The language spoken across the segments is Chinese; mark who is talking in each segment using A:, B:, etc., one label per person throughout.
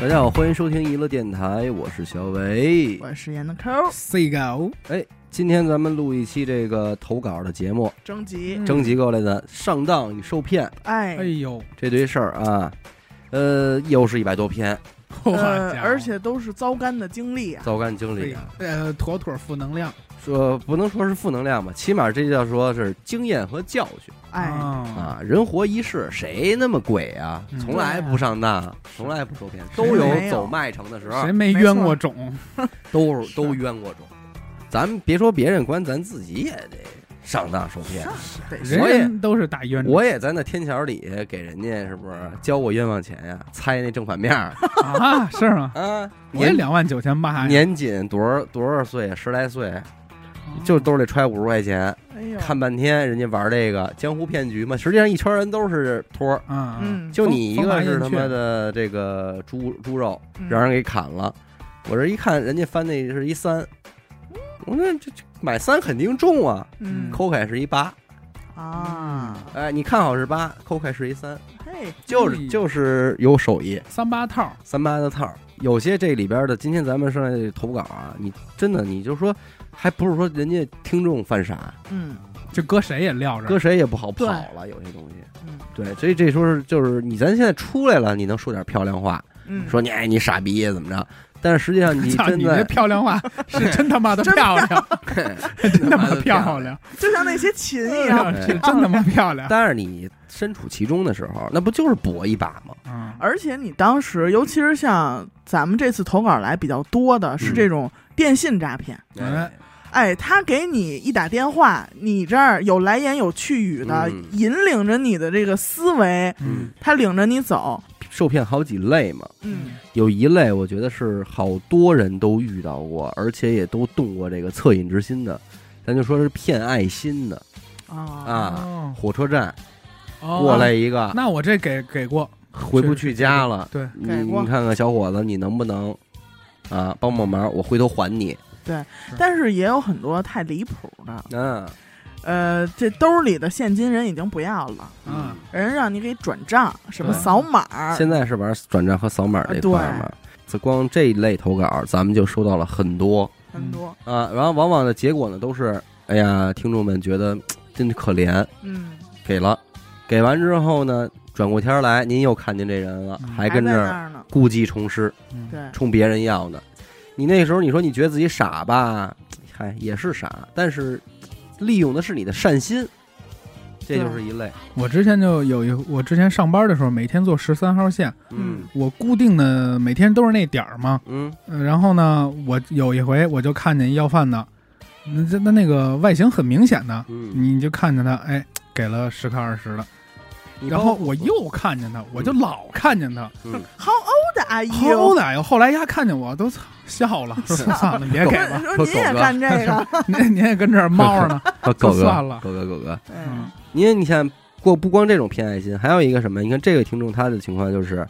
A: 大家好，欢迎收听娱乐电台，我是小伟。
B: 我是严的抠，
C: C 狗，
A: 哎，今天咱们录一期这个投稿的节目，
B: 征集，
A: 征集过来的上当与受骗
B: 哎
C: 哎，呦，
A: 这堆事儿啊，呃，又是一百多篇，
C: 我
B: 呃
C: 家伙
B: 而且都是糟干的经历啊，
A: 糟干经
C: 哎
A: 历
C: 呀，呃，妥妥负能量，
A: 说不能说是负能量吧，起码这叫说是经验和教训
B: 哎，
C: 啊，
A: 啊。人活一世，谁那么鬼啊？
C: 嗯
A: 从来不上当，从来不受骗，都
B: 没
A: 有
B: 有
A: 走麦城的时候
C: 谁，没
B: 没
C: 冤
B: 错
C: 过种？
A: 都
B: 是
A: 都冤过种。咱们别说别人，关咱自己也得上当受骗。
B: 得
C: 人
A: 我也
C: 人都是打冤种，
A: 我也在那天桥底下给人家是不是交过冤枉钱呀、猜那正反面儿
C: 啊，是吗？
A: 啊？
C: 我也
A: 年
C: 两万九千八呀，
A: 年仅多少多少岁，啊十来岁，就兜里揣五十块钱，
B: 哎呦，
A: 看半天人家玩这个江湖骗局嘛，实际上一圈人都是托儿，
C: 啊，
B: 嗯，
A: 就你一个是他
C: 风马
A: 妈
C: 燕
A: 的这个猪猪肉
B: 嗯
A: 让人给砍了，我这一看人家翻那是一三，我说这这买三肯定中啊，
B: 嗯
A: 抠开是一八，
B: 啊，
A: 哎，你看好是八，抠开是一三，
B: 嘿，
A: 就是就是有手艺。
C: 三八套，
A: 三八的套儿，有些这里边的，今天咱们上来这投稿啊，你真的你就说，还不是说人家听众犯傻，
B: 嗯
C: 就搁谁也撂着，
A: 搁谁也不好跑
B: 对
A: 了，有些东西。
B: 嗯
A: 对，所以这时候就是你，咱现在出来了，你能说点漂亮话，
B: 嗯，
A: 说你哎你傻逼怎么着？但是实际上 你
C: 操
A: 真
C: 你这
A: 的
C: 漂 亮话是真他妈的漂亮， 真他妈的漂亮，
B: 就像那些琴一
A: 嗯
B: 样，
C: 哎是
A: 哎
C: 真他妈漂亮。
A: 但是你身处其中的时候，那不就是搏一把吗？
C: 嗯，
B: 而且你当时，尤其是像咱们这次投稿来比较多的是
A: 嗯
B: 这种电信诈骗，
C: 哎
B: 哎，他给你一打电话，你这儿有来言有去语的，
A: 嗯
B: 引领着你的这个思维，
C: 嗯
B: 他领着你走，
A: 受骗好几类嘛，
B: 嗯
A: 有一类我觉得是好多人都遇到过，而且也都动过这个恻隐之心的，咱就说是骗爱心的。
B: 啊
A: 啊
C: 哦
A: 火车站
C: 哦
A: 过来一个，
C: 那我这给给过，
A: 回不去家 了，
C: 对，
A: 你
B: 给过
A: 你看看小伙子，你能不能啊帮帮忙？我回头还你。
B: 但是也有很多太离谱的，
A: 嗯
B: 呃，这兜里的现金人已经不要了，
C: 嗯，
B: 人让你给转账，什么
C: 对
B: 扫码儿，
A: 现在是玩转账和扫码这块儿嘛
B: 啊，
A: 这光这一类投稿，咱们就收到了很多
B: 很多，
A: 啊。然后往往的结果呢，都是哎呀，听众们觉得嘖嗯真可怜，
B: 嗯，
A: 给了，给完之后呢，转过天儿来，您又看见这人了，
C: 嗯
A: 还
B: 还
A: 跟
B: 在
A: 这
B: 那
A: 儿
B: 儿呢，
A: 故技重施，
C: 嗯
B: 对，
A: 冲别人要呢。你那时候你说你觉得自己傻吧，嗨，也是傻，但是利用的是你的善心，这就是一类。
C: 我之前就有一，我之前上班的时候，每天坐十三号线，
A: 嗯
C: 我固定的每天都是那点儿嘛。
A: 嗯
C: 呃然后呢，我有一回我就看见一要饭的，那这那那个外形很明显的，
A: 嗯，
C: 你就看见他，哎，给了十块二十的。
A: 你
C: 然
A: 包
C: 后我又看见他，我就老看见他，
A: 嗯
B: 好欧的阿姨
A: 哎
C: 好
B: 哟，
C: 歹呀！后来丫看见我都操 笑了，说操，你
A: 哎
C: 别
B: 我说说
C: 给了，
B: 您也干这个，
C: 您您也跟这儿 猫着呢。
A: 啊狗
C: 就
A: 哥，
C: 算了
A: 狗哥，狗哥，
B: 嗯
C: 嗯，
A: 因为你看过不光这种偏爱心，还有一个什么？你看这位听众他的情况就是，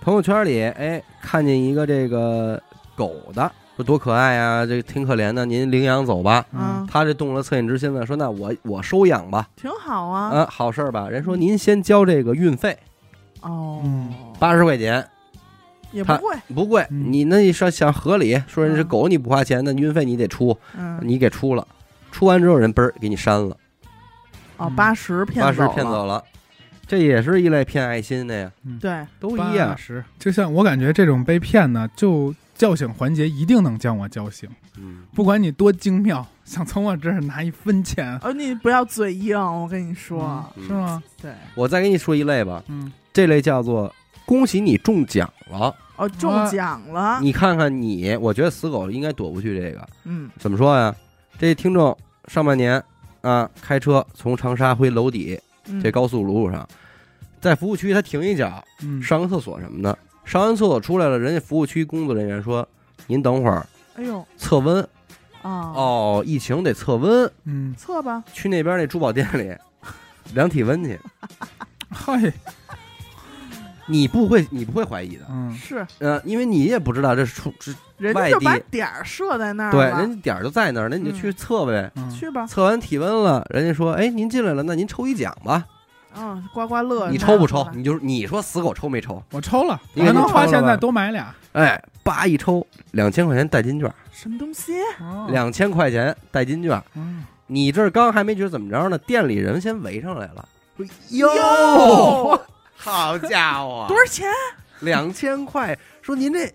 A: 朋友圈里哎看见一个这个狗的，说多可爱啊，这个挺可怜的，您领养走吧。
C: 嗯，
B: 啊，
A: 他这动了恻隐之心了，说那我我收养吧，
B: 挺好啊，
A: 啊，好事儿吧？人说您先交这个运费
B: 哦
C: 嗯，
A: 八十块钱，
B: 也不
A: 他
B: 贵，
A: 不贵。
C: 嗯
A: 你那你说想合理，说人是
B: 嗯
A: 狗你不花钱，那运费你得出，
B: 嗯，
A: 你给出了，出完之后人嘣儿给你删了，
B: 哦，八十骗
A: 嗯八十
B: 走
A: 骗
B: 了，
A: 走了，这也是一类骗爱心的呀，
B: 对，
A: 都一
C: 八
A: 样。
C: 十，就像我感觉这种被骗呢，就叫醒环节一定能将我叫醒，
A: 嗯，
C: 不管你多精妙，想从我这儿拿一分 钱，
B: 哦，你不要嘴硬，我跟你说，
A: 嗯
C: 是吗？
B: 对，
A: 我再给你说一类吧，
C: 嗯，
A: 这类叫做恭喜你中奖了，
B: 哦，中奖了，
A: 你看看你，我觉得死狗应该躲不去这个。
B: 嗯
A: 怎么说呀？这听众上半年啊，开车从长沙回娄底，
B: 嗯，
A: 这高速路上，在服务区他停一脚，
C: 嗯，
A: 上个厕所什么的。上完厕所出来了，人家服务区工作人员说：“您等会儿
B: 哎呦，
A: 测温
B: 啊，
A: 哦，疫情得测温，
C: 嗯，
B: 测吧，
A: 去那边那珠宝店里量体温去。
C: 嗨，”
A: 你不会，你不会怀疑的，
C: 嗯，
B: 是，
A: 呃，因为你也不知道这出这
B: 人家
A: 外
B: 就
A: 地
B: 把点儿设在那儿
A: 对，
B: 了，
A: 人家点儿就在那儿，那你就去测呗。
C: 嗯
B: 去吧，
A: 测完体温了，人家说：“哎，您进来了，那您抽一奖吧。”
B: 嗯，刮刮乐，
A: 你抽不抽？？你就是你说死狗抽没抽？
C: 我抽了，
A: 你
C: 我
A: 给
C: 还
A: 你
C: 能花
A: 抽了
C: 钱
A: 吧
C: 再多买俩。
A: 哎，叭一抽，两千块钱代金券，
B: 什么东西？
C: 哦
A: 两千块钱代金券。
C: 嗯
A: 你这儿刚还没觉得怎么着呢，店里人先围上来了。哟，
B: 哟，
A: 好家伙
B: 多少钱？
A: 两千块，说您这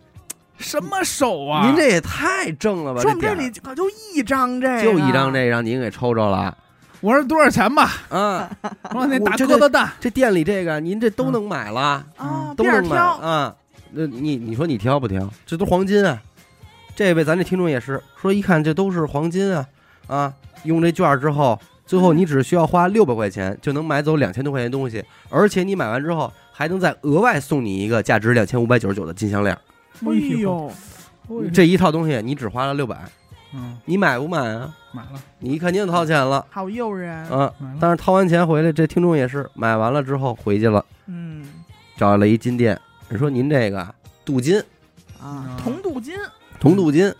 C: 什么手啊？
A: 您这也太挣了吧？
B: 说我们
A: 店
B: 这
A: 儿
B: 里可就一张这个，
A: 就一张这让您给抽着了
C: 我说多少 钱吧？
A: 啊！
C: 我说那
A: 我
C: 打
A: 这
C: 疙瘩蛋，
A: 这店里这个您这都能买了，
B: 啊，
A: 嗯都
B: 边儿
A: 能买
B: 挑，
A: 啊。那你你说你挑不挑？这都黄金啊！这位咱这听众也是说，一看这都是黄金啊啊！用这券儿之后，最后
C: 嗯
A: 你只需要花六百块钱就能买走两千多块钱的东西，而且你买完之后还能再额外送你一个价值两千五百九十九的金项链儿。
B: 哎呦，
C: 哎呦，
A: 这一套东西你只花了六百，
C: 嗯
A: 你买不买啊？
C: 买了
A: 你肯定掏钱了
B: 好诱人，
A: 啊！
C: 买了，
A: 但是掏完钱回来，这听众也是买完了之后回去了，
B: 嗯
A: 找了一金店，人说您这个镀金、
B: 啊
A: 嗯
C: 啊，
B: 铜镀金
A: 铜镀金，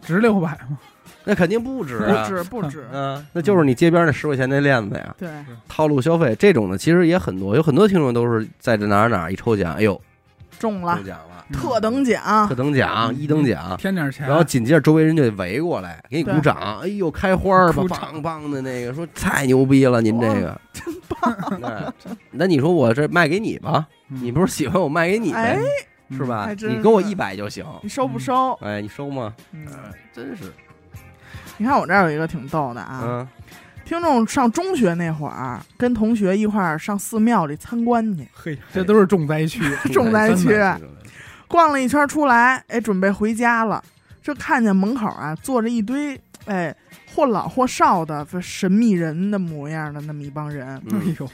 C: 值六百嘛。
A: 那肯定不止
B: 不
A: 啊，
B: 止不止，
A: 嗯，那就是你街边那十块钱那链子呀，
B: 对，
A: 套路消费这种的其实也很多，有很多听众都是在这哪儿哪儿一抽奖，哎呦
B: 中了
A: 中奖了，嗯
C: 嗯
B: 特等奖
A: 特，等奖、一等奖，
C: 添点 钱，
A: 然后紧接着周围人就得围过来给你
B: 对
A: 鼓掌，哎呦开花儿吧，
C: 鼓
A: 棒
C: 掌
A: 棒的那个，说太牛逼了，您这个
B: 真
A: 棒。哎那你说我这卖给你吧，你不是喜欢我卖给你呗
B: 哎，，
C: 嗯
A: 是？吧？
B: 还真
A: 你给我
B: 是
A: 一百就行。
B: 你收不收？
A: 哎，你收吗？
B: 嗯，
A: 真是，
B: 你看我这儿有一个挺逗的啊，
A: 嗯，
B: 听众上中学那会儿，跟同学一块儿上寺庙里参观去，
C: 嘿，这都是重灾区。
B: 重灾区啊
A: 真的是
B: 逛了一圈出来，哎，准备回家了，这看见门口啊坐着一堆哎或老或少的这神秘人的模样的那么一帮人，
C: 哎
A: 嗯
C: 呦，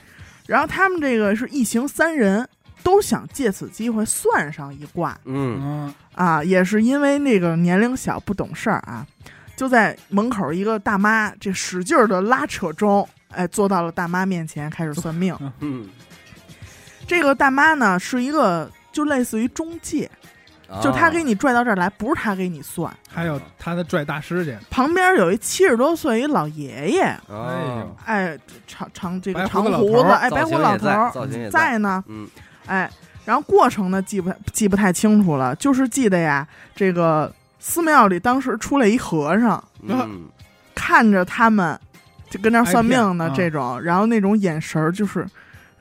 B: 然后他们这个是一行三人，都想借此机会算上一卦
A: 嗯，
C: 嗯，
B: 啊，也是因为那个年龄小不懂事儿啊，就在门口一个大妈这使劲儿的拉扯中，哎，坐到了大妈面前开始算命。
A: 嗯，
B: 这个大妈呢是一个就类似于中介，
A: 哦
B: 就她给
A: 你
B: 你拽到这儿来，不是她给你算。
C: 还有
A: 嗯
C: 他的拽大师去，
B: 旁边有一七十多岁一老爷爷，
C: 哎呦，
B: 哎，长长这个
C: 白胡
B: 长
C: 子老
B: 胡
C: 头
B: 子，
C: 儿
B: 哎，白胡子老头
A: 在，
B: 儿
A: 造型也在，
B: 在呢，
A: 嗯，
B: 哎，然后过程呢记不太记不太清楚了，就是记得呀，这个寺庙里当时出来一和尚，
A: 嗯，
B: 看着他们就跟那儿算命
A: 哎
B: 呢
A: 啊
C: 挨骗
B: 这种，然后那种眼神儿就是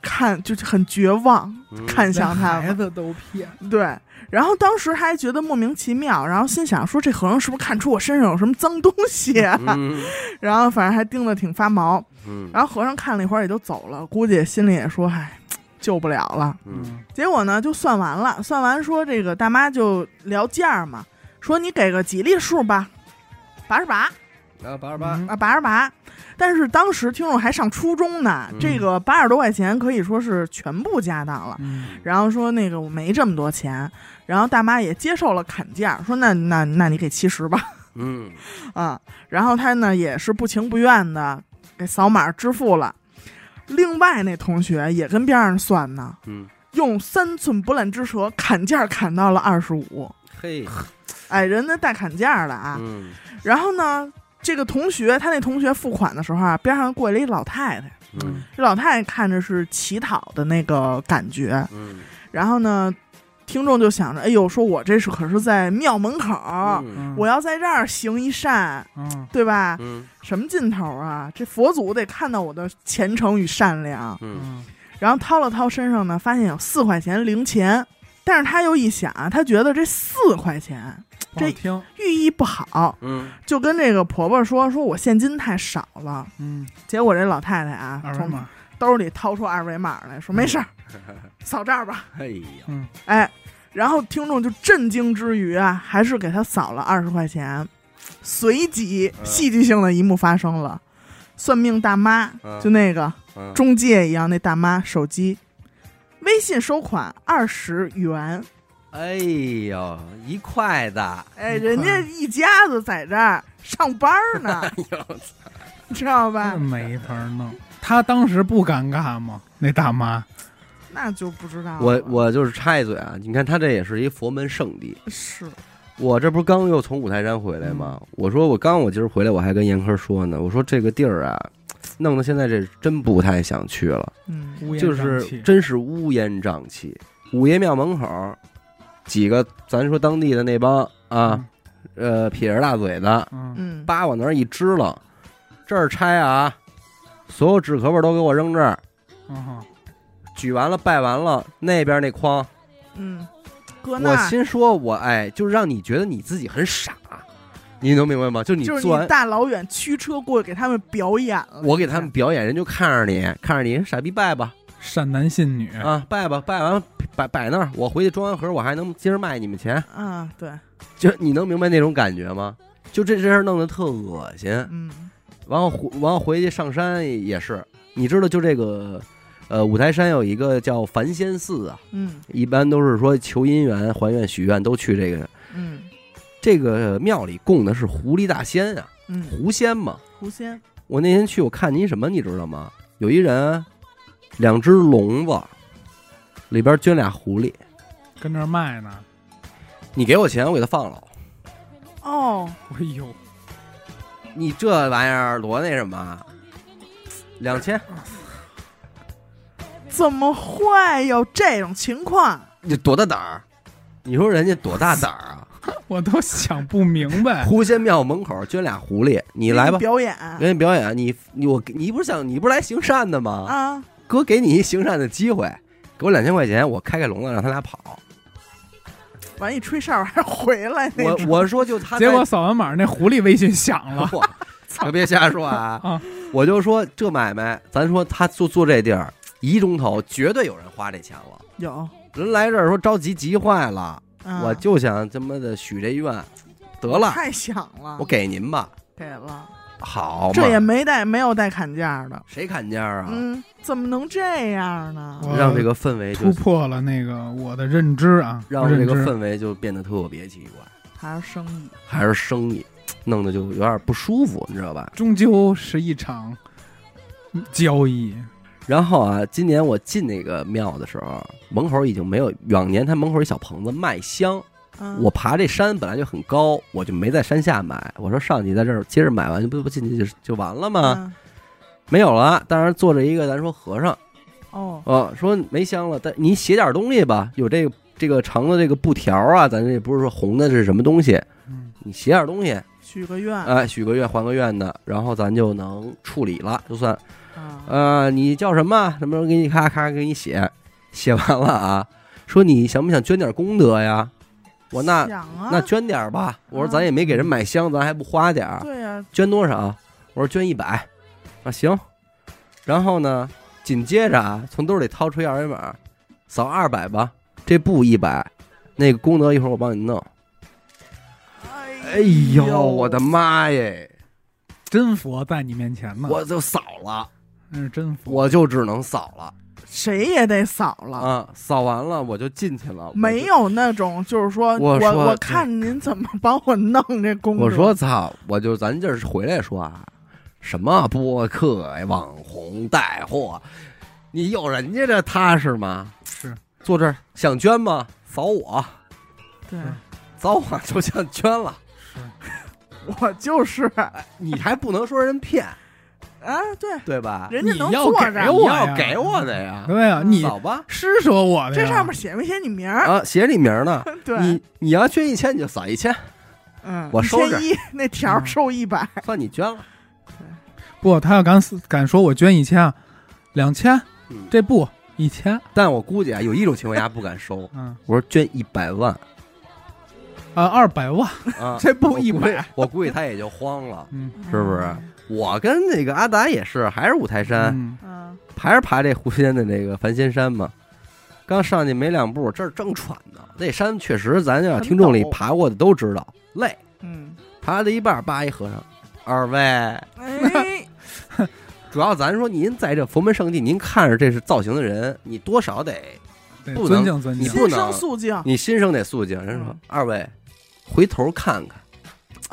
B: 看就是很绝望，
A: 嗯
B: 看向
C: 连
B: 他
C: 孩
B: 们，
C: 子都骗，
B: 对。然后当时还觉得莫名其妙，然后心想说这和尚是不是看出我身上有什么脏东西、啊？
A: 嗯
B: 然后反正还盯得挺发毛。
A: 嗯，
B: 然后和尚看了一会儿也就走了，估计心里也说：“唉，救不了了。”
A: 嗯，
B: 结果呢，就算完了，算完说这个大妈就聊价嘛，说你给个几粒数吧，八十八
A: 然后八十八，
B: 啊，八十八。但是当时听众还上初中呢，
A: 嗯
B: 这个八十多块钱可以说是全部家当了。
C: 嗯，
B: 然后说那个我没这么多钱，然后大妈也接受了砍价，说那那那你给七十吧，
A: 嗯
B: 啊，然后他呢也是不情不愿的给扫码支付了。另外那同学也跟边上算呢，
A: 嗯，
B: 用三寸不烂之舌砍价砍到了二十五，
A: 嘿，
B: 哎，人家带砍价的啊。
A: 嗯
B: 然后呢，这个同学他那同学付款的时候啊，边上过来一老太太，
A: 嗯
B: 这老太太看着是乞讨的那个感觉。
A: 嗯，
B: 然后呢，听众就想着，哎呦，说我这是可是在庙门口，
A: 嗯
C: 嗯
B: 我要在这儿行一善，
C: 嗯
B: 对吧？
A: 嗯
B: 什么劲头啊？这佛祖得看到我的虔诚与善良。
A: 嗯
C: 嗯
B: 然后掏了掏身上呢，发现有四块钱零钱，但是他又一想啊，他觉得这四块钱
C: 不好听，
B: 寓意不好，
A: 嗯，
B: 就跟这个婆婆说，说我现金太少了。
C: 嗯，
B: 结果这老太太啊
C: 二，维
B: 从
C: 码，
B: 兜里掏出二维码来说没 事儿，扫这儿吧。
A: 哎呀，
C: 嗯，
B: 哎，然后听众就震惊之余啊，还是给他扫了二十块钱。随即，
A: 嗯
B: 戏剧性的一幕发生了，算命大妈
A: 嗯
B: 就那个
A: 嗯
B: 中介一样，那大妈手机微信收款二十元，
A: 哎呦，一块的，
B: 哎，
C: 你
B: 人
C: 看
B: 家一家子在这儿上班
A: 嗯
B: 呢，
A: 哎呦，嗯
B: 你知道吧
C: 这？没法弄。嗯他当时不尴尬吗？那大妈，
B: 那就不知道了
A: 我我就是插一嘴啊，你看他这也是一佛门圣地，
B: 是
A: 我这不是刚又从五台山回来吗？我说我刚我今儿回来，我还跟严科说呢，我说这个地儿啊，弄得现在这真不太想去了，
B: 嗯，
C: 乌烟
A: 就
C: 瘴
A: 是
C: 气
A: 真是乌烟瘴气。五爷庙门口几个，咱说当地的那帮啊，，呃，撇着大嘴的，
C: 嗯
B: 嗯，
A: 叭往那儿一支棱，这儿拆啊，所有纸壳儿都给我扔这儿，
C: 嗯哈，
A: 举完了拜完了，那边那筐，
B: 嗯，搁
A: 我
B: 那，
A: 心说我哎，就是让你觉得你自己很傻，你能明白吗？就你
B: 就是
A: 做完
B: 你，大老远驱车过去给他们表演了。
A: 我给他们表演，人就看着你，看着你傻逼拜吧
C: 善男信女，
A: 啊，拜吧，拜完了摆摆那儿，我回去装完盒，我还能接着卖你们钱，
B: 啊，对，
A: 就你能明白那种感觉吗？就这这事儿弄得特恶心，
B: 嗯
A: 然后回然后回去上山也是，你知道就这个。呃，五台山有一个叫梵仙寺啊，
B: 嗯
A: 一般都是说求姻缘、还愿、许愿都去这个
B: 嗯
A: 这个庙里供的是狐狸大仙啊，
B: 嗯，
A: 狐仙嘛。
B: 狐仙，
A: 我那天去，我看您什么，你知道吗？有一人，两只笼子，里边圈俩狐狸。
C: 跟那儿卖呢。
A: 你给我钱，我给他放了。
B: 哦，
A: 嗯
C: 哎呦，
A: 你这玩意儿多那什么？两千，
B: 怎么会有这种情况？
A: 你多大胆儿？你说人家多大胆儿 啊？
C: 我都想不明 白。
A: 狐仙庙门口圈俩狐狸，你来吧，
B: 哎
A: 哎
B: 表演
A: 给你表演。你你我你不是想你不是来行善的吗？
B: 啊，
A: 哥给你一行善的机会，给我两千块钱，我开开笼子让他俩跑。
B: 完一吹哨还回来那
A: 我
B: 种。
A: 我说就 他在
C: 结 果扫完码，那狐狸微信响了。
A: 嚯，可 别瞎说啊
C: 啊！
A: 我就说这买卖，咱说他做做这地儿一中头，绝对有人花这钱了。
B: 有，
A: 人来这儿说着急急坏了，
B: 啊
A: 我就想他妈的许这愿，得了，
B: 太响了，
A: 我给您吧，
B: 给了，
A: 好
B: 这也
A: 嘛，
B: 没带没有带砍价的，
A: 谁砍价啊？
B: 嗯，怎么能这样呢？
C: 我
A: 让这个氛围
C: 突
A: 就
C: 破了那个我的认知啊，
A: 让这
C: 认
A: 个
C: 知
A: 氛围就变得特别奇怪，
B: 还是生意，
A: 还是生意弄得就有点不舒服，你知道吧？
C: 终究是一场交易。
A: 然后啊，今年我进那个庙的时候，门口已经没有往年他门口一小棚子卖香。
B: 嗯，
A: 我爬这山本来就很高，我就没在山下买。我说上去在这儿接着买完就不不进去就就完了吗？
B: 嗯
A: 没有了。当时坐着一个咱说和尚，
B: 哦，
A: 哦，说没香了，但你写点东西吧，有这个这个长的这个布条啊，咱这不是说红的这是什么东西，
C: 嗯，
A: 你写点东西，
B: 许个愿
A: 哎，许个愿还个愿的，然后咱就能处理了，就算
B: 啊，
A: 呃，你叫什么？什么时候给你咔咔给你写，写完了啊，说你想不想捐点功德呀？我那
B: 想啊，
A: 那捐点儿吧。我说咱也没给人买香，咱还不花点儿，
B: 对呀，
A: 捐多少？我说捐一百，啊行。然后呢，紧接着啊，从兜里掏出一二维码，扫二百吧，这布一百，那个功德一会儿我帮你弄。哎呦，我的妈耶！
C: 真佛在你面前呢，
A: 我就扫了，
C: 那是真佛。
A: 我就只能扫了
B: 谁也得扫了。
A: 啊！扫完了我就进去了，我就
B: 没。有那种，就是说
A: 我
B: 我
A: 说
B: 我看您怎么帮我弄这功德。
A: 我说操，我就咱这儿回来说啊，什么播客呀、网红带货，你有人家这踏实吗？
C: 是
A: 坐这儿想捐吗？扫我，
B: 对，
A: 扫我 就想捐了，
C: 是，
B: 我就是啊，
A: 你还不能说人骗，
B: 对，
A: 对吧？
B: 人家
C: 你
B: 能
C: 要
B: 坐
C: 给
B: 着，
A: 你
C: 我
A: 要
C: 呀
A: 给我的呀，
C: 对啊，你
A: 扫吧。
C: 施舍我的呀
B: 这上面写没写你名儿？
A: 啊，写你名儿呢，
B: 对，
A: 你你要捐一千你就扫一千，
B: 嗯，
A: 我
B: 一
A: 收着嗯
B: 千一那条儿收一百，
A: 算你捐了。
C: 不，他要敢死敢说我捐一千啊，两千
A: 嗯，
C: 这不一千，，
A: 但我估计啊，有一种情况下不敢收
C: 嗯
A: 我说捐一百万
C: 啊，二百万，
A: 啊，
C: 这不
A: 我估计
C: 100，
A: 我估计他也就慌了。
C: 嗯，
A: 是不是我跟那个阿达也是，还是五台山，
C: 嗯，
B: 嗯？
A: 还是爬这狐仙的那个梵仙山嘛。刚上去没两步，这儿正喘呢。那山确实，咱要听众里
B: 很陡
A: 爬过的都知道，累。
B: 嗯
A: 爬了一半，叭一和尚，二位，
B: 嗯，哎，
A: 主要咱说您在这佛门圣地，您看着这是造型的人，你多少得，
B: 啊
C: 对，
A: 不
C: 尊
A: 能
C: 敬尊
A: 你
C: 敬，
A: 不
B: 心
A: 能
B: 生肃静
A: 你心生得肃静。人说
B: 嗯
A: 二位，回头看看，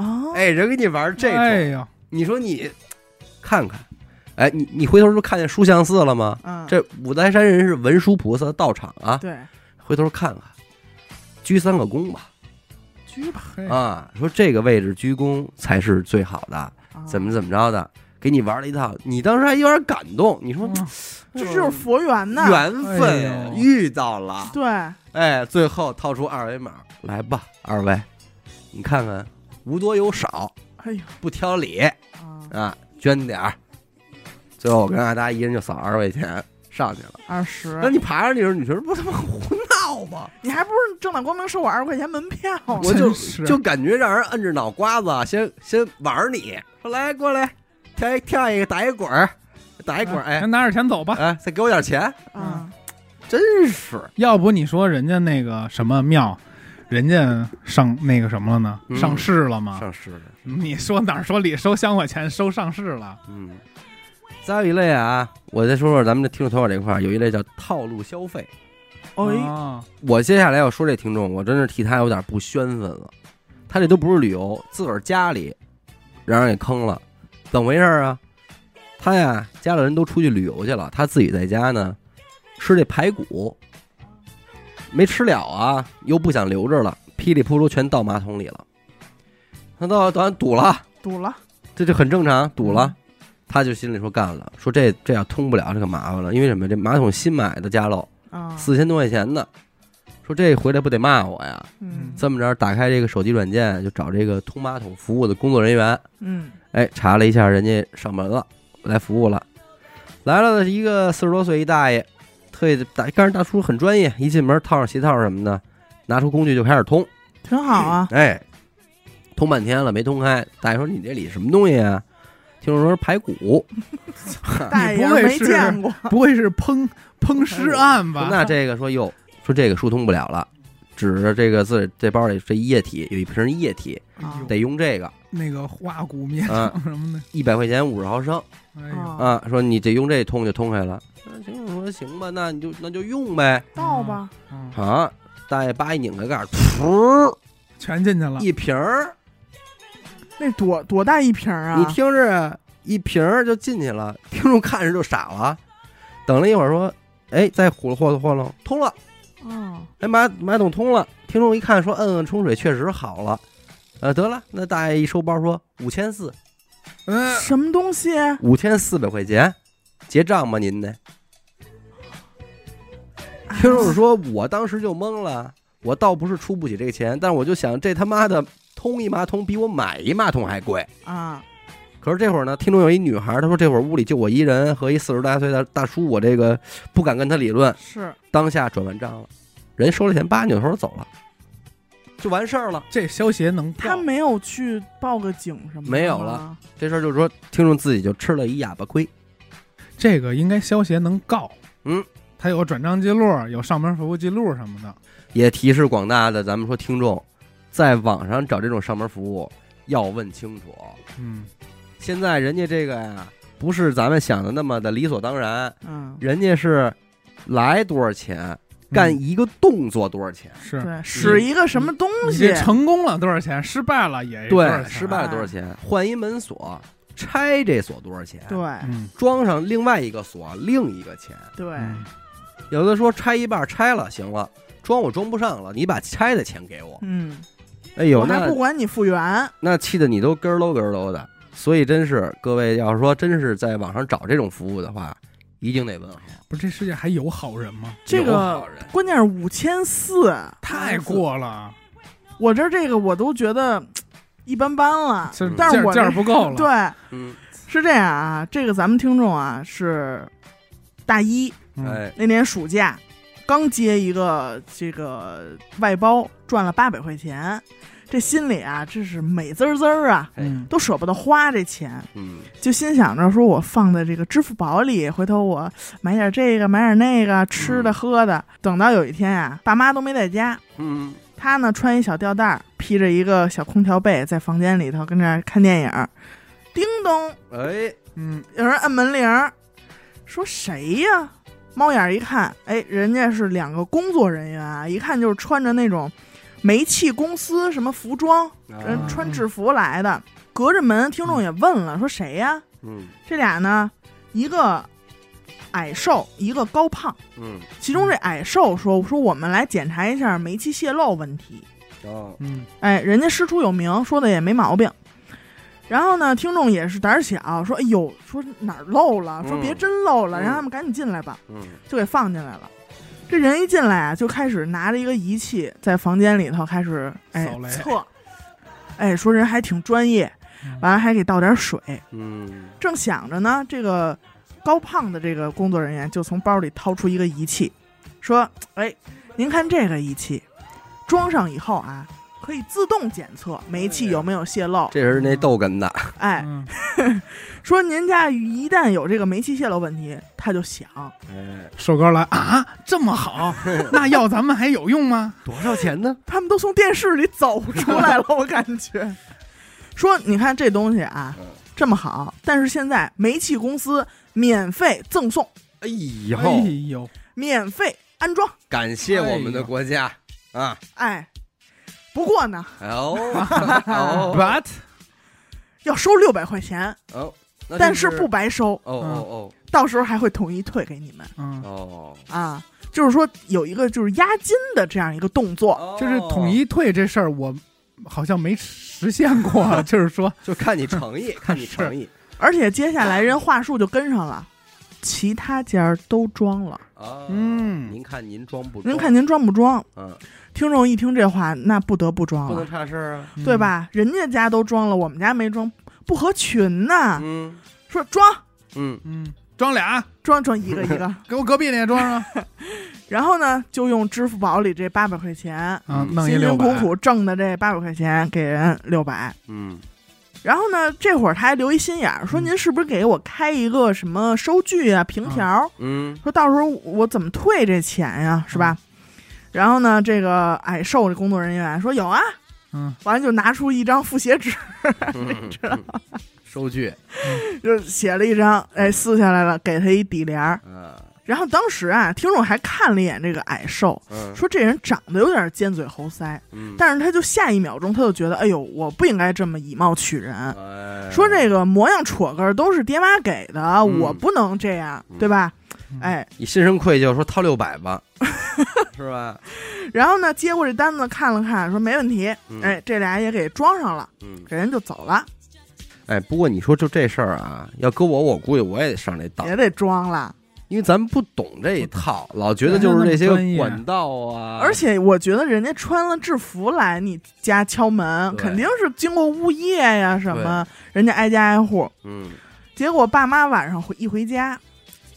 B: 哦，
A: 哎，人给你玩这
C: 哎
A: 种，
C: 呀，
A: 你说你看看，哎，你你回头是看见书相寺了吗？
B: 嗯，
A: 这五台山人是文殊菩萨的道场啊，
B: 对，
A: 回头看看，鞠三个躬吧
B: 鞠吧，
C: 嘿
A: 啊，说这个位置鞠躬才是最好的，
B: 啊
C: 哦
A: 怎么怎么着的。给你玩了一套，你当时还有点感动，你
C: 嗯
A: 说
B: 这就是佛缘呐，
A: 缘
C: 哦哎
A: 分
C: 呦
A: 遇到了，
B: 对，
A: 哎，最后掏出二维码，来吧，二位，你看看无多有少，
B: 哎呦
A: 不挑理
B: 啊，
A: 啊，捐点儿。最后我跟阿达一人就扫二十块钱上去了。
B: 二十
A: 那，你爬上去的时候，你觉得不他妈胡闹吗？
B: 你还不如正大光明收我二十块钱门票呢？
A: 我就
C: 真是
A: 就感觉让人摁着脑瓜子，啊先先玩儿你，说来过来，跳一跳一个，打一滚儿，打一滚儿，哎
C: 先拿着钱走吧。
A: 哎，再给我点钱，
B: 啊，
A: 真是
C: 要不你说人家那个什么庙，人家上那个什么了呢？
A: 嗯
C: 上市了吗？
A: 上市了，
C: 你说哪儿说理收香火钱收上市了？
A: 嗯。再有一类啊，我再说说咱们的听众投稿这块儿，有一类叫套路消费。嗯
B: 哎，
C: 啊，
A: 我接下来要说这听众，我真是替他有点不宣愤了。他这都不是旅游，自个儿家里让人给坑了，怎么回事儿啊？他呀，家里人都出去旅游去了，他自己在家呢，吃这排骨，没吃了啊，又不想留着了，噼里扑噜全倒马桶里了。他到咱堵了，
B: 堵了，
A: 这就很正常，堵了。他就心里说干了，说这这要通不了，这可麻烦了，因为什么？这马桶新买的家漏，
B: 啊，
A: 四千多块钱的，说这回来不得骂我呀？
B: 嗯
A: 这么着，打开这个手机软件，就找这个通马桶服务的工作人员，
B: 嗯
A: 哎，查了一下，人家上门了，来服务了。来了的是一个四十多岁一大爷，特意大，但是大叔很专业，一进门套上鞋套什么的，拿出工具就开始通，
B: 挺好啊，
A: 哎，通半天了没通开。大爷说：“你这里什么东西啊？”听说是排骨，嗯
B: 大爷
C: 不会
B: 没
C: 是
A: 哎
B: 见
A: 啊
B: 过，
C: 不会是烹烹尸案
A: 说
C: 吧？
A: 那这个说哟，说这个疏通不了了，指着这个自己这包里这一液体有一瓶液体，
B: 啊
A: 得用这个，
C: 那个化骨面
A: 啊
C: 什么的，
A: 一百块钱五十毫升
C: 哎呦，
B: 啊，
A: 啊，说你得用这通就通开了。那行，我说行吧，那你就那就用呗。
B: 到吧，
C: 嗯
A: 啊，大爷叭一拧开盖儿，噗，
C: 全进去了。
A: 一瓶儿，
B: 那多多大一瓶啊？
A: 你听着，一瓶儿就进去了。听众看着就傻了，等了一会儿说，哎，再呼噜呼噜呼噜，通了。
B: 啊，
A: 哎，马马桶通了。听众一看说，摁摁冲水确实好了。呃，得了，那大爷一收包说五千四，
C: 嗯，
B: 什么东西？啊
A: 五千四百块钱，结账吧您呢？ 听众说，我当时就懵了，我倒不是出不起这个钱，但我就想这他妈的通一马桶比我买一马桶还贵。
B: 啊，
A: 可是这会儿呢，听众有一女孩，她说这会儿屋里就我一人和一四十来岁的大叔，我这个不敢跟他理论，
B: 是
A: 当下转完账了，人收了钱，叭扭头走了，就完事儿了。
C: 这消协能
B: 他
C: 报？
B: 没有去报个警什么的，
A: 没有了。这事儿就是说，听众自己就吃了一哑巴亏。
C: 这个应该消协能告。
A: 嗯，
C: 他有转账记录，有上门服务记录什么的。
A: 也提示广大的咱们说听众，在网上找这种上门服务要问清楚。
C: 嗯，
A: 现在人家这个呀，不是咱们想的那么的理所当然，
B: 嗯，
A: 人家是来多少钱，干
C: 嗯
A: 一个动作多少钱，
C: 是
B: 对，使一个什么东
C: 你
B: 西
C: 这？成功了多少钱？失败了也多少
A: 对，
C: 钱
A: 失败了多少钱，换一门锁，拆这锁多少钱，
B: 对
C: 嗯，
A: 装上另外一个锁，另一个钱。
B: 对，
C: 嗯
A: 有的说拆一半拆了，行了，装我装不上了，你把拆的钱给我。
B: 嗯，
A: 哎呦，
B: 我还
A: 那
B: 不管你复原，
A: 那气得你都咯喽咯喽的。所以真是各位，要是说真是在网上找这种服务的话，一定得问好。
C: 不是这世界还有好人吗？
B: 这
A: 有
B: 个
A: 好人
B: 关键是五千四，
C: 太过了，
B: 我这这个我都觉得一般般了。
C: 这
B: 但是
C: 劲儿
B: 我
C: 劲
B: 这
C: 儿不够了。
B: 对，
A: 嗯，
B: 是这样啊，这个咱们听众啊是大一
C: 嗯，
A: 哎，
B: 那年暑假，刚接一个这个外包，赚了八百块钱，这心里啊真是美滋滋儿啊，
C: 嗯，
B: 都舍不得花这钱，
A: 嗯，
B: 就心想着说我放在这个支付宝里，回头我买点这个买点那个吃的
A: 嗯
B: 喝的。等到有一天啊，爸妈都没在家，
A: 嗯，
B: 他呢穿一小吊带儿，披着一个小空调被，在房间里头跟那儿看电影儿。叮咚，
A: 哎，
C: 嗯，
B: 有人按门铃儿，说谁呀？猫眼儿一看，哎，人家是两个工作人员啊，一看就是穿着那种煤气公司什么服装，人
A: 啊
B: 穿制服来的。隔着门，听众也问了，说谁呀？
A: 嗯
B: 这俩呢，一个矮瘦，一个高胖。
A: 嗯，
B: 其中这矮瘦说：“说我们来检查一下煤气泄漏问题。
A: 哦，
C: 嗯，”
B: 哎，人家师出有名，说的也没毛病。然后呢，听众也是胆儿小，说：“哎呦，说哪儿漏了？说
A: 嗯
B: 别真漏了，
A: 嗯
B: 让他们赶紧进来吧。
A: 嗯”
B: 就给放进来了。这人一进来啊，就开始拿着一个仪器在房间里头开始哎
C: 扫雷
B: 测，哎说人还挺专业，
C: 嗯
B: 完了还给倒点水。
A: 嗯
B: 正想着呢，这个高胖的这个工作人员就从包里掏出一个仪器，说：“哎，您看这个仪器，装上以后啊，可以自动检测煤气有没有泄漏。
A: 哎这是那逗哏的，
B: 哎，
C: 嗯
B: 说您家一旦有这个煤气泄漏问题，它就响。
A: 哎，
C: 瘦高来啊，这么好，那药咱们还有用吗？
A: 多少钱呢？
B: 他们都从电视里走出来了，我感觉。说你看这东西啊
A: 嗯，
B: 这么好，但是现在煤气公司免费赠送，
A: 哎
C: 哎
A: 呦，
C: 呦，
B: 免费安装。
A: 感谢我们的国家啊！
B: 哎，不过呢，
A: 哎呦，哦
C: but
B: 要收六百块钱，
A: 哦，那
B: 但
A: 就是
B: 不白收，
A: 哦哦
B: 到时候还会统一退给你们
A: 哦
C: 嗯，
A: 哦
B: 啊。就是说有一个就是押金的这样一个动作，
A: 哦，
C: 就是统，一退这事儿，我好像没实现 过，就是说，
A: 就看你诚意，看你诚意
B: 而且接下来人话术就跟上了，其他家儿都装了，
A: 啊。
C: 嗯
A: 您看您装不装？
B: 您看，您装不装？
A: 嗯，
B: 听众一听这话，那不得不装
A: 不能
B: 了，
A: 差事儿啊。
C: 嗯
B: 对？吧？人家家都装了，我们家没装，不合群呐、
A: 嗯
B: 说装
A: 嗯，
C: 嗯，装俩，
B: 装装一个一 个，
C: 给我隔壁那也装啊上。
B: 然后呢，就用支付宝里这八百块钱，
C: 啊，
A: 嗯
C: 弄一
B: 辛
C: 六
B: 辛苦
C: 百，
B: 苦挣的这八百块钱给人六百。
A: 嗯
B: 然后呢，这会儿他还留一心眼儿，说
C: 嗯
B: 您是不是给我开一个什么收据啊、凭条儿？
A: 嗯
B: 说到时候我怎么退这钱呀、是吧？
C: 嗯
B: 然后呢，这个矮瘦的工作人员说有啊，
C: 嗯，
B: 完了就拿出一张复写纸，
A: 嗯，嗯收据
B: 就写了一张，
C: 嗯
B: 哎，撕下来了，给他一底联儿。
A: 啊，
B: 然后当时啊，听众还看了一眼这个矮瘦，
A: 嗯
B: 说这人长得有点尖嘴猴腮，
A: 嗯，
B: 但是他就下一秒钟他就觉得，哎呦，我不应该这么以貌取人。
A: 哎
B: 说这个模样戳个儿都是爹妈给的，
A: 嗯
B: 我不能这样，对吧？
C: 嗯
B: 哎，
A: 你心生愧疚，说掏六百 吧，是吧？
B: 然后呢，接过这单子看了看，说没问题，
A: 嗯
B: 哎，这俩也给装上了，
A: 嗯，
B: 这人就走了，
A: 哎，不过你说就这事儿啊，要搁我，我估计我也得上这当，
B: 也得装了。
A: 因为咱们不懂这一套，老觉得就是这些
C: 专业
A: 管道啊，
B: 而且我觉得人家穿了制服来你家敲门，
A: 对
B: 肯定是经过物业呀什么，人家挨家挨户。
A: 嗯
B: 结果爸妈晚上回一回家，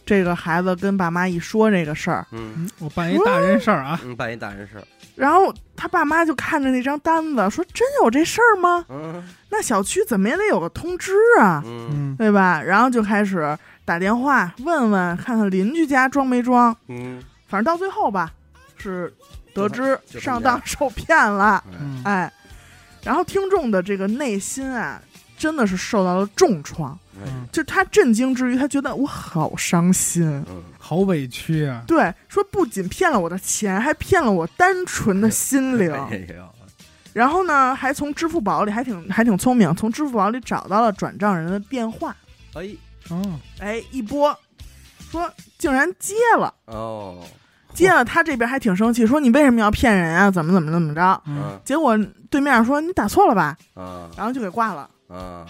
B: 这个孩子跟爸妈一说这个事儿，
A: 嗯
C: 嗯我办一大人事儿啊，
A: 嗯，办一大人事儿，
B: 然后他爸妈就看着那张单子说：“真有这事儿吗？
A: 嗯
B: 那小区怎么也得有个通知啊，
A: 嗯
C: 嗯，
B: 对吧？”然后就开始打电话问问，看看邻居家装没装。
A: 嗯，
B: 反正到最后吧，是得知
A: 就他们
B: 上当受骗了，
A: 哎
C: 嗯
B: 哎。然后听众的这个内心啊，真的是受到了重创。
A: 哎
C: 嗯
B: 就他震惊之余，他觉得我好伤心。
A: 嗯，
C: 好委屈啊，
B: 对，说不仅骗了我的钱，还骗了我单纯的心灵。
A: 哎呦，
B: 然后呢，还从支付宝里还挺还挺聪明，从支付宝里找到了转账人的电话，
A: 哎
C: 嗯，
B: 哎，一拨，说竟然接了，
A: 哦，
B: 接了，他这边还挺生气，说你为什么要骗人啊？怎么怎么怎么着？
C: 嗯，
B: 结果对面说你打错了吧，
A: 啊
B: 然后就给挂了。
A: 啊，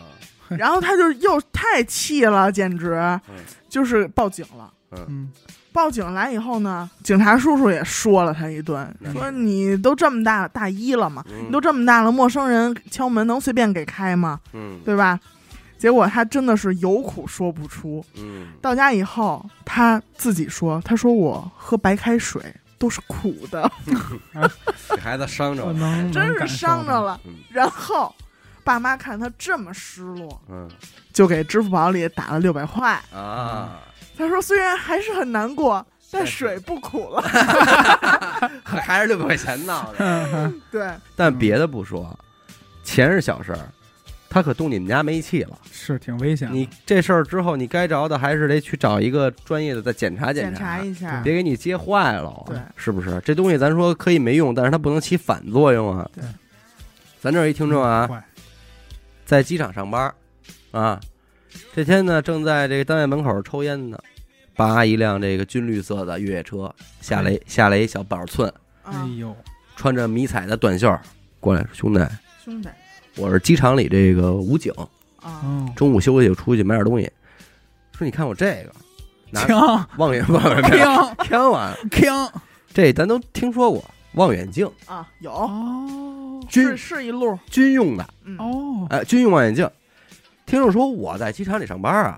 B: 然后他就又太气了，简直
A: 嗯
B: 就是报警了。
C: 嗯，
B: 报警来以后呢，警察叔叔也说了他一顿，
A: 那
B: 说
A: 是
B: 你都这么大大一了嘛，
A: 嗯
B: 你都这么大了，陌生人敲门能随便给开吗？
A: 嗯
B: 对吧？结果他真的是有苦说不出。
A: 嗯，
B: 到家以后，他自己说：“他说我喝白开水都是苦的，
A: 给孩子伤着
C: 我
A: 了，
C: 能
B: 真是伤着，了。
A: 嗯”
B: 然后，爸妈看他这么失落，
A: 嗯
B: 就给支付宝里打了六百块。
A: 啊，
B: 他说：“虽然还是很难过，但
A: 但是
B: 水不苦 了。
A: 还是六百块钱闹的。
C: 能感受到嗯”
B: 对，
A: 但别的不说，钱是小事儿，他可动你们家煤气了。
C: 是挺危
B: 啊
C: 险的，
A: 你这事儿之后，你该着的还是得去找一个专业的再检查
B: 检
A: 查
B: 查，一下。
A: 别给你接坏了，
B: 对
A: 是不是？这东西咱说可以没用，但是它不能起反作用啊。
C: 对，
A: 咱这儿有一听众
B: 嗯
A: 啊，
C: 坏，
A: 在机场上班啊，这天呢正在这个单位门口抽烟呢，叭一辆这个军绿色的越野车
B: 哎
A: 下来下来一小板寸，
C: 哎
A: 嗯
B: 啊，
C: 呦，
A: 穿着迷彩的短袖儿过来说，兄弟，
B: 兄弟
A: 我是机场里这个武警，
B: 啊，
C: 嗯，
A: 中午休息就出去买点东西，说你看我这个，拿
C: 枪
A: 望远望远镜，
C: 枪
A: 天晚
C: 枪
A: 这咱都听说过望远镜，
B: 啊，有
C: 哦
B: 是
A: 军
B: 是一路，
A: 军用的，
B: 嗯，
C: 哦，
A: 哎，军用望远镜。听众说我在机场里上班啊，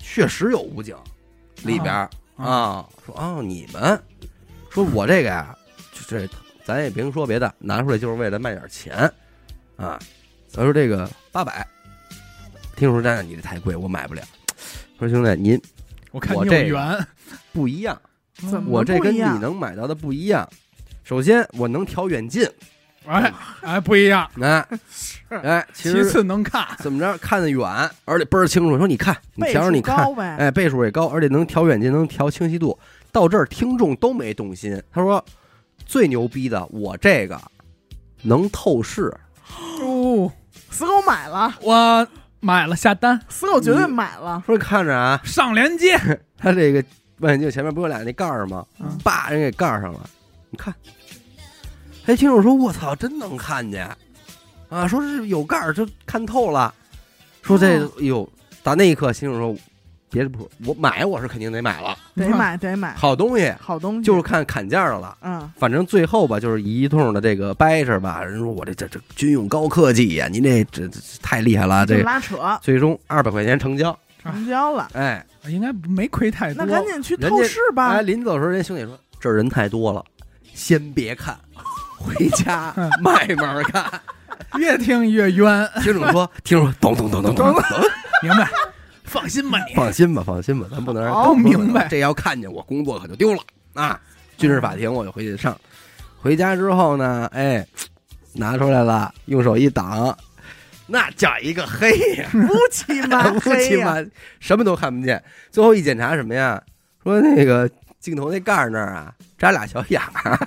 A: 确实有武警里边儿
C: 啊
A: 啊，说哦你们，说我这个呀，就这咱也别说别的，拿出来就是为了卖点钱啊。咱说这个八百，听众说那你这太贵，我买不了。说兄弟您
C: 我看
A: 我
C: 你有
A: 这个
C: 缘，
A: 不一样，
B: 怎么
A: 我这跟
B: 嗯不一
A: 你
B: 样
A: 能买到的不一样。首先我能调远近，
C: 哎哎不一样，
A: 哎
C: 是，
A: 哎，其
C: 其
A: 实
C: 次能看，
A: 怎么着看得远，而且倍儿清楚。说你看，你
B: 倍
A: 瞧
B: 数
A: 瞧你看，
B: 高呗，
A: 哎，倍数也高，而且能调远近，能调清晰度。到这儿听众都没动心，他说最牛逼的，我这个能透视。
C: 哦，
B: 死狗买了，
C: 我买了下单，
B: 死狗绝对
A: 你
B: 买了，
A: 说看着啊，
C: 上链接，
A: 他这个望远镜前面不有俩那盖儿吗
C: 嗯？
A: 叭，人给盖儿上了。你看，哎，听众说，我操，真能看见啊！说是有盖儿就看透了。说这
B: 哦，
A: 哎呦，打那一刻，听众说，别的不说，我买我是肯定得买了，
B: 得买得买，
A: 好东西
B: 好东西
A: 就是看啊砍价的了。
B: 嗯，
A: 反正最后吧，就是一通的这个掰扯吧。人说我这这这军用高科技呀、您这这这太厉害了。
B: 就
A: 这
B: 拉扯
A: 最终二百块钱成交，
B: 成交了，
A: 哎，
C: 应该没亏太多
B: 那，赶紧去
A: 人
B: 透
A: 家
B: 视吧
A: 哎，，临走的时候，人家兄弟说：“这儿人太多了，先别看，回 家慢慢看。
C: 越听越冤，”
A: 听众说：“听众说，懂懂懂懂懂，
C: 明白？放心吧你，
A: 放心吧，放心吧，咱不能让
C: 哦明白
A: 这要看见我工作可就丢了啊！军事法庭我就回去上。回家之后呢，哎，拿出来了，用手一挡，那叫一个黑呀！
B: 乌漆嘛
A: 乌
B: 黑
A: 漆
B: 呀，
A: 嘛，什么都看不见。最后一检查什么呀？说那个镜头那盖儿那儿啊，扎俩小眼儿，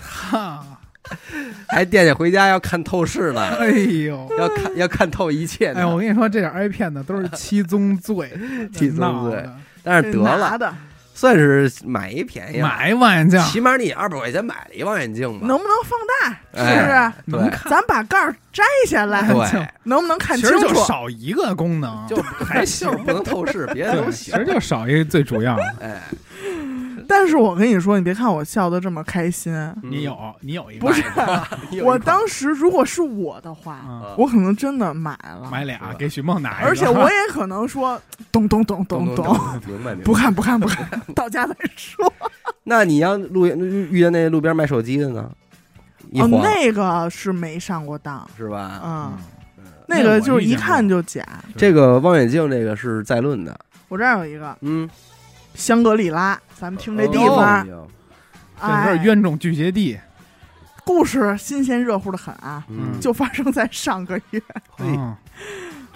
C: 哈，
A: 还惦记回家要看透视呢，
C: 哎呦。
A: 要看要看透一切
C: 哎，我
A: 呢。
C: 跟你说，这点挨骗的都是七宗罪，
A: 七宗罪
C: 闹的，
A: 但是得
B: 拿
A: 了，
B: 的，啊
A: 算是买一便宜了，
C: 买望远镜
A: 起码你二百块钱买了一望远镜吧，
B: 能不能放大？是不
A: 哎
B: 是？
C: 能
A: 对
C: 看，
B: 咱把盖儿摘下来，
C: 望远镜
A: 对，
B: 能不能看
C: 哎其
B: 清
C: 实就
B: 楚？
C: 少一个功能，
A: 就
C: 还行
A: 就是不能透视，别的
C: 对
A: 都
C: 其
A: 行
C: 实。就少一个最主要的。
A: 哎，
B: 但是我跟你说，你别看我笑得这么开心，
A: 嗯
C: 你有，你有一个
B: 不是
A: 你有一款
B: 我当时如果是我的话，
C: 嗯
A: 啊
B: 我可能真的买了，
C: 买俩给许梦拿一
B: 啊
C: 个，
B: 而且我也可能说懂懂懂
A: 懂
B: 懂，，
A: 明白明白。
B: 不看不看不看，到家再说。
A: 那你要路遇遇见那路边卖手机的呢？一
B: 哦，
A: 晃
B: 那个是没上过当，
A: 是吧？
B: 嗯，
A: 嗯
B: 那
C: 那我
B: 个就是
C: 遇
B: 一
C: 见过
B: 看就假。
A: 这个望远镜这个是在论的，
B: 我这儿有一个
A: 嗯，
B: 香格里拉，咱们
C: 哦
B: 听这地
A: 哎
B: 方，
A: 呦，
C: 这
B: 哎
C: 是，冤种聚集地，
B: 故事新鲜热乎的很啊，
A: 嗯，
B: 就发生在上个月。
A: 嘿
C: 嗯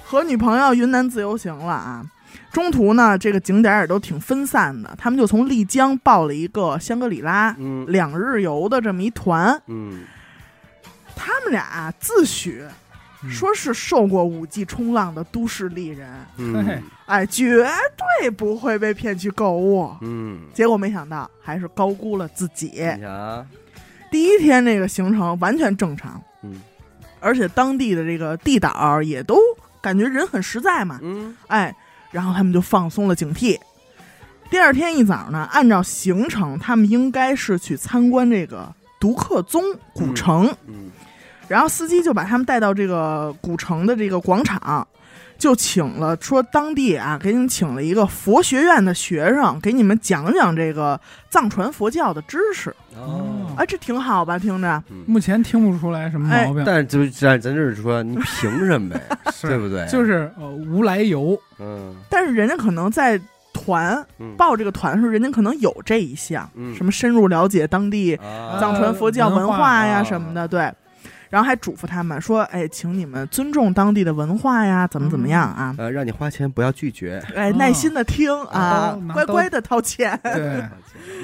B: 和女朋友云南自由行了啊。中途呢，这个景点儿也都挺分散的，他们就从丽江报了一个香格里拉
A: 嗯
B: 两日游的这么一团。
A: 嗯，
B: 他们俩啊自诩
C: 嗯
B: 说是受过五 G 冲浪的都市丽人，
A: 嗯
C: 嘿
B: 哎，绝对不会被骗去购物。
A: 嗯，
B: 结果没想到还是高估了自己。
A: 你瞧，
B: 第一天这个行程完全正常，
A: 嗯
B: 而且当地的这个地导儿也都感觉人很实在嘛，
A: 嗯
B: 哎，然后他们就放松了警惕。第二天一早呢，按照行程，他们应该是去参观这个独克宗古城，
A: 嗯
B: 然后司机就把他们带到这个古城的这个广场，就请了说当地啊，给你们请了一个佛学院的学生，给你们讲讲这个藏传佛教的知识。
A: 哦，
B: 哎，这挺好吧？听着，
A: 嗯
C: 目前听不出来什么毛病，
A: 但是就咱咱就是说，你凭什么呀？对不对？
C: 就是是呃无来由，
A: 嗯
B: 但是人家可能在团
A: 嗯，
B: 报这个团的时候，人家可能有这一项，
A: 嗯
B: 什么深入了解当地
A: 啊
B: 藏传佛教
C: 文
B: 文
C: 化
B: 化呀
A: 啊
B: 什么的，对。然后还嘱咐他们说：“哎，请你们尊重当地的文化呀，怎么怎么样啊？
A: 呃，让你花钱不要拒绝，
B: 哎，耐心的听啊
C: 哦拿，刀
B: 乖乖的掏钱。
C: 对，
A: 哎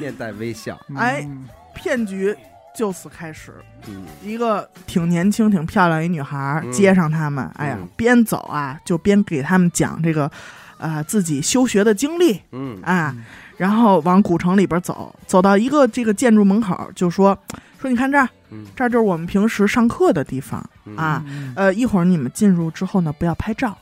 A: 面带微笑，
B: 哎
C: 嗯”
B: 骗局就此开始。
A: 嗯
B: 一个挺年轻、挺漂亮一女孩儿
A: 嗯
B: 接上他们，哎呀
A: 嗯，
B: 边走啊就边给他们讲这个，啊、自己修学的经历
A: 嗯
B: 啊，
C: 嗯
B: 然后往古城里边走，走到一个这个建筑门口，就说说你看这儿，
A: 嗯
B: 这儿就是我们平时上课的地方。
A: 嗯
B: 啊
C: 嗯
B: 呃，一会儿你们进入之后呢，不要拍照，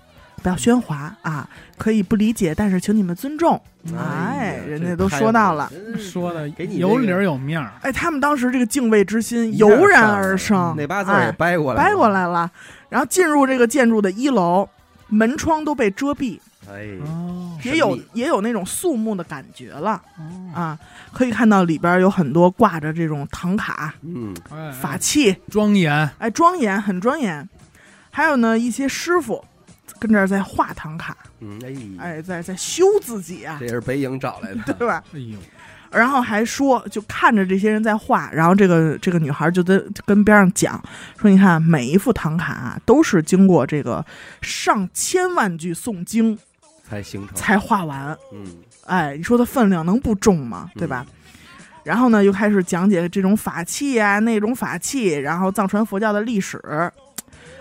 B: 不要喧哗啊，可以不理解，但是请你们尊重。哎，
A: 呀
B: 人
A: 这
B: 家都
A: 太
B: 说到了，
A: 真是
C: 嗯说的
A: 给你
C: 有
A: 这
C: 理
A: 个
C: 儿有面儿，
B: 哎，他们当时这个敬畏之心
A: 一下
B: 油然
A: 上来
B: 而
A: 了
B: 生，
A: 那八字儿也
B: 哎
A: 掰过来，
B: 掰过，来了。然后进入这个建筑的一楼，门窗都被遮蔽，
A: 哎，
C: 哦
A: 神
B: 也有
A: 秘嗯
B: 也有那种肃穆的感觉了
C: 哦，
B: 啊。可以看到里边有很多挂着这种唐卡、
A: 嗯，
C: 哎哎
B: 法器，
C: 庄严，
B: 哎，庄严，很庄严。还有呢，一些师傅跟这儿在画唐卡，
A: 嗯，哎，
B: 哎，在在修自己啊
A: 这，也是北影找来
B: 对
A: 的，
B: 吧？
C: 哎呦，
B: 然后还说，就看着这些人在画，然后这个这个女孩就跟就跟边上讲说：“你看，每一幅唐卡、啊、都是经过这个上千万句诵经
A: 才形成，
B: 才画完，
A: 嗯，
B: 哎，你说它分量能不重吗？
C: 嗯
B: 对吧？”然后呢，又开始讲解这种法器啊，那种法器，然后藏传佛教的历史。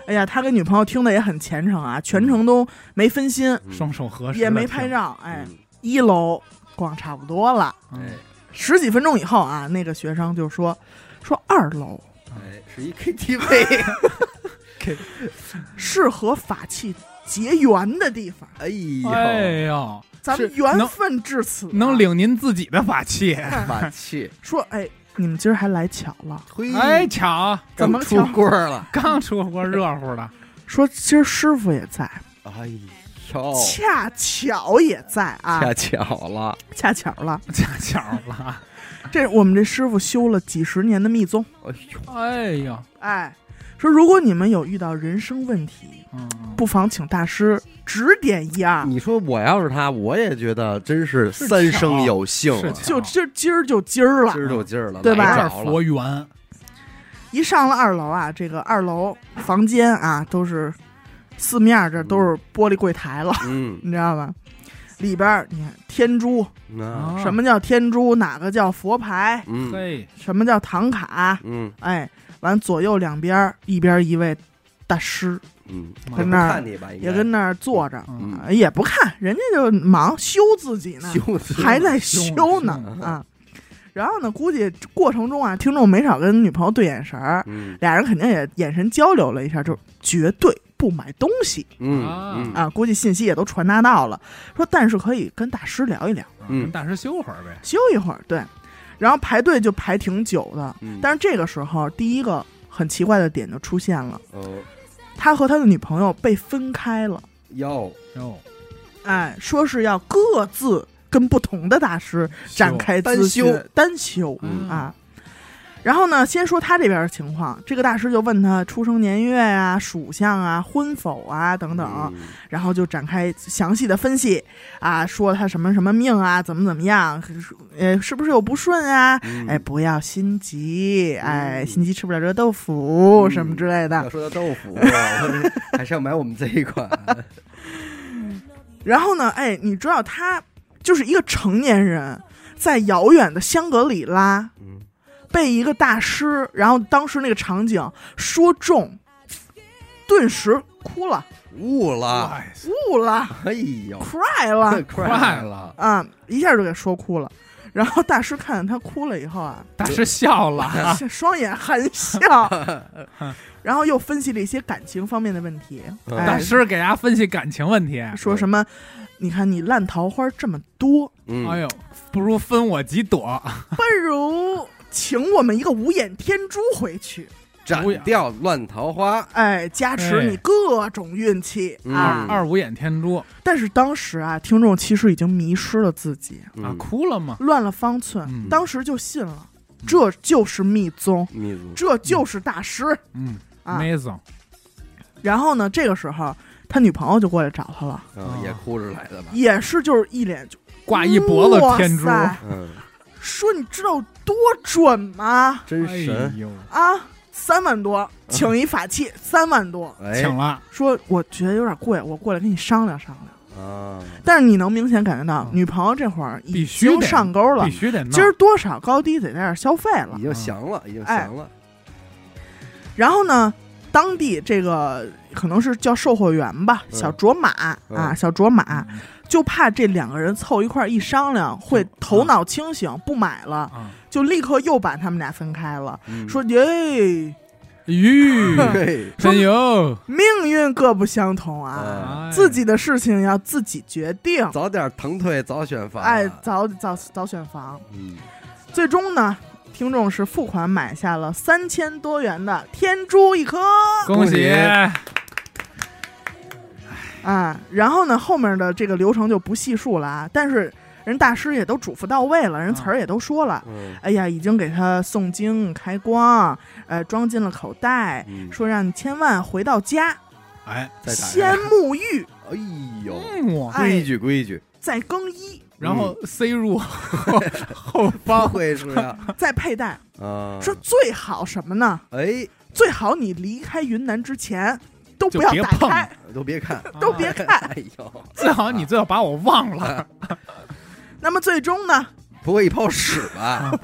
B: 哎呀，他跟女朋友听的也很虔诚
C: 嗯
B: 啊，全程都没分心，
A: 嗯
C: 双手合十
B: 也
C: 了
B: 没
C: 挺
B: 拍，照。哎，
A: 嗯
B: 一楼逛差不多了。
A: 哎
C: 嗯
B: 十几分钟以后啊，那个学生就说说二楼
A: 哎，是一 KTV，
B: 是和法器结缘的地方，
A: 哎呦，
C: 哎呦，
B: 咱们
C: 是
B: 缘
C: 能
B: 分至此啊、
C: 能领您自己的法器，
A: 法器，
B: 说哎，你们今儿还来巧了，
A: 嘿，
C: 哎，巧，
B: 怎么
A: 刚出锅了？
C: 刚出锅热乎的，
B: 说今儿师傅也在，
A: 哎呦，
B: 恰巧也在啊，
A: 恰巧了，
B: 恰巧了，
C: 恰巧了，
B: 这我们这师傅修了几十年的密宗，
A: 哎呦，
C: 哎呦，
B: 哎，说如果你们有遇到人生问题，
C: 嗯，
B: 不妨请大师指点一二。
A: 你说我要是他，我也觉得真是三生有幸啊
C: 是
A: 了，
B: 就
C: 巧
B: 今儿今儿就今儿了，
A: 今儿就今儿了，
B: 对吧
A: 来
C: 这儿
A: 着了
C: 佛，缘，
B: 一上了二楼啊，这个二楼房间啊都是四面儿这都是玻璃柜台了，
A: 嗯，
C: 啊
B: 你知道吧？里边儿你看天珠，
A: 那，
B: 什么叫天珠？哪个叫佛牌？
A: 嗯
C: 嘿，
B: 什么叫唐卡？
A: 嗯
B: 哎，完左右两边儿一边儿一位大师
A: 嗯，
C: 跟
A: 也不
B: 那儿
A: 看你吧，应该
B: 也跟那儿坐着，
C: 嗯
B: 啊也不看，人家就忙修自己呢，
A: 修辞
B: 还在修呢
A: 修呢
B: 啊。然后呢，估计过程中啊，听众没少跟女朋友对眼神儿，
A: 嗯
B: 俩人肯定也眼神交流了一下，就绝对不买东西
A: 嗯
C: 啊
A: 嗯
B: 啊，估计信息也都传达到了。说但是可以跟大师聊一聊，
A: 嗯
C: 跟大师修会儿呗，
B: 休一会儿，对。然后排队就排挺久的，
A: 嗯，
B: 但是这个时候第一个很奇怪的点就出现了，
A: 哦
B: 他和他的女朋友被分开了，
A: 哟，
C: 哟，
B: 哎，说是要各自跟不同的大师展开咨询
A: 哦单修
B: 单修
A: 嗯
B: 啊。然后呢，先说他这边的情况，这个大师就问他出生年月啊、属相啊、婚否啊等等，
A: 嗯
B: 然后就展开详细的分析啊，说他什么什么命啊，怎么怎么样，呃，是不是有不顺啊？
A: 嗯
B: 哎，不要心急，哎，
A: 嗯
B: 心急吃不了热豆腐、
A: 嗯
B: 什么之类的
A: 要。说到豆腐，我还是要买我们这一 款，
B: 然后呢，哎，你知道他就是一个成年人，在遥远的香格里拉
A: 嗯，
B: 被一个大师，然后当时那个场景说中，顿时哭了，
A: 悟了，
C: 哎
B: 哭了
A: 哎呦，
B: ，cry 了，
A: 快
C: 快，了，
B: 啊，一下就给说哭了。然后大师看见他哭了以后啊，
C: 大师笑了啊，
B: 双眼含笑，然后又分析了一些感情方面的问题，
A: 嗯
B: 哎
C: 大师给大家分析感情问题，
B: 说什么？你看你烂桃花这么多，
A: 嗯，
C: 哎呦，不如分我几朵，
B: 不如请我们一个五眼天珠回去，
A: 斩掉乱桃
C: 啊
A: 花，
B: 哎，加持你
C: 哎
B: 各种运气、啊
A: 嗯！
C: 二五眼天珠
B: 但是当时啊，听众其实已经迷失了自己，
C: 啊，
A: 嗯，
C: 哭了吗？
B: 乱了方寸，
C: 嗯
B: 当时就信了，这就是密宗，
A: 密宗，
B: 这就是大师、
C: 嗯
B: 啊！
C: ，amazing，
B: 然后呢，这个时候他女朋友就过来找他了，
A: 啊也哭着来的吧，
B: 也是就是一脸就
C: 挂一脖子天珠，
B: 哇塞
A: 嗯，
B: 说你知道有多准吗？
A: 真神，
C: 哎呦，
B: 啊，三万多，请一法器、三万多，
A: 哎
C: 请了，
B: 说我觉得有点贵，我过来跟你商量商量。
A: 啊，
B: 但是你能明显感觉到，
C: 嗯
B: 女朋友这会儿已
C: 必须得
B: 经上钩了
C: 必，须得弄，
B: 哎
C: 嗯
B: 今儿多少高低得在这儿消费了
A: 已。经降了，已经降了，
B: 哎然后呢，当地这个可能是叫售货员吧，
A: 嗯
B: 小卓玛
A: 嗯
B: 啊，小卓玛
C: 嗯
B: 就怕这两个人凑一块儿一商量，会
C: 嗯
B: 头脑清醒，不买了，
C: 啊，
B: 就立刻又把他们俩分开了。
A: 嗯
B: 说哎耶，
C: 咦，
A: 嘿
C: 真哎有
B: 命运各不相同
C: 嗯
B: 啊，
A: 啊
B: 自己的事情要自己决定。
C: 哎
A: 早点腾退，早选房。
B: 哎，早早早选房。
A: 嗯，
B: 最终呢，听众是付款买下了三千多元的天珠一颗
C: 恭喜哎
B: 啊。然后呢，后面的这个流程就不细述了啊。但是人大师也都嘱咐到位了，人词儿也都说了。
A: 嗯
B: 哎呀，已经给他诵经开光，呃，装进了口袋，
A: 嗯，
B: 说让你千万回到家
C: 哎，
A: 再打
B: 先
A: 开，
B: 沐浴
A: 哎呦，
C: 哇，
B: 哎
A: 规矩规矩，
B: 再 更衣
C: 然后塞入后后
A: 不
C: 方，
A: 会是呀，
B: 再佩戴。
A: 啊，
B: 说最好什么呢？
A: 哎，
B: 最好你离开云南之前都
C: 就
B: 不要
C: 别
B: 打
C: 碰
B: 开，
A: 都别看，
B: 都别
C: 啊
B: 看。
A: 哎呦，
C: 最好你最好把我忘了，
B: 那么最终呢？
A: 不会一泡屎吧？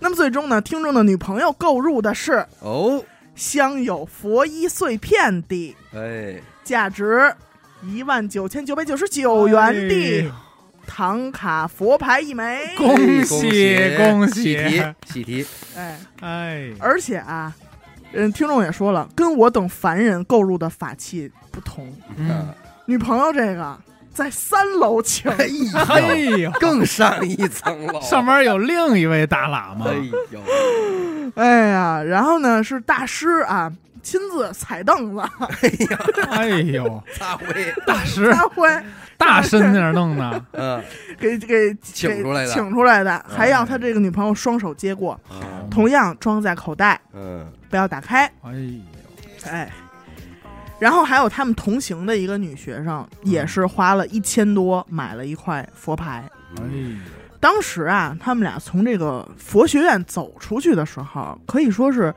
B: 那么最终呢？听众的女朋友购入的是
A: 哦，
B: 镶有佛衣碎片的，
A: 哎，
B: 价值一万九千九百九十九元
C: 哎
B: 的
C: 呦
B: 唐卡佛牌一枚。
C: 恭喜
A: 喜
C: 恭喜
A: 喜提喜提，
B: 哎，
C: 哎，
B: 而且啊，嗯，听众也说了，跟我等凡人购入的法器不同，
C: 嗯
B: 女朋友这个在三楼请。
A: 哎呦，
C: 嘿呦，
A: 更上一层楼，
C: 上面有另一位大喇嘛
A: 哎，呦，
B: 哎呀，然后呢是大师啊亲自踩 凳子，
C: 哎呦，
A: 大辉，
C: 大 师
B: 他会
C: 大身在那儿弄呢，
A: 嗯，
B: 给给
A: 请出来的哎
B: 给请出来的，还要他这个女朋友双手接过，
A: 啊
B: 同样装在口袋，
A: 嗯，
B: 不要打开。
C: 哎呦，
B: 哎，然后还有他们同行的一个女学生，也是花了一千多买了一块佛牌。
C: 哎呦，
B: 当时啊，他们俩从这个佛学院走出去的时候，可以说是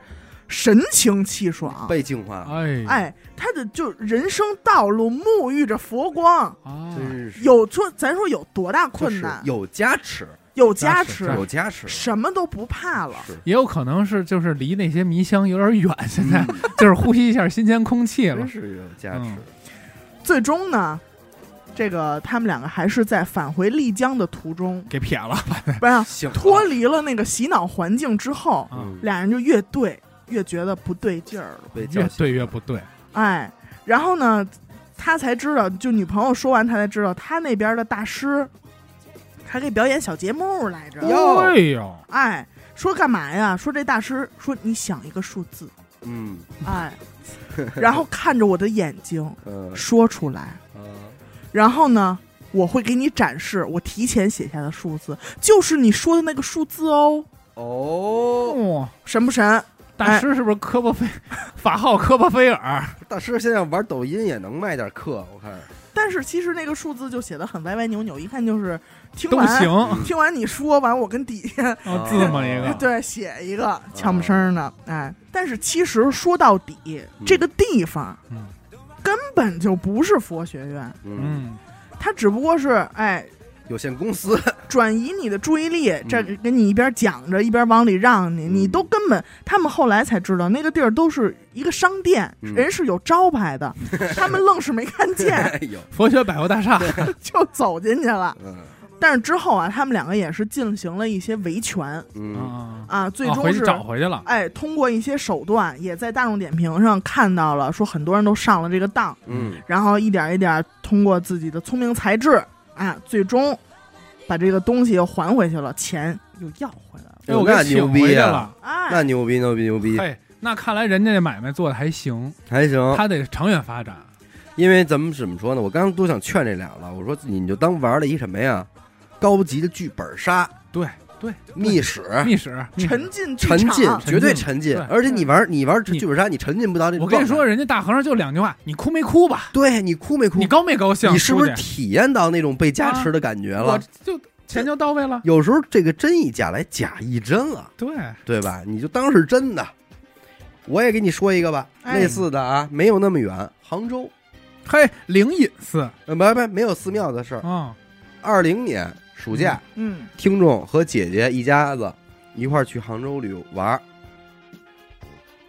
B: 神清气爽。
A: 被净化了，
C: 哎呦，
B: 哎，他的就人生道路沐浴着佛光，
C: 啊，
A: 真是
B: 有说咱说有多大
A: 就
B: 困
A: 是
B: 难，
A: 有加持，
B: 有加
C: 是
B: 持，
A: 有加持，
B: 什么都不怕了。
A: 是
C: 也有可能是就是离那些迷香有点远，现在 就是呼吸一下新鲜空气了
A: 嗯真。是有加持
C: 嗯，
B: 最终呢，这个他们两个还是在返回丽江的途中，
C: 给撇了，
B: 不是
A: 醒了
B: 脱离了那个洗脑环境之后，
A: 嗯
B: 俩人就越对越觉得不对劲儿了。
A: 被
C: 越
A: 叫醒
C: 对越不对，
B: 哎，然后呢，他才知道，就女朋友说完，他才知道他那边的大师还给表演小节目来着。
A: 哟
C: 哎呦，
B: 哎，说干嘛呀？说这大师说你想一个数字，
A: 嗯
B: 哎，然后看着我的眼睛
A: 嗯
B: 说出来，
A: 嗯
B: 然后呢，我会给你展示我提前写下的数字，就是你说的那个数字哦，
A: 哦，
C: 哇，
B: 神不神？
C: 大师是不是科波菲法号科波菲尔？
A: 大师现在玩抖音也能卖点课，我看
B: 但是其实那个数字就写的很歪歪扭扭，一看就是听
C: 都
B: 完
C: 行，
A: 嗯
B: 听完你说完，我跟底下
C: 啊，字母一个，
B: 对写一个悄不声儿的，哎，但是其实说到底，
A: 嗯
B: 这个地方
C: 嗯
B: 根本就不是佛学院，
A: 嗯，
C: 嗯，
B: 它只不过是哎
A: 有限公司，
B: 转移你的注意力，这跟你一边讲着一边往里让你，
A: 嗯
B: 你都根本他们后来才知道那个地儿都是一个商店，
A: 嗯
B: 人是有招 牌的，他们愣是没看见
A: 哎呦，
C: 佛学百货大厦，
B: 就走进去了。
A: 嗯
B: 但是之后啊，他们两个也是进行了一些维权
A: 嗯
C: 啊，
B: 啊，最
C: 啊
B: 终
C: 回去
B: 是、
C: 找回去了，
B: 哎，通过一些手段，也在大众点评上看到了，说很多人都上了这个当，
A: 嗯
B: 然后一点一点通过自己的聪明才智啊，最终把这个东西又还回去了，钱又要回来了。
C: 哎，我
A: 那
C: 给
A: 牛
C: 请回去
A: 逼啊！
C: 了。
B: 哎
A: 那，牛逼牛逼牛逼，
C: 哎，那看来人家这买卖做的还行，
A: 还行。
C: 他得长远发展。
A: 因为咱们怎么说呢？我刚刚都想劝这俩了，我说你就当玩了一什么呀？高级的剧本杀，
C: 对对，
A: 密室，
C: 密室，密室
B: 沉浸剧
A: 哎嗯沉浸，
B: 场，啊
A: 绝对沉浸。
C: 对
A: 而且你玩你玩
C: 你
A: 剧本杀，你沉浸不到这。
C: 我跟你说，，人家大和尚就两句话：你哭没哭吧？
A: 对你哭没哭
C: 你？高没高兴？
A: 你是不是
C: 出去
A: 体验到那种被加持的感觉
C: 啊我
A: 了？
C: 就钱就到位了？
A: 有时候这个真一假来，假一真了，
C: 对，
A: 对吧？你就当是真的。我也给你说一个吧，
B: 哎
A: 类似的啊，没有那么远，杭州，
C: 嘿，灵隐寺
A: 呃，不不，没有寺庙的事儿。
C: 啊，
A: 二零年暑假，
B: 嗯，
A: 听众和姐姐一家子一块儿去杭州旅游玩儿。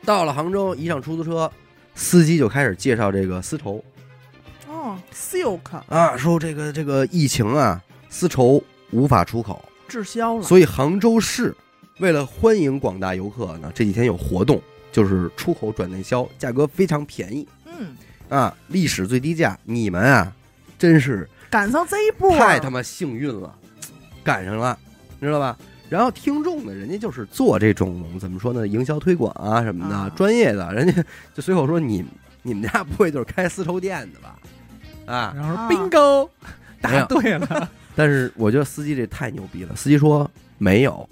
A: 到了杭州，一上出租车，司机就开始介绍这个丝绸，
B: 哦， Silk
A: 啊，说这个这个疫情啊，丝绸无法出口，
B: 滞销了，
A: 所以杭州市为了欢迎广大游客呢，这几天有活动，就是出口转内销，价格非常便宜
B: 嗯，
A: 啊，历史最低价。你们啊，真是
B: 赶上这一啊波儿，
A: 太他妈幸运了，赶上了，你知道吧？然后听众呢，人家就是做这种怎么说呢，营销推广啊什么的，
B: 啊
A: 专业的，人家就随口说你你们家不会就是开丝绸店的吧？啊，
C: 然后
B: 啊
C: 说 bingo，
A: 没
C: 答
A: 有
C: 对 了，啊
A: 但是我觉得司机这太牛逼了。司机说没有，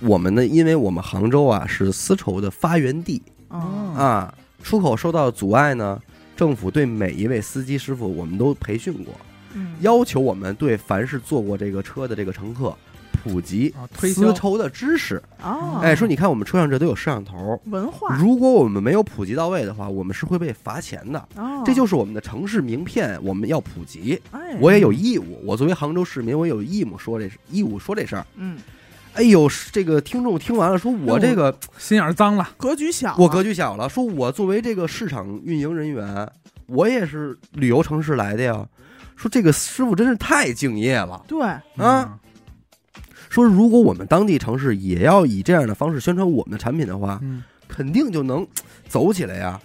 A: 我们呢，因为我们杭州啊是丝绸的发源地
B: 嗯
C: 嗯
A: 啊，出口受到阻碍呢，政府对每一位司机师傅我们都培训过，
B: 嗯，
A: 要求我们对凡是坐过这个车的这个乘客普及
C: 啊推销啊
A: 丝绸的知识。
B: 哦，
A: 哎，说你看我们车上这都有摄像头，
B: 文化，
A: 如果我们没有普及到位的话，我们是会被罚钱
C: 啊
A: 的。
B: 哦，
A: 这就是我们的城市名片，我们要普及。
B: 哎，
A: 我也有义务，我作为杭州市民，我有义务说这义务说这事儿。
B: 嗯，
A: 哎呦，是这个听众听完了，说我这个
C: 心眼儿脏了，
B: 格局小啊，
A: 我格局小了，说我作为这个市场运营人员，我也是旅游城市来的呀。说这个师傅真是太敬业了。
B: 对，
A: 啊说如果我们当地城市也要以这样的方式宣传我们的产品的话，
C: 嗯，
A: 肯定就能走起来呀。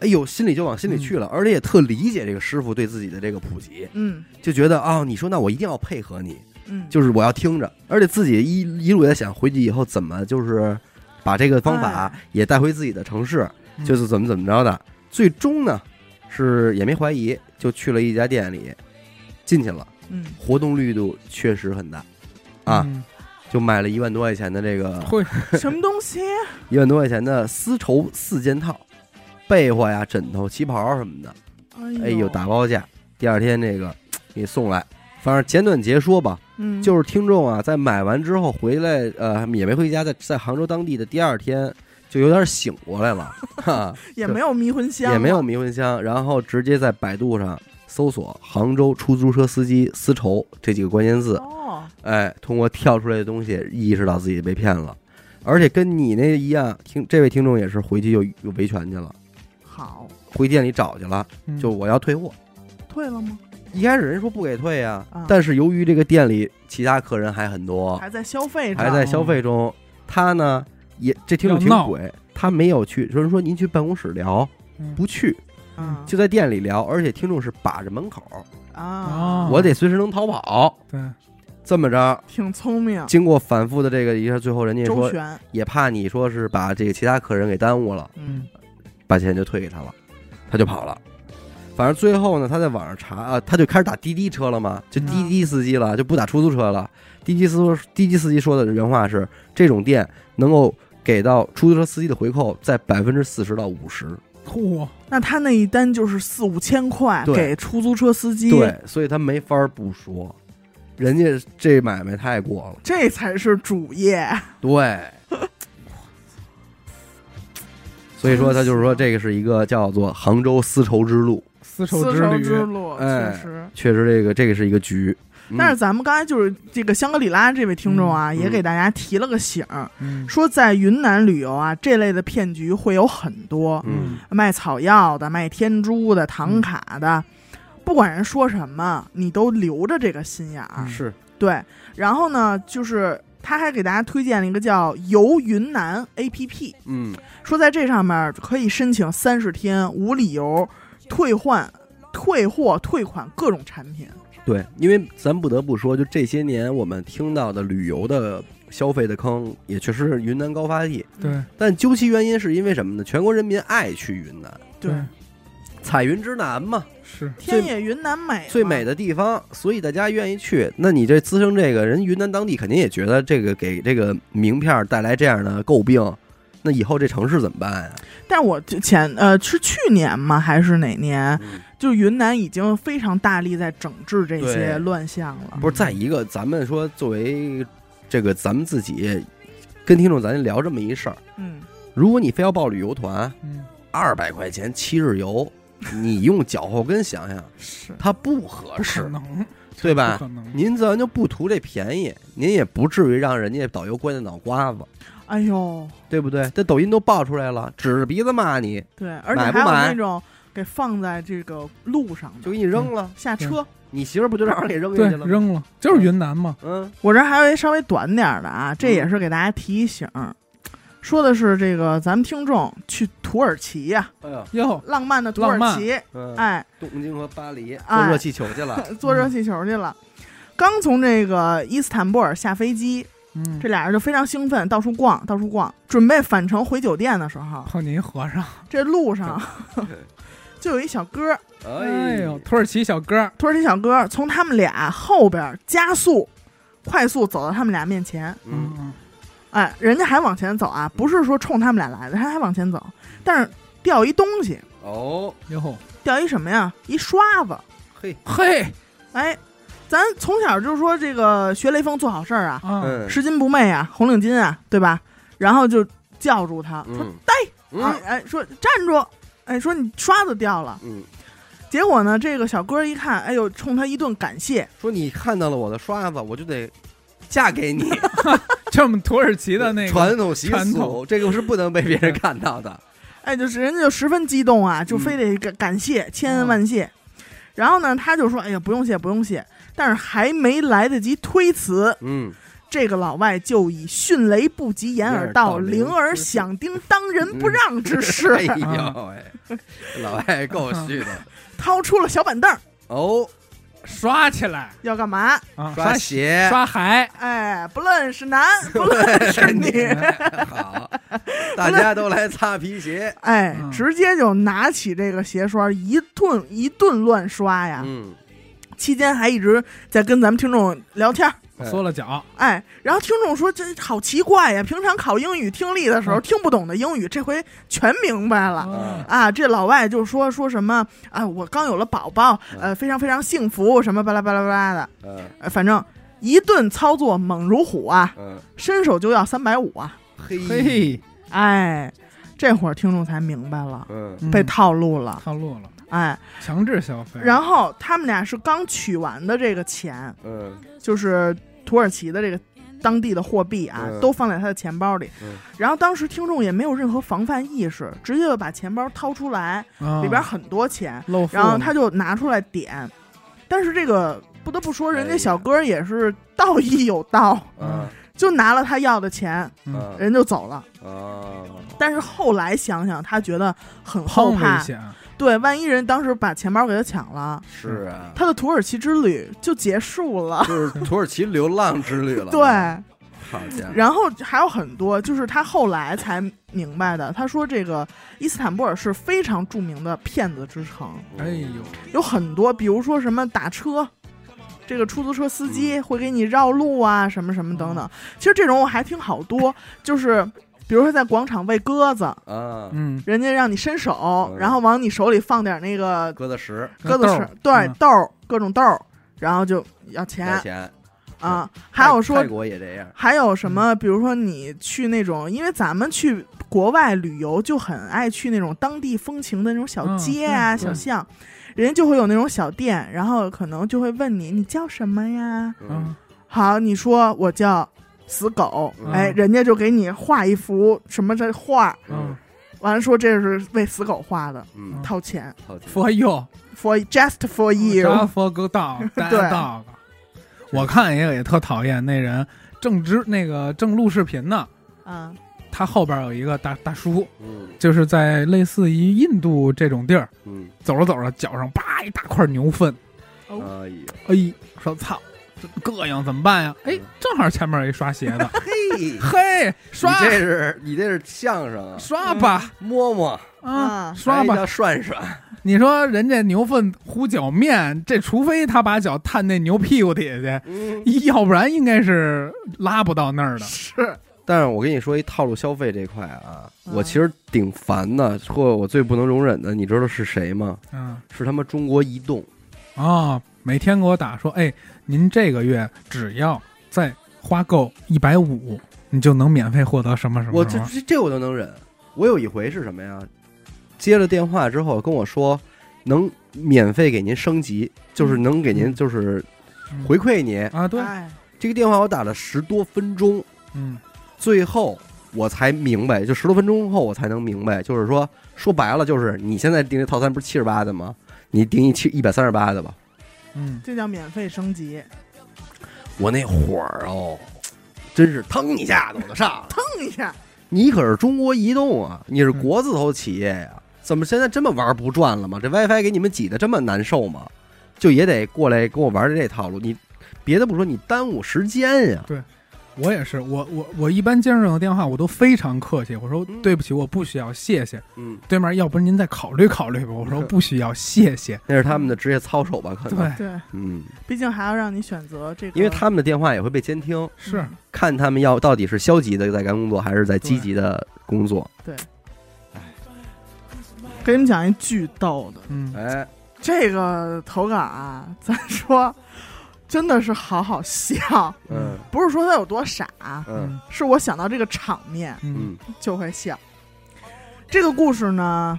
A: 哎呦，心里就往心里去了，而且也特理解这个师傅对自己的这个普及，
B: 嗯
A: 就觉得啊、你说那我一定要配合你，
B: 嗯，
A: 就是我要听着，而且自己一一路也想回去以后怎么就是把这个方法
B: 哎
A: 也带回自己的城市，
C: 嗯
A: 就是怎么怎么着的。最终呢，是也没怀疑，就去了一家店里，进去了，
B: 嗯，
A: 活动力度确实很大，啊，
C: 嗯
A: 就买了一万多块钱的这个
C: 会
B: 什么东西？啊
A: 一万多块钱的丝绸四件套，被窝呀、枕头、旗袍什么的，哎
B: 哎
A: 呦，打包价，第二天这个给送来。反正简短截说吧，
B: 嗯，
A: 就是听众啊，在买完之后回来，呃，也没回家，在在杭州当地的第二天就有点醒过来 了，哈，
B: 也没有迷魂香，啊
A: 也没有，迷魂香，然后直接在百度上搜索“杭州出租车司机丝绸”这几个关键字，
B: 哦，
A: 哎，通过跳出来的东西意识到自己被骗了，而且跟你那一样，听这位听众也是回去又又维权去了，
B: 好，
A: 回店里找去了，
C: 嗯
B: 嗯
A: 就我要退货。
B: 退了吗？
A: 一开始人说不给退呀、
B: 嗯啊
A: 但是由于这个店里其他客人还很多，
B: 还在消费着，
A: 哦还在消费中。他呢也这听众挺
C: 要闹
A: 鬼，他没有去，有人说您去办公室聊，
C: 不
A: 不去，
B: 嗯
A: 就在店里聊，而且听众是把着门口，
B: 啊，
C: 哦
A: 我得随时能逃跑。
C: 对，
A: 这么着，
B: 挺聪明，
A: 经过反复的这个一下，最后人家
B: 周
A: 说
B: 旋，
A: 也怕你说是把这个其他客人给耽误了，
B: 嗯
A: 把钱就退给他了，他就跑了。反正最后呢，他在网上查啊，他就开始打滴滴车了嘛，就滴
B: 嗯
A: 滴司机了，就不打出租车了。滴滴司滴滴司机说的原话是：这种店能够给到出租车司机的回扣在百分之四十到五十。
C: 嚯，
B: 那他那一单就是四五千块
A: 对
B: 给出租车司机，
A: 对，所以他没法不说，人家这买卖太过了。
B: 这才是主业。
A: 对，所以说他就是说这个是一个叫做杭州丝绸之路，
C: 丝绸
B: 丝
C: 之
B: 绸
C: 旅，
B: 之路，
A: 哎
B: 确实。
A: 确实这个这个是一个局。嗯
B: 但是咱们刚才就是这个香格里拉这位听众啊，
A: 嗯
B: 也给大家提了个醒儿，
C: 嗯
B: 说在云南旅游啊，这类的骗局会有很多，
A: 嗯
B: 卖草药的、卖天珠的、唐卡的，不管人说什么，你都留着这个心眼儿。
C: 嗯
A: 是
B: 对，然后呢，就是他还给大家推荐了一个叫“游云南 ”APP，
A: 嗯。
B: 说在这上面可以申请三十天无理由退换、退货、退款各种产品。
A: 对，因为咱不得不说，就这些年我们听到的旅游的消费的坑，也确实是云南高发地。
C: 对
A: 但究其原因，是因为什么呢？全国人民爱去云南，
B: 对，
A: 彩云之南嘛，
C: 是
A: 最
B: 天也云南美嘛，
A: 最美的地方，所以大家愿意去。那你这滋生这个人，云南当地肯定也觉得这个给这个名片带来这样的诟病，那以后这城市怎么办呀、
B: 但我之前呃是去年吗？还是哪年？
A: 嗯
B: 就云南已经非常大力在整治这些
A: 对
B: 乱象了。
A: 不是，再一个，咱们说作为这个咱们自己跟听众咱聊这么一事儿，
B: 嗯，
A: 如果你非要报旅游团，
C: 嗯
A: 二百块钱七日 游，你用脚后跟想想，
B: 是
A: 它不合
C: 不可
A: 适，
C: 能，
A: 对
C: 不
A: 吧？
C: 可能，
A: 您咱就不图这便宜，您也不至于让人家导游关在脑瓜子，
B: 哎呦，
A: 对不对？这抖音都爆出来了，指着鼻子骂你，
B: 对，而且
A: 买不
B: 还有
A: 买
B: 那种给放在这个路上的，
A: 就给你扔了。
B: 下车。
A: 你媳妇儿不就让人给扔
C: 嗯对
A: 下去，了？吗？
C: 扔了，就是云南嘛，
A: 嗯，
B: 我这还有一稍微短点儿的啊，这也是给大家提醒，说的是这个咱们听众去土耳其啊呀、
A: 哎呀，
C: 哟，
B: 浪漫的土耳其，
A: 嗯，
B: 哎，
A: 东京和巴黎坐
B: 哎
A: 热气球去 了，
B: 坐热气球去了。刚从这个伊斯坦布尔下飞机，
C: 嗯，
B: 这俩人就非常兴奋，到处逛，到处逛。准备返程回酒店的时候，
C: 碰见一和尚，
B: 这路上就有一小哥，
C: 哎呦，
A: 呦，
C: 土耳其小哥，
B: 土耳其小哥从他们俩后边加速，快速走到他们俩面前，
A: 嗯，
C: 嗯，
B: 哎，人家还往前走啊，不是说冲他们俩来的，他还往前走，但是掉一东西，
A: 哦，
C: 哟，
B: 掉一什么呀？一刷子。
A: 嘿，
C: 嘿，
B: 哎，咱从小就说这个学雷锋做好事儿啊，
C: 啊，
A: 嗯，
B: 拾金不昧啊，红领巾啊，对吧？然后就叫住他，说
A: 嗯，
B: 呆，哎
A: 嗯
B: 哎，说站住，哎，说你刷子掉了。
A: 嗯，
B: 结果呢，这个小哥一看，哎呦，冲他一顿感谢，
A: 说你看到了我的刷子，我就得嫁给你，
C: 这我们土耳其的那个，
A: 传统习
C: 传
A: 俗，
C: 统嗯
A: 这个是不能被别人看到 的。
B: 哎，就是人家就十分激动啊，就
A: 嗯
B: 非得感感谢，千恩万谢。然后呢，他就说：“哎呀，不用谢，不用谢。”但是还没来得及推辞，
A: 嗯，
B: 这个老外就以迅雷不及掩耳
A: 掩
B: 盗，
A: 耳盗铃
B: 铃儿响叮当，人不让之势，
A: 哎呦
C: 啊
A: 喂，老外够虚的
B: 掏出了小板凳儿
A: 哦，
C: 刷起来
B: 要干嘛？
C: 啊，
A: 刷
C: 刷
A: 鞋，
C: 刷鞋，
B: 哎，不论是男，不论是
C: 哎
B: 女，
A: 好，大家都来擦皮鞋。
B: 哎，
C: 嗯
B: 直接就拿起这个鞋刷一顿一顿乱刷呀。
A: 嗯，
B: 期间还一直在跟咱们听众聊天儿。
C: 缩了脚，
B: 哎，然后听众说这好奇怪呀，平常考英语听力的时候
C: 嗯
B: 听不懂的英语，这回全明白了。
A: 啊
B: 啊，这老外就说说什么啊，我刚有了宝宝，
C: 嗯
B: 呃，非常非常幸福，什么巴拉巴拉巴拉的，
A: 嗯
B: 呃、反正一顿操作猛如虎啊，
A: 嗯，
B: 伸手就要三百五啊，
A: 嘿，
C: 嗯嘿，
B: 哎，这会儿听众才明白了，
A: 嗯
C: 嗯
B: 被套路了，
C: 套路了，
B: 哎，
C: 强制消费，
B: 然后他们俩是刚取完的这个钱，
A: 嗯
B: 就是土耳其的这个当地的货币啊，
A: 嗯
B: 都放在他的钱包里。
A: 嗯
B: 然后当时听众也没有任何防范意识，直接就把钱包掏出来，
C: 后
A: 嗯
B: 里边很多钱，
C: 嗯露富了，
B: 然后他就拿出来点。但是这个不得不说，人
A: 哎
B: 家
A: 呀
B: 小哥也是道义有道，
A: 嗯
B: 就拿了他要的钱，
C: 嗯
A: 嗯
B: 人就走了。
A: 哦，
B: 但是后来想想，他觉得很后
C: 很危
B: 怕，
C: 险，
B: 对，万一人当时把钱包给他抢了，
A: 是啊，
B: 他的土耳其之旅就结束了。
A: 就是土耳其流浪之旅 了。
B: 对，，
A: 好家伙，
B: 然后还有很多，就是他后来才明白的。他说，这个伊斯坦布尔是非常著名的骗子之城，
C: 哎呦，
B: 有很多，比如说什么打车，这个出租车司
A: 嗯
B: 机会给你绕路啊，什么什么等等。其实这种我还听好多，就是比如说在广场喂鸽子，
A: 啊，
C: 嗯，
B: 人家让你伸手
A: 嗯，
B: 然后往你手里放点那个
A: 鸽子石
B: 鸽子
C: 豆
B: 屎
C: 儿，
B: 对
C: 嗯
B: 豆儿，各种豆儿，然后就要
A: 块
B: 钱
A: 钱，
B: 啊。还有说
A: 泰国也这样，
B: 还有什么？
C: 嗯
B: 比如说你去那种，因为咱们去国外旅游就很爱去那种当地风情的那种小街啊、
C: 嗯对
B: 小
C: 对
B: 巷，人家就会有那种小店，然后可能就会问你你叫什么呀？
A: 嗯
C: 嗯，
B: 好，你说我叫死狗，
A: 嗯
B: 哎，人家就给你画一幅什么这画，
A: 嗯
C: 嗯，
B: 完了说这是为死狗画的，
A: 嗯，
B: 掏钱
A: 好家伙，
C: 佛佑，
B: for just for you，
C: 扎佛 勾道，大
B: 对
C: 道。我看一个也特讨厌，那人正直那个正录视频呢，
B: 啊，
C: 他嗯后边有一个大大叔，
A: 嗯
C: 就是在类似于印度这种地儿
A: 嗯，
C: 走着走着，脚上啪一大块牛粪，
A: 哎呦，
C: 哎，说操，这膈应怎么办呀？
A: 嗯
C: 哎，正好前面有一刷鞋 的，
A: 嘿，
C: 嘿，刷
A: 你这是你这是相声啊，
C: 刷吧，
A: 摸摸，哎
C: 啊，
B: 嗯
C: 刷
A: 还
C: 吧。
A: 叫涮涮，
C: 你说人家牛粪糊脚面，这除非他把脚探那牛屁股底下
A: 嗯。
C: 去，要不然应该是拉不到那儿的。
B: 是，
A: 但是我跟你说，一套路消费这块啊，
B: 嗯
A: 我其实挺烦的，或我最不能容忍的，你知道是谁吗？
C: 嗯。
A: 是他妈中国移动。
C: 啊，每天给我打说，哎，您这个月只要再花够一百五，你就能免费获得什么什
A: 我
C: 么什
A: 这
C: 么。
A: 这这我都能忍。我有一回是什么呀？接了电话之后跟我说，能免费给您升级，就是能给您
C: 嗯
A: 就是
C: 嗯
A: 回馈你。
C: 啊，对，
B: 哎，
A: 这个电话我打了十多分钟，
C: 嗯，
A: 最后我才明白，就十多分钟后我才能明白，就是说说白了，就是你现在订这套餐不是七十八的吗？你订一七一百三十八的吧。
C: 嗯，
B: 这叫免费升级，
A: 我那火儿哦，真是腾一下子我就上 了。
B: 腾一下，
A: 你可是中国移动啊，你是国字头企业呀、怎么现在这么玩不转了吗？这 WiFi 给你们挤得这么难受吗？就也得过来跟我玩这套路，你别的不说，你耽误时间呀、
C: 我也是，我我我一般接上这种电话，我都非常客气，我说
A: 嗯
C: 对不起，我不需要，谢谢。
A: 嗯，
C: 对面要不您再考虑考虑吧，我说不需要，谢谢。
A: 那是他们的职业操守吧？可
C: 对，
A: 能，
B: 对，
A: 嗯，
B: 毕竟还要让你选择这个，
A: 因为他们的电话也会被监听，
C: 是
B: 嗯
A: 看他们要到底是消极的在干工作，还是在积极的工作。
B: 给你们讲一巨逗的，
C: 嗯，
A: 哎，
B: 这个投稿啊，咱说真的是好好笑，
A: 嗯
B: 不是说他有多傻，啊
A: 嗯
B: 是我想到这个场面
C: 嗯
A: 嗯
B: 就会笑。这个故事呢，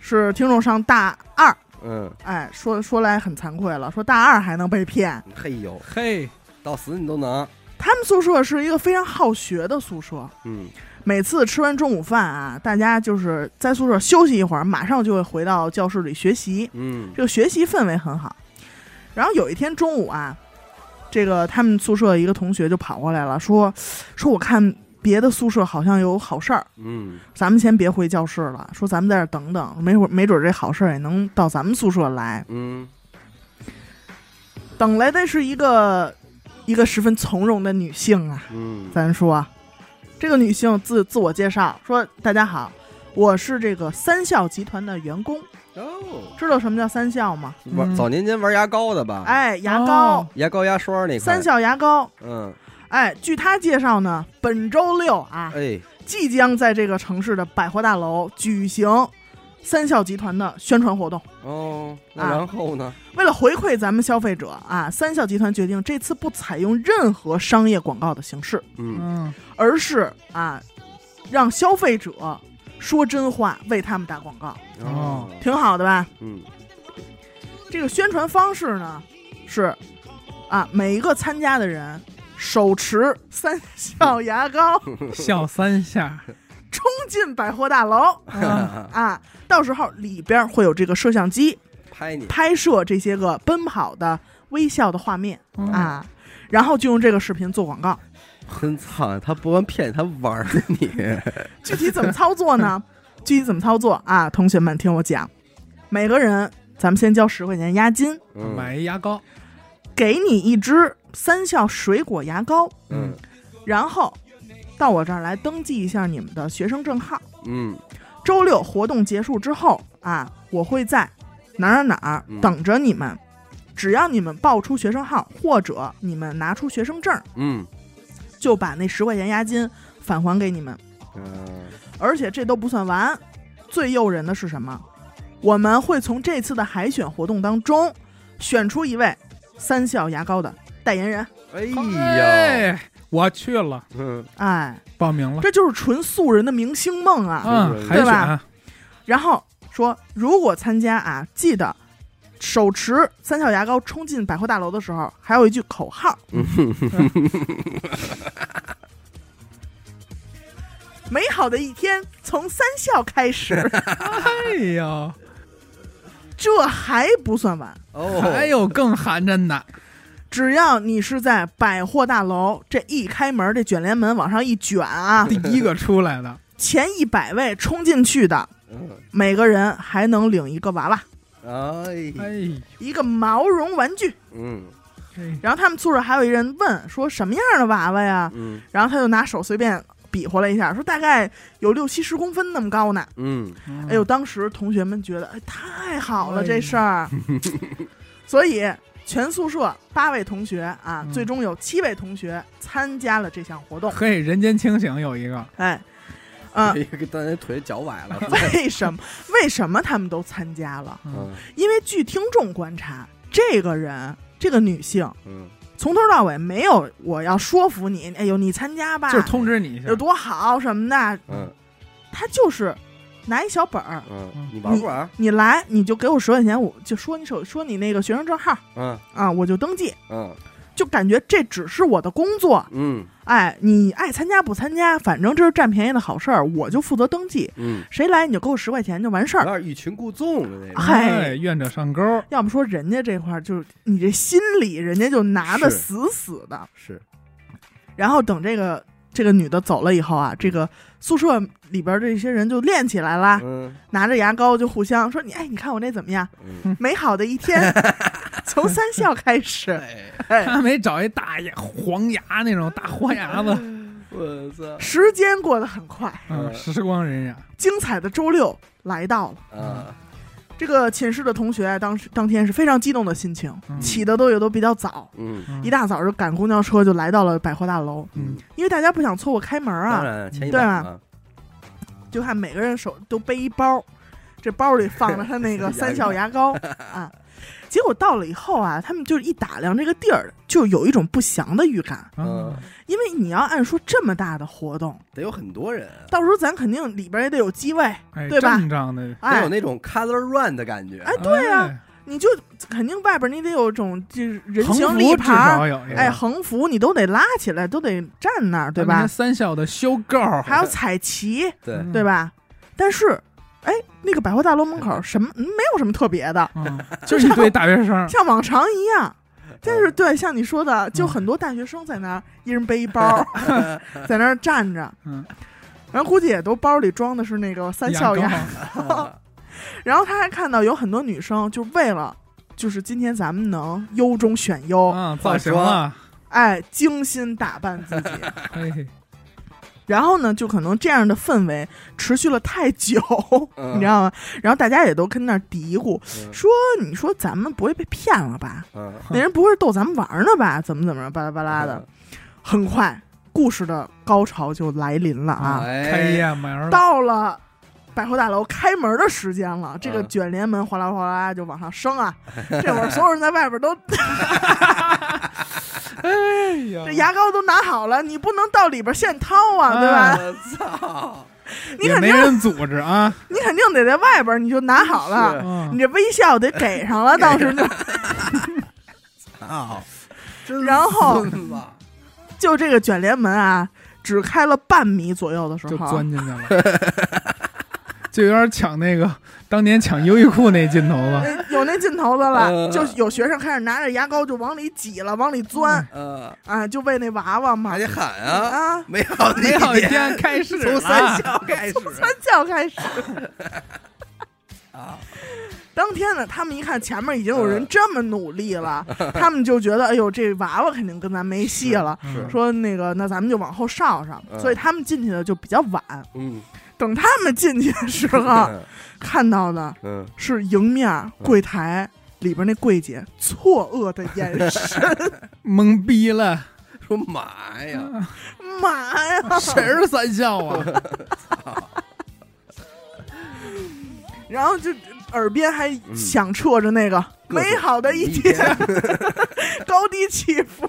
B: 是听众上大二，
A: 嗯，
B: 哎，说说来很惭愧了，说大二还能被骗。
A: 嘿呦，
C: 嘿，
A: 到死你都能，
B: 他们宿舍是一个非常好学的宿舍，
A: 嗯
B: 每次吃完中午饭啊，大家就是在宿舍休息一会儿，马上就会回到教室里学习。
A: 嗯
B: 这个学习氛围很好。然后有一天中午啊，这个他们宿舍一个同学就跑过来了，说说我看别的宿舍好像有好事儿，
A: 嗯
B: 咱们先别回教室了，说咱们在这儿等等，没会儿没准儿这好事儿也能到咱们宿舍来。
A: 嗯
B: 等来的是一个一个十分从容的女性啊，
A: 嗯，
B: 咱说啊，这个女性自自我介绍说：“大家好，我是这个三笑集团的员工。
A: 哦，
B: 知道什么叫三笑吗？
A: 玩
C: 嗯
A: 早年间玩牙膏的吧？，
B: 哎，牙膏，
C: 哦
A: 牙膏牙刷那块，
B: 三，笑牙膏。
A: 嗯，
B: 哎，据她介绍呢，本周六啊，
A: 哎，
B: 即将在这个城市的百货大楼举行三笑集团的宣传活动。
A: 哦，那
B: 啊
A: 然后呢？
B: 为了回馈咱们消费者啊，三笑集团决定这次不采用任何商业广告的形式，
A: 嗯，
C: 嗯，
B: 而是啊，让消费者说真话，为他们打广告。”
A: 哦，
B: 挺好的吧？
A: 嗯
B: 这个宣传方式呢是啊，每一个参加的人手持三笑牙膏
C: 嗯笑三下，
B: 冲进百货大楼
C: 啊
A: 嗯
B: 啊，到时候里边会有这个摄像机
A: 拍你，
B: 拍摄这些个奔跑的微笑的画面
C: 嗯
B: 啊，然后就用这个视频做广告。
A: 真操！他不光骗你，他玩儿你。
B: 具体怎么操作呢？具体怎么操作啊？同学们听我讲，每个人咱们先交十块钱押金，
A: 嗯
C: 买一牙膏，
B: 给你一支三笑水果牙膏。
A: 嗯
B: 然后到我这儿来登记一下你们的学生证号。
A: 嗯
B: 周六活动结束之后啊，我会在哪儿哪儿哪儿
A: 嗯
B: 等着你们。只要你们报出学生号或者你们拿出学生证，
A: 嗯
B: 就把那十块钱押金返还给你们。
A: 嗯，
B: 而且这都不算完，最诱人的是什么？我们会从这次的海选活动当中选出一位三笑牙膏的代言人。
A: 哎呀，，
C: 我去了，
A: 嗯
B: 哎，
C: 报名了，
B: 这就是纯素人的明星梦啊！
C: 嗯，海
B: 对吧
C: 选，
B: 然后说，如果参加啊，记得手持三笑牙膏冲进百货大楼的时候，还有一句口号。美好的一天从三笑开始，
C: 哎呦，
B: 这还不算完。
A: 哦，
C: 还有更寒碜 的，
B: 只要你是在百货大楼这一开门，这卷帘门往上一卷啊，
C: 第一个出来的，
B: 前一百位冲进去的，
A: 嗯，
B: 每个人还能领一个娃娃，
A: 哎，
C: 哎呦，
B: 一个毛绒玩具。
A: 嗯
C: 嘿
B: 然后他们宿舍还有一人问说什么样的娃娃呀？
A: 嗯
B: 然后他就拿手随便比划了一下，说大概有六七十公分那么高呢。
A: 嗯
C: 嗯
B: 哎呦，当时同学们觉得哎太好了
C: 哎
B: 这事 儿，所以全宿舍八位同学啊，
C: 嗯
B: 最终有七位同学参加了这项活 动。
C: 嘿，人间清醒有一个，
B: 哎，嗯、
A: 给大家腿脚崴了。
B: 为什么为什么他们都参加了？
C: 嗯
A: 嗯
B: 因为据听众观察，这个人这个女性
A: 嗯
B: 从头到尾没有我要说服你，哎呦你参加吧，
C: 就是通知你一下
B: 有，多好什么的，
A: 嗯
B: 他就是拿一小本儿，
A: 嗯，你玩不玩？
B: 你来你就给我十块钱，我就说你手说你那个学生证号
A: 嗯
B: 啊，我就登记，
A: 嗯
B: 就感觉这只是我的工作
A: 嗯
B: 哎，你爱参加不参加，反正这是占便宜的好事儿，我就负责登记，
A: 嗯，
B: 谁来你就给我十块钱就完事
A: 有
B: 儿。
A: 点欲擒故纵的那种。
B: 嗨
C: 哎，愿者上钩，
B: 要么说人家这块儿就是你这心里，人家就拿的
A: 是
B: 死死的。
A: 是，
B: 然后等这个这个女的走了以后啊，这个宿舍里边这些人就练起来啦，
A: 嗯
B: 拿着牙膏就互相说：“你哎，你看我那怎么样？
A: 嗯，
B: 美好的一 天，从三笑开始。
A: 哎，
C: 他没找一大牙黄牙那种大豁牙子，
A: 我操”
B: 时间过得很快，
C: 嗯，时光荏苒，啊
B: 精彩的周六来到了。
A: 啊，
B: 这个寝室的同学当时当天是非常激动的心情，
C: 嗯
B: 起的都也都比较早，
A: 嗯
C: 嗯
B: 一大早就赶公交车就来到了百货大楼，
C: 嗯，
B: 因为大家不想错过开门
A: 当
B: 啊，
A: 然前一
B: 对
A: 晚
B: 啊
A: 啊，
B: 就看每个人手都背一包，这包里放着他那
A: 牙
B: 个
A: 膏
B: 三笑牙膏啊。结果到了以后啊，他们就一打量这个地儿，就有一种不祥的预感，
C: 啊
B: 因为你要按说这么大的活动，
A: 得有很多人，
B: 到时候咱肯定里边也得有机位，
C: 哎，
B: 对吧
C: 正常的，
A: 得有
B: 哎，
A: 那种 color run 的感觉
B: 哎。对呀你就肯定外边你得有种就是人
C: 横
B: 行
C: 幅
B: 立
C: 至
B: 牌儿
C: 少。有一个，
B: 哎，横幅你都得拉起来，都得站那儿，对
C: 咱
B: 吧
C: 们？三校的修够，
B: 还有彩旗，
A: 对，
C: 嗯
B: 对？吧？但是，哎，那个百货大楼门口什么嗯没有什么特别的，
C: 嗯，就是一堆大学生，
B: 像往常一样。但是，对，像你说的，就
C: 嗯
B: 很多大学生在那儿，一人背一包，在那儿 站着，
C: 嗯，
B: 然后估计也都包里装的是那个 三笑
C: 牙
B: 牙。
C: 膏，
B: 然后他还看到有很多女生，就为了就是今天咱们能优中选优，
C: 啊，造型啊，哎
B: 哎，精心打扮自己。
C: 嘿，
B: 然后呢，就可能这样的氛围持续了太久，
A: 嗯
B: 你知道吗？然后大家也都跟那儿嘀咕
A: 嗯
B: 说：“你说咱们不会被骗了吧？
A: 嗯，
B: 那人不会逗咱们玩儿呢吧？怎么怎么着，巴拉巴拉的。”很快，故事的高潮就来临了啊！
A: 哎
C: 开业门了，
B: 到了百货大楼开门的时间了，这个
A: 嗯
B: 卷帘门哗啦哗啦就往上升 啊！这会儿所有人在外边都
C: 哎呀，
B: 这牙膏都拿好了，你不能到里边现掏啊，对吧？
A: 我操！
B: 你
C: 也
B: 肯
C: 没
B: 定
C: 人组织啊，
B: 你肯定得在外边你就拿好了。
A: 是哎
B: 你
C: 嗯，
B: 这微笑得 给上了，当时就
A: 啊，真
B: 然后
A: 孙子
B: 就这个卷帘门啊，只开了半米左右的时
C: 就
B: 候
C: 钻，进去了，就有点抢那个当年抢优衣库那劲 头了，
B: 哎有那劲头子
A: 呃
B: 了，就有学生开始拿着牙膏就往里挤了，往里
C: 嗯
B: 钻
A: 呃，
B: 啊，就为那娃娃嘛
A: 还得喊啊，
B: 啊，
A: 美好的
C: 美好一
A: 一天
C: 天开始
A: 从
C: 了，啊
A: 三笑开始
B: 三叫开始。
A: 啊，
B: 当天呢，他们一看前面已经有人这么努力了，他们就觉得，哎呦，这娃娃肯定跟咱没戏了。
C: 嗯
A: 是
B: 说那个，那咱们就往后上上，
A: 嗯
B: 所以他们进去的就比较晚。
A: 嗯，
B: 等他们进去的时候， 看到的
A: 嗯，
B: 是迎面柜台里边那柜姐错愕的眼神，
C: 懵 逼了，
A: 说妈呀，
B: 妈呀！
C: 谁是三校啊？
B: 然后就耳边还响彻着那个、
A: 嗯
B: 美好的一天， 高低起伏。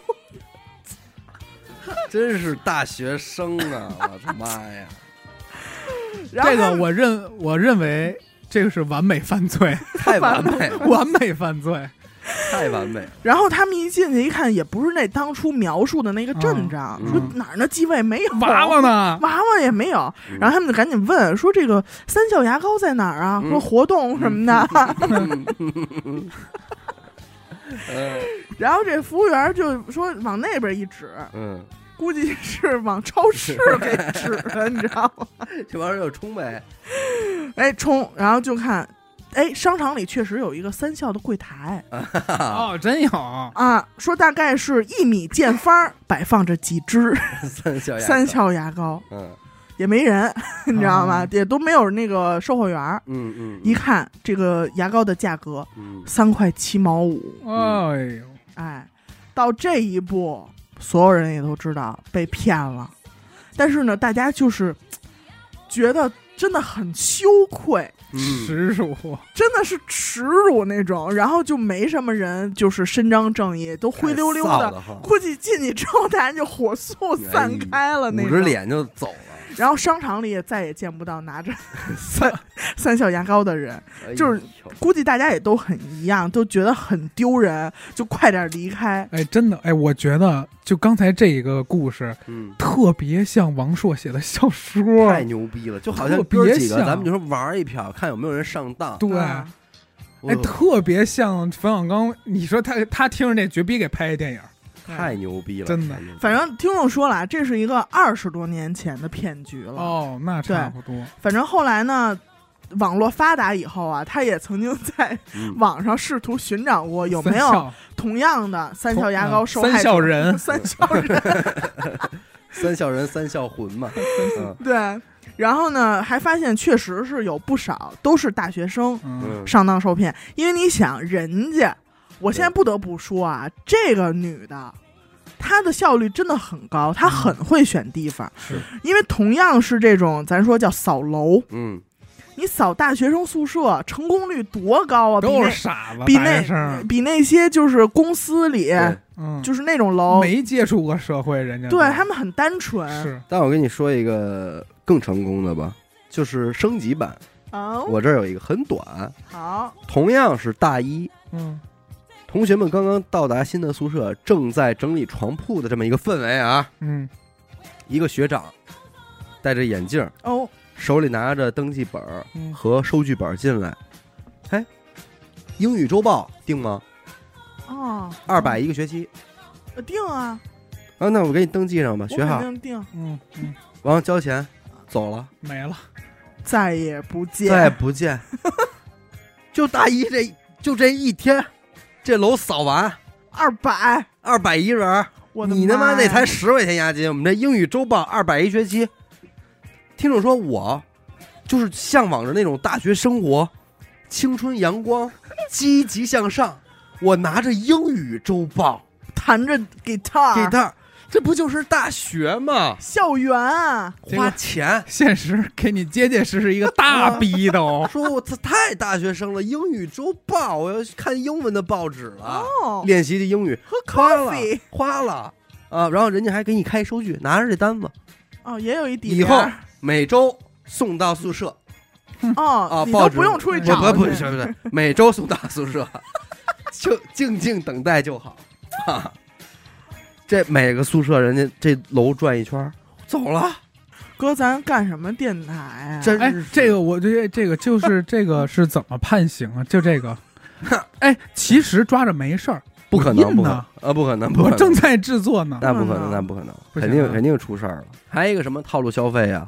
A: 真是大学生啊！我的妈呀，
B: 然后
C: 这
B: 他
C: 个
B: 们
C: 我认，我认为这个是完美犯罪，
A: 太完美了，
C: 完美犯 罪，
A: 太完美了，
B: 然后他们一进去一看，也不是那当初描述的那个阵仗，
A: 嗯
B: 说
C: 嗯
B: 哪儿呢？机位没有，
C: 娃娃呢？
B: 娃娃也没有。
A: 嗯
B: 然后他们就赶紧问说：“这个三笑牙膏在哪儿啊？”
A: 嗯
B: 说活动什么的。
A: 嗯，嗯
B: 然后这服务员就说往那边一指，
A: 嗯，
B: 估计是往超市给指的，你知道吗？
A: 这玩意儿就冲呗，
B: 哎，冲， 然后就看，哎，商场里确实有一个三校的柜 台
A: 啊
C: 哦，真有，
B: 啊，说大概是一米见方儿摆放着几支
A: 三笑牙，
B: 三，校牙膏，
A: 嗯
B: 也没人， 你知道吗
C: 啊？
B: 也都没有那个售货员儿。
A: 嗯嗯，
B: 一看这个牙膏的价格，
A: 嗯，
B: 三块七毛五，
C: 哎呦，
B: 哎，到这一步，所有人也都知道被骗了，但是呢，大家就是嘖觉得真的很羞愧，
A: 嗯
C: 实属
B: 真的是耻辱那种，然后就没什么人就是伸张正义，都灰溜溜
A: 太臊
B: 的。
A: 得慌
B: 估计进去之后，大家就火速散开了那
A: 捂
B: 种
A: 着。脸就走了，
B: 然后商场里也再也见不到拿着三三效牙膏的人，
A: 哎
B: 就是估计大家也都很一样，都觉得很丢人，就快点离开。
C: 哎，真的，哎，我觉得就刚才这一个故事，
A: 嗯，
C: 特别像王朔写的小说。
A: 太牛逼了，就好像
C: 特
A: 哥
C: 别
A: 几个，
C: 像
A: 咱们就说玩一票，看有没有人上当。
C: 对，
B: 啊
A: 哎
C: 哎，特别像冯小刚。你说他他听着这绝逼给拍一电影，
A: 太牛逼了，
C: 真的
A: 太牛逼了。
B: 反正听众说了啊，这是一个二十多年前的骗局了。
C: 哦，那差不多。
B: 反正后来呢，网络发达以后啊，他也曾经在
A: 嗯
B: 网上试图寻找过呃有没
C: 三
B: 有
C: 笑
B: 同样的三
C: 同
B: 效牙膏
C: 嗯
B: 受
C: 三
B: 害
C: 笑
B: 者。，
C: 人
B: 三效人
A: 三笑人三笑魂 嘛，嗯
B: 对，然后呢，还发现确实是有不少都是大学生
C: 嗯，
A: 嗯，
B: 上当受骗，因为你想，人家，我现在
A: 对
B: 不得不说啊，这个女的。她的效率真的很高，她很会选地方，
C: 是
B: 因为同样是这种，咱说叫扫楼，
A: 嗯，
B: 你扫大学生宿舍成功率多高啊？比
C: 都
B: 那
C: 是傻子，
B: 比
C: 大学
B: 那
C: 生，
B: 比那些就是公司里
A: 啊对。
C: 嗯，
B: 就是那种楼，
C: 没接触过社会，人家
B: 对
C: 都
B: 他们很单纯
C: 是
A: 但我跟你说一个更成功的吧，就是升级版。
B: 哦，
A: 我这儿有一个很短，
B: 好，
A: 同样是大一，
C: 嗯
A: 同学们刚刚到达新的宿舍，正在整理床铺的这么一个氛围啊。
C: 嗯
A: 一个学长戴着眼镜，
B: 哦，
A: 手里拿着登记本儿
C: 嗯
A: 和收据本儿进来，哎，英语周报定吗？
B: 哦，
A: 二百一个学期
B: 我定啊，
A: 啊，那我给你登记上吧，
B: 我
A: 学
B: 肯
A: 好，
B: 定定，
C: 嗯嗯，
A: 完了交钱，走了，
C: 没了。
B: 再也不见，
A: 再不 见。就大一这就这一天，这楼扫完
B: 二百，
A: 二百一人儿，
B: 我的
A: 你他妈
B: 呀
A: 那才十块钱押金，我们这英语周报二百一学期。听众说我就是向往着那种大学生活，青春阳光，积极向上。我拿着英语周报
B: 弹着 guitar，
A: 给他，这不就是大学吗？
B: 校园啊，
C: 结
A: 花
C: 果
A: 钱。，
C: 现实给你结结实实一个
B: 嗯
C: 大逼斗
A: 说我这太大学生了，英语周报，我要去看英文的报纸了，
B: 哦，
A: 练习的英语，
B: 喝
A: 啊花了
B: coffee，
A: 花了啊！然后人家还给你开收据，拿着这单子，
B: 哦，也有一底
A: 以
B: 帘
A: 后
B: 儿
A: 每周送到宿舍，
B: 哦
A: 啊，
B: 你
A: 报
B: 都
A: 纸
B: 不用出去
A: 不
B: 找
A: 不
B: 去，
A: 不是不是，每周送到宿舍， 就静静等待就好。啊、这每个宿舍人家这楼转一圈儿走了，
B: 哎哥，咱干什么电台啊？
A: 真
C: 哎
A: 是，
C: 这个我这这个 就是这个是怎么判刑啊？就这个，哎，其实抓着没事儿，
A: 不可能，
C: 印
A: 不可能
C: 呢，
A: 啊，不可能，不可
C: 我
A: 能，
C: 正在制作呢。
A: 那不可
B: 不可
A: 能，
B: 能
A: 那不可能，
C: 不行
A: 肯定
C: 啊
A: 肯定出事儿了。还有一个什么套路消费啊？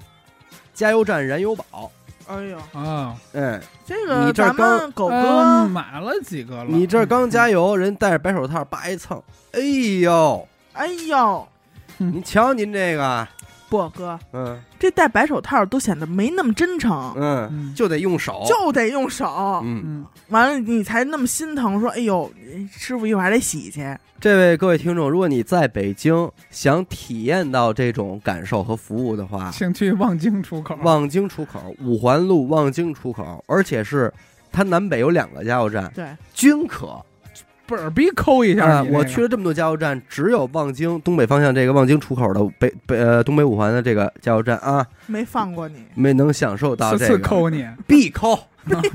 A: 加油站燃油宝，
B: 哎呦，
C: 啊，
A: 哎，
B: 这
A: 你
B: 个
A: 这儿
B: 咱们狗
C: 嗯
B: 哥，
C: 买了几个了？嗯
A: 你这刚加油，人戴着白手套叭一蹭，哎呦，
B: 哎呦，
A: 您瞧您这个，
B: 不哥，
A: 嗯
B: 这戴白手套都显得没那么真诚，
A: 嗯，
C: 嗯，
A: 就得用手，
B: 就得用手，
A: 嗯。
C: 嗯
B: 完了你才那么心疼，说哎呦，师傅一会儿还得洗去，
A: 这位各位听众，如果你在北京想体验到这种感受和服务的话，
C: 请去望京出口。
A: 望京出口、五环路望京出口，而且是它南北有两个加油站，
B: 对，
A: 均可。
C: 本儿逼抠一下
A: 啊，
C: 你这个
A: 我去了这么多加油站，只有望京东北方向这个望京出口的北北呃东北五环的这个加油站啊，
B: 没放过你，
A: 没能享受到
C: 四
A: 这
C: 次
A: 个
C: 抠你，啊
A: 必抠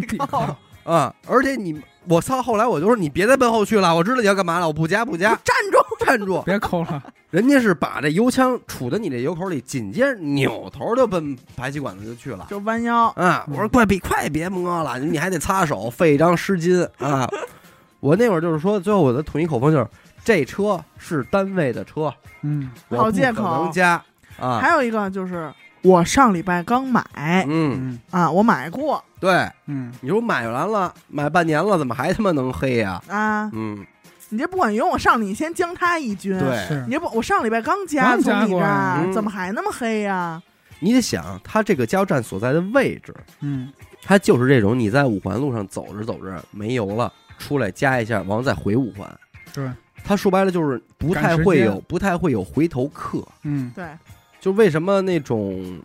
C: 必
B: 抠
A: 啊！而且你我操，后来我就说你别再奔后去了，我知道你要干嘛了，我不加不加，
B: 站住！
A: 站 住！
C: 别抠了。
A: 人家是把这油枪杵在你这油口里，紧接着扭头就奔排气管子就去了。
B: 就弯腰，
A: 啊！我说快别快别摸了，你还得擦手，费一张湿巾啊！我那会儿就是说，最后我的统一口风就是，这车是单位的车，
C: 嗯，
A: 我
B: 好
A: 不
B: 借
A: 可
B: 口
A: 能加啊。
B: 还有一个就是我上礼拜刚买
A: 嗯，
C: 嗯
B: 啊，我买过
A: 对，
C: 嗯，
A: 你说买完了，买半年了，怎么还他妈能黑呀、
B: 啊，
A: 嗯，
B: 你这不管用，我上你先将他一军，
A: 对，
C: 是
B: 你这不我上礼拜刚加
C: 刚
B: 从
C: 加
B: 你这
C: 过呀
B: 儿，
A: 嗯
B: 怎么还那么黑呀？
A: 你得想，它这个加油站所在的位置，
C: 嗯
A: 它就是这种你在五环路上走着走着没油了，出来加一下，完再回五环。
C: 对，
A: 它说白了就是不太会有不太会有回头客。
C: 嗯
B: 对，
A: 就为什么那种，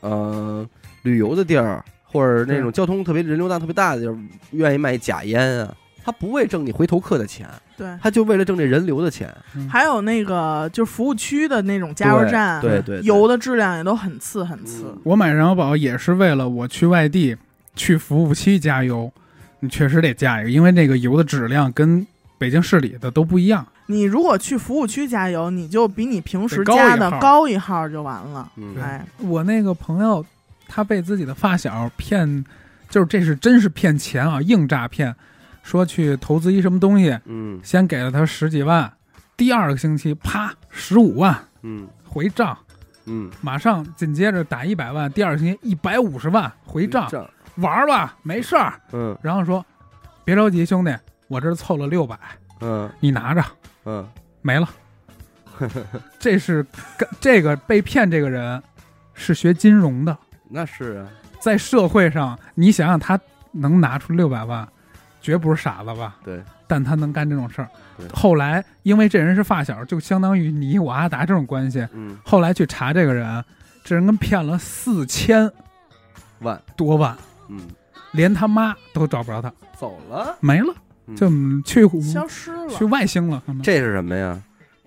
A: 呃，旅游的地儿或者那种交通特别人流量特别大的地儿，愿意卖假烟啊？他不为挣你回头客的钱，
B: 对，
A: 他就为了挣这人流的钱。
B: 还有那个就是服务区的那种加油站，
A: 对对对
B: 油的质量也都很次很次。
A: 嗯
C: 我买燃油宝也是为了我去外地去服务区加油，你确实得加一个，因为那个油的质量跟北京市里的都不一样。
B: 你如果去服务区加油，你就比你平时
C: 得高
B: 加
C: 一
B: 的
C: 号
B: 高一号就完了。
A: 嗯
C: 对
B: 哎，
C: 我那个朋友，他被自己的发小骗，就是这是真是骗钱啊，硬诈骗，说去投资一什么东西，
A: 嗯
C: 先给了他十几万，第二个星期啪十五万
A: 嗯
C: 回账，
A: 嗯，
C: 马上紧接着打一百万，第二个星期一百五十万回账，玩儿吧，没事儿。
A: 嗯
C: 然后说，别着急，兄弟，我这儿凑了六百，
A: 嗯
C: 你拿着，
A: 嗯，
C: 没了。这是干这个被骗这个人是学金融的，
A: 那是啊，
C: 在社会上，你想想他能拿出六百万，绝不是傻子吧？
A: 对，
C: 但他能干这种事儿
A: 对。
C: 后来因为这人是发小，就相当于你我阿达这种关系。
A: 嗯
C: 后来去查这个人，这人跟骗了四千
A: 万，
C: 多万，
A: 嗯，
C: 连他妈都找不着他，
A: 走了，
C: 没了，
A: 嗯
C: 就去
B: 消失了，
C: 去外星了，可能
A: 这是什么呀？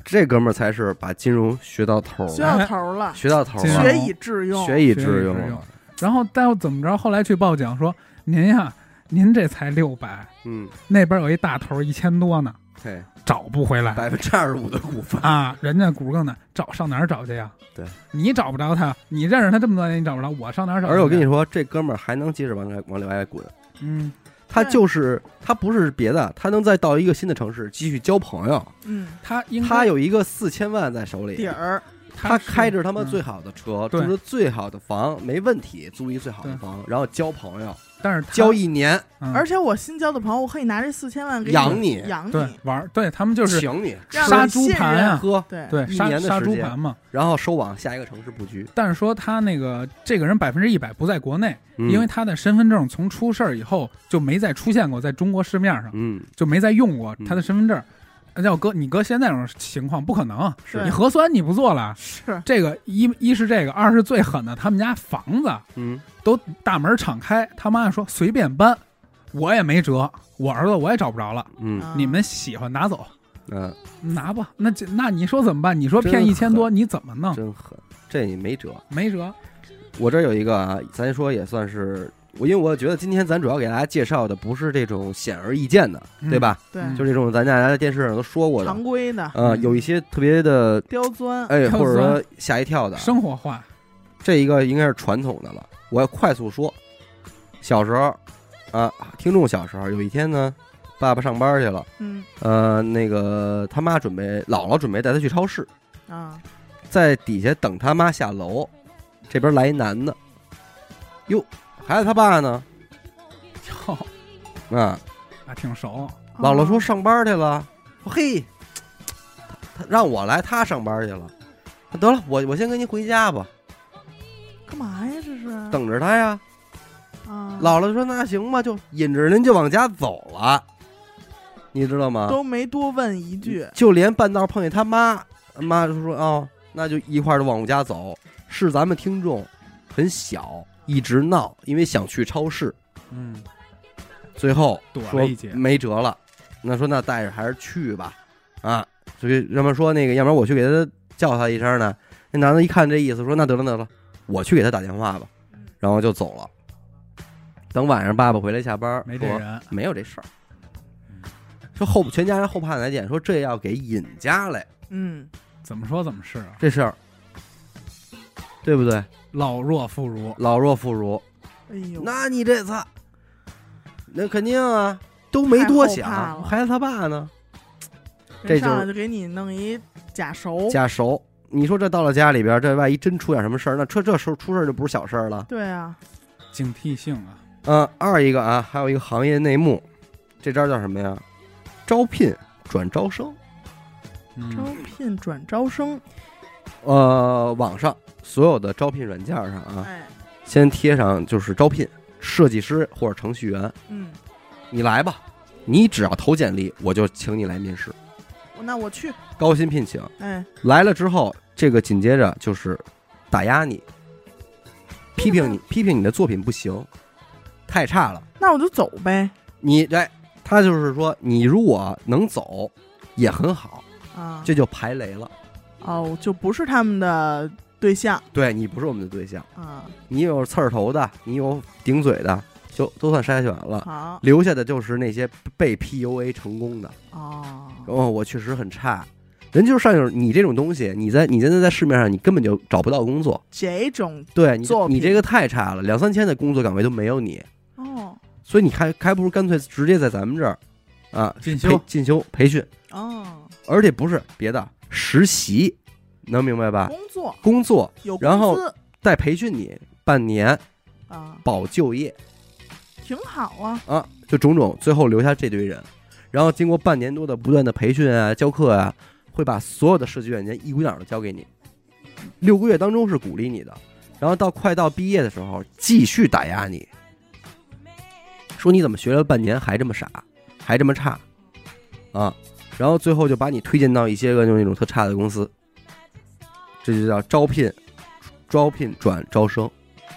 A: 这哥们儿才是把金融学到头
B: 学
A: 了，
B: 到头了，
A: 学到头
C: 金
A: 了，
C: 融
B: 学以致用。
A: 哎学以致用
C: 学以致用
A: 了。
C: 然后但又怎么着？后来去报警说：“您呀，您这才六百，
A: 嗯，
C: 那边有一大头一千多呢，
A: 嘿，
C: 找不回来
A: 百分之二十五的股份，
C: 啊！人家股更呢，找上哪儿找去呀？
A: 对，
C: 你找不着他，你认识他这么多年，你找不着，我上哪儿找去？
A: 而且我跟你说，这哥们儿还能接着往外往里外滚，
C: 嗯，
A: 他
B: 对
A: 就是他不是别的，他能再到一个新的城市继续交朋友，
B: 嗯，
C: 他应该
A: 他有一个四千万在手
B: 底
A: 里，
B: 儿
A: 他
C: 是
A: 开着他妈
C: 嗯
A: 最好的车，
C: 对
A: 住着最好的房，没问题，租一最好的房，然后交朋友，
C: 但是他
A: 交一年，
C: 嗯
B: 而且我新交的朋友，我可以拿这四千万给
A: 养
B: 你
A: 你，
B: 养你，
C: 对玩儿对他们就是
A: 请你
B: 让
C: 杀
B: 你
C: 猪
B: 信
C: 盘
B: 任
C: 啊
A: 喝，
B: 对
C: 对
A: 一
C: 杀
A: 年的
C: 杀
A: 时
C: 猪
A: 间
C: 盘嘛。
A: 然后收往下一个城市布局，
C: 但是说他那个这个人百分之一百不在国内，
A: 嗯
C: 因为他的身份证从出事儿以后就没再出现过在中国市面上，
A: 嗯
C: 就没再用过
A: 嗯
C: 他的身份证。那要搁你搁现在这种情况不可能，
B: 是
C: 你核酸你不做了。
B: 是
C: 这个一一是这个，二是最狠的，他们家房子
A: 嗯
C: 都大门敞开，他妈说随便搬，我也没辙，我儿子我也找不着了，
A: 嗯
B: 啊
C: 你们喜欢拿走
A: 嗯，
C: 拿吧。那这那你说怎么办？你说骗
A: 真
C: 一千多
A: 狠
C: 你怎么弄？
A: 呃真狠，这你没辙。
C: 没辙，
A: 我这儿有一个啊，咱说也算是我，因为我觉得今天咱主要给大家介绍的不是这种显而易见的，
C: 嗯
A: 对吧？
B: 对
C: 嗯
A: 就这种咱大家在电视上都说过的
B: 常，规的
A: 呃，有一些特别的，
B: 刁钻，
A: 哎，
C: 挑
A: 或
C: 唆
A: 者说吓一跳的，
C: 生活化，
A: 这一个应该是传统的了。我要快速说，小时候啊，听众小时候有一天呢，爸爸上班去了，
B: 嗯
A: 呃，那个他妈准备姥姥准备带他去超市，
B: 啊，
A: 在底下等他妈下楼，这边来一男的，哟，孩子他爸呢？
C: 哟
A: 啊，
C: 啊，挺熟，
A: 姥姥说
B: 啊
A: 上班去了，嘿，他让我来，他上班去了。得了，我我先跟您回家吧，
B: 哦干嘛呀？这是
A: 等着他呀。
B: 啊，
A: 姥姥说那行吧，就引着您就往家走了，你知道吗？
B: 都没多问
A: 嗯
B: 一句，
A: 就连半道碰见他妈，妈就说哦，那就一块儿就往我家走。是咱们听众很小，一直闹，因为想去超市，
C: 嗯，
A: 最后
C: 躲
A: 说
C: 了一劫
A: 没辙了，那说那带着还是去吧，啊，所以要么说那个，要不然我去给他叫他一声呢。那男的一看这意思，说那得了得了，我去给他打电话吧，然后就走了。等晚上爸爸回来下班，
C: 没这
A: 说
C: 人，
A: 没有这事儿。说后全家人后怕来电，说这要给引家来
B: 嗯，
C: 怎么说怎么是啊，
A: 这事儿，对不对？
C: 老弱妇孺，
A: 老弱妇孺，
B: 哎呦，
A: 那你这操，那肯定啊，都没多想
B: 太后怕了，
A: 孩子他爸呢，这
B: 人
A: 就
B: 上来
A: 是
B: 就给你弄一假熟，
A: 家熟。你说这到了家里边，这万一真出点什么事儿，那这这时候出事儿就不是小事儿了。
B: 对啊，
C: 警惕性啊，
A: 嗯，二一个啊，还有一个行业内幕，这招叫什么呀？招聘转招生。
B: 招
C: 嗯，
B: 聘转招生，
A: 呃，网上所有的招聘软件上啊，
B: 哎，
A: 先贴上就是招聘设计师或者程序员，
B: 嗯，
A: 你来吧，你只要投简历，我就请你来面试，
B: 那我去，
A: 高薪聘请。
B: 哎，
A: 来了之后，这个紧接着就是打压你，批评你，批评你的作品不行，太差了，
B: 那我就走呗，
A: 你这哎他就是说，你如果能走也很好，
B: 啊，
A: 这就排雷了。
B: 哦，就不是他们的对象
A: 对你不是我们的对象，
B: 啊。
A: 你有刺儿头的，你有顶嘴的，就都算筛选了。
B: 好，
A: 留下的就是那些被 PUA 成功的。
B: 哦，
A: 哦，我确实很差。人就是上就是你这种东西，你在你现在在市面上，你根本就找不到工作。
B: 这种
A: 对你这
B: 作，品
A: 你这个太差了，两三千的工作岗位都没有你，
B: 哦
A: 所以你还还不如干脆直接在咱们这儿啊
C: 进
A: 培
C: 修
A: 进修培训，
B: 哦，
A: 而且不是别的实习，能明白吧？
B: 工作
A: 工作
B: 有
A: 啊然后
B: 工资
A: 再培训你半年
B: 啊，
A: 保就业
B: 挺好啊。
A: 啊，就种种，最后留下这堆人，然后经过半年多的不断的培训啊、教课啊，会把所有的设计软件一股脑的交给你。六个月当中是鼓励你的，然后到快到毕业的时候继续打压你，说你怎么学了半年还这么傻，还这么差，啊，然后最后就把你推荐到一些个就那种特差的公司，这就叫招聘，招聘转招生，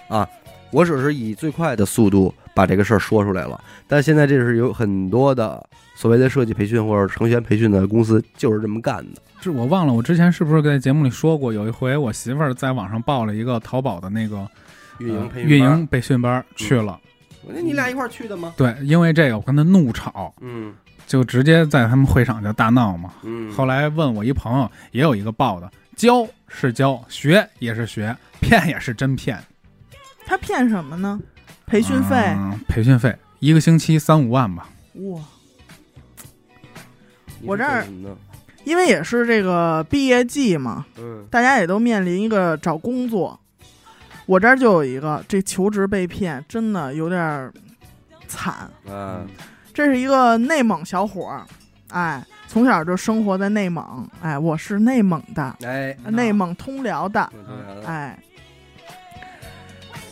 A: 啊，我只是以最快的速度把这个事儿说出来了，但现在这是有很多的所谓的设计培训或者程序员培训的公司就是这么干的，
C: 这我忘了，我之前是不是在节目里说过，有一回我媳妇儿在网上报了一个淘宝的那个呃
A: 运营培训、嗯
C: 运营，培训班儿去了。
A: 那你俩一块儿去的吗？
C: 对，因为这个我跟她怒吵，
A: 嗯
C: 就直接在他们会场就大闹嘛。
A: 嗯，
C: 后来问我一朋友，也有一个报的，教是教，学也是学，骗也是真骗。
B: 他骗什么呢？培训费、
C: 嗯培训费一个星期三五万吧。
B: 哇，
A: 你
B: 我
A: 是
B: 这儿
A: 干什么的
B: 因为也是这个毕业季嘛，
A: 嗯
B: 大家也都面临一个找工作。我这儿就有一个，这求职被骗真的有点儿惨。
A: 啊
B: 这是一个内蒙小伙儿，哎，从小就生活在内蒙，哎，我是内蒙的，
A: 哎，
C: 嗯
B: 内蒙通辽的，
A: 我懂了
B: 哎。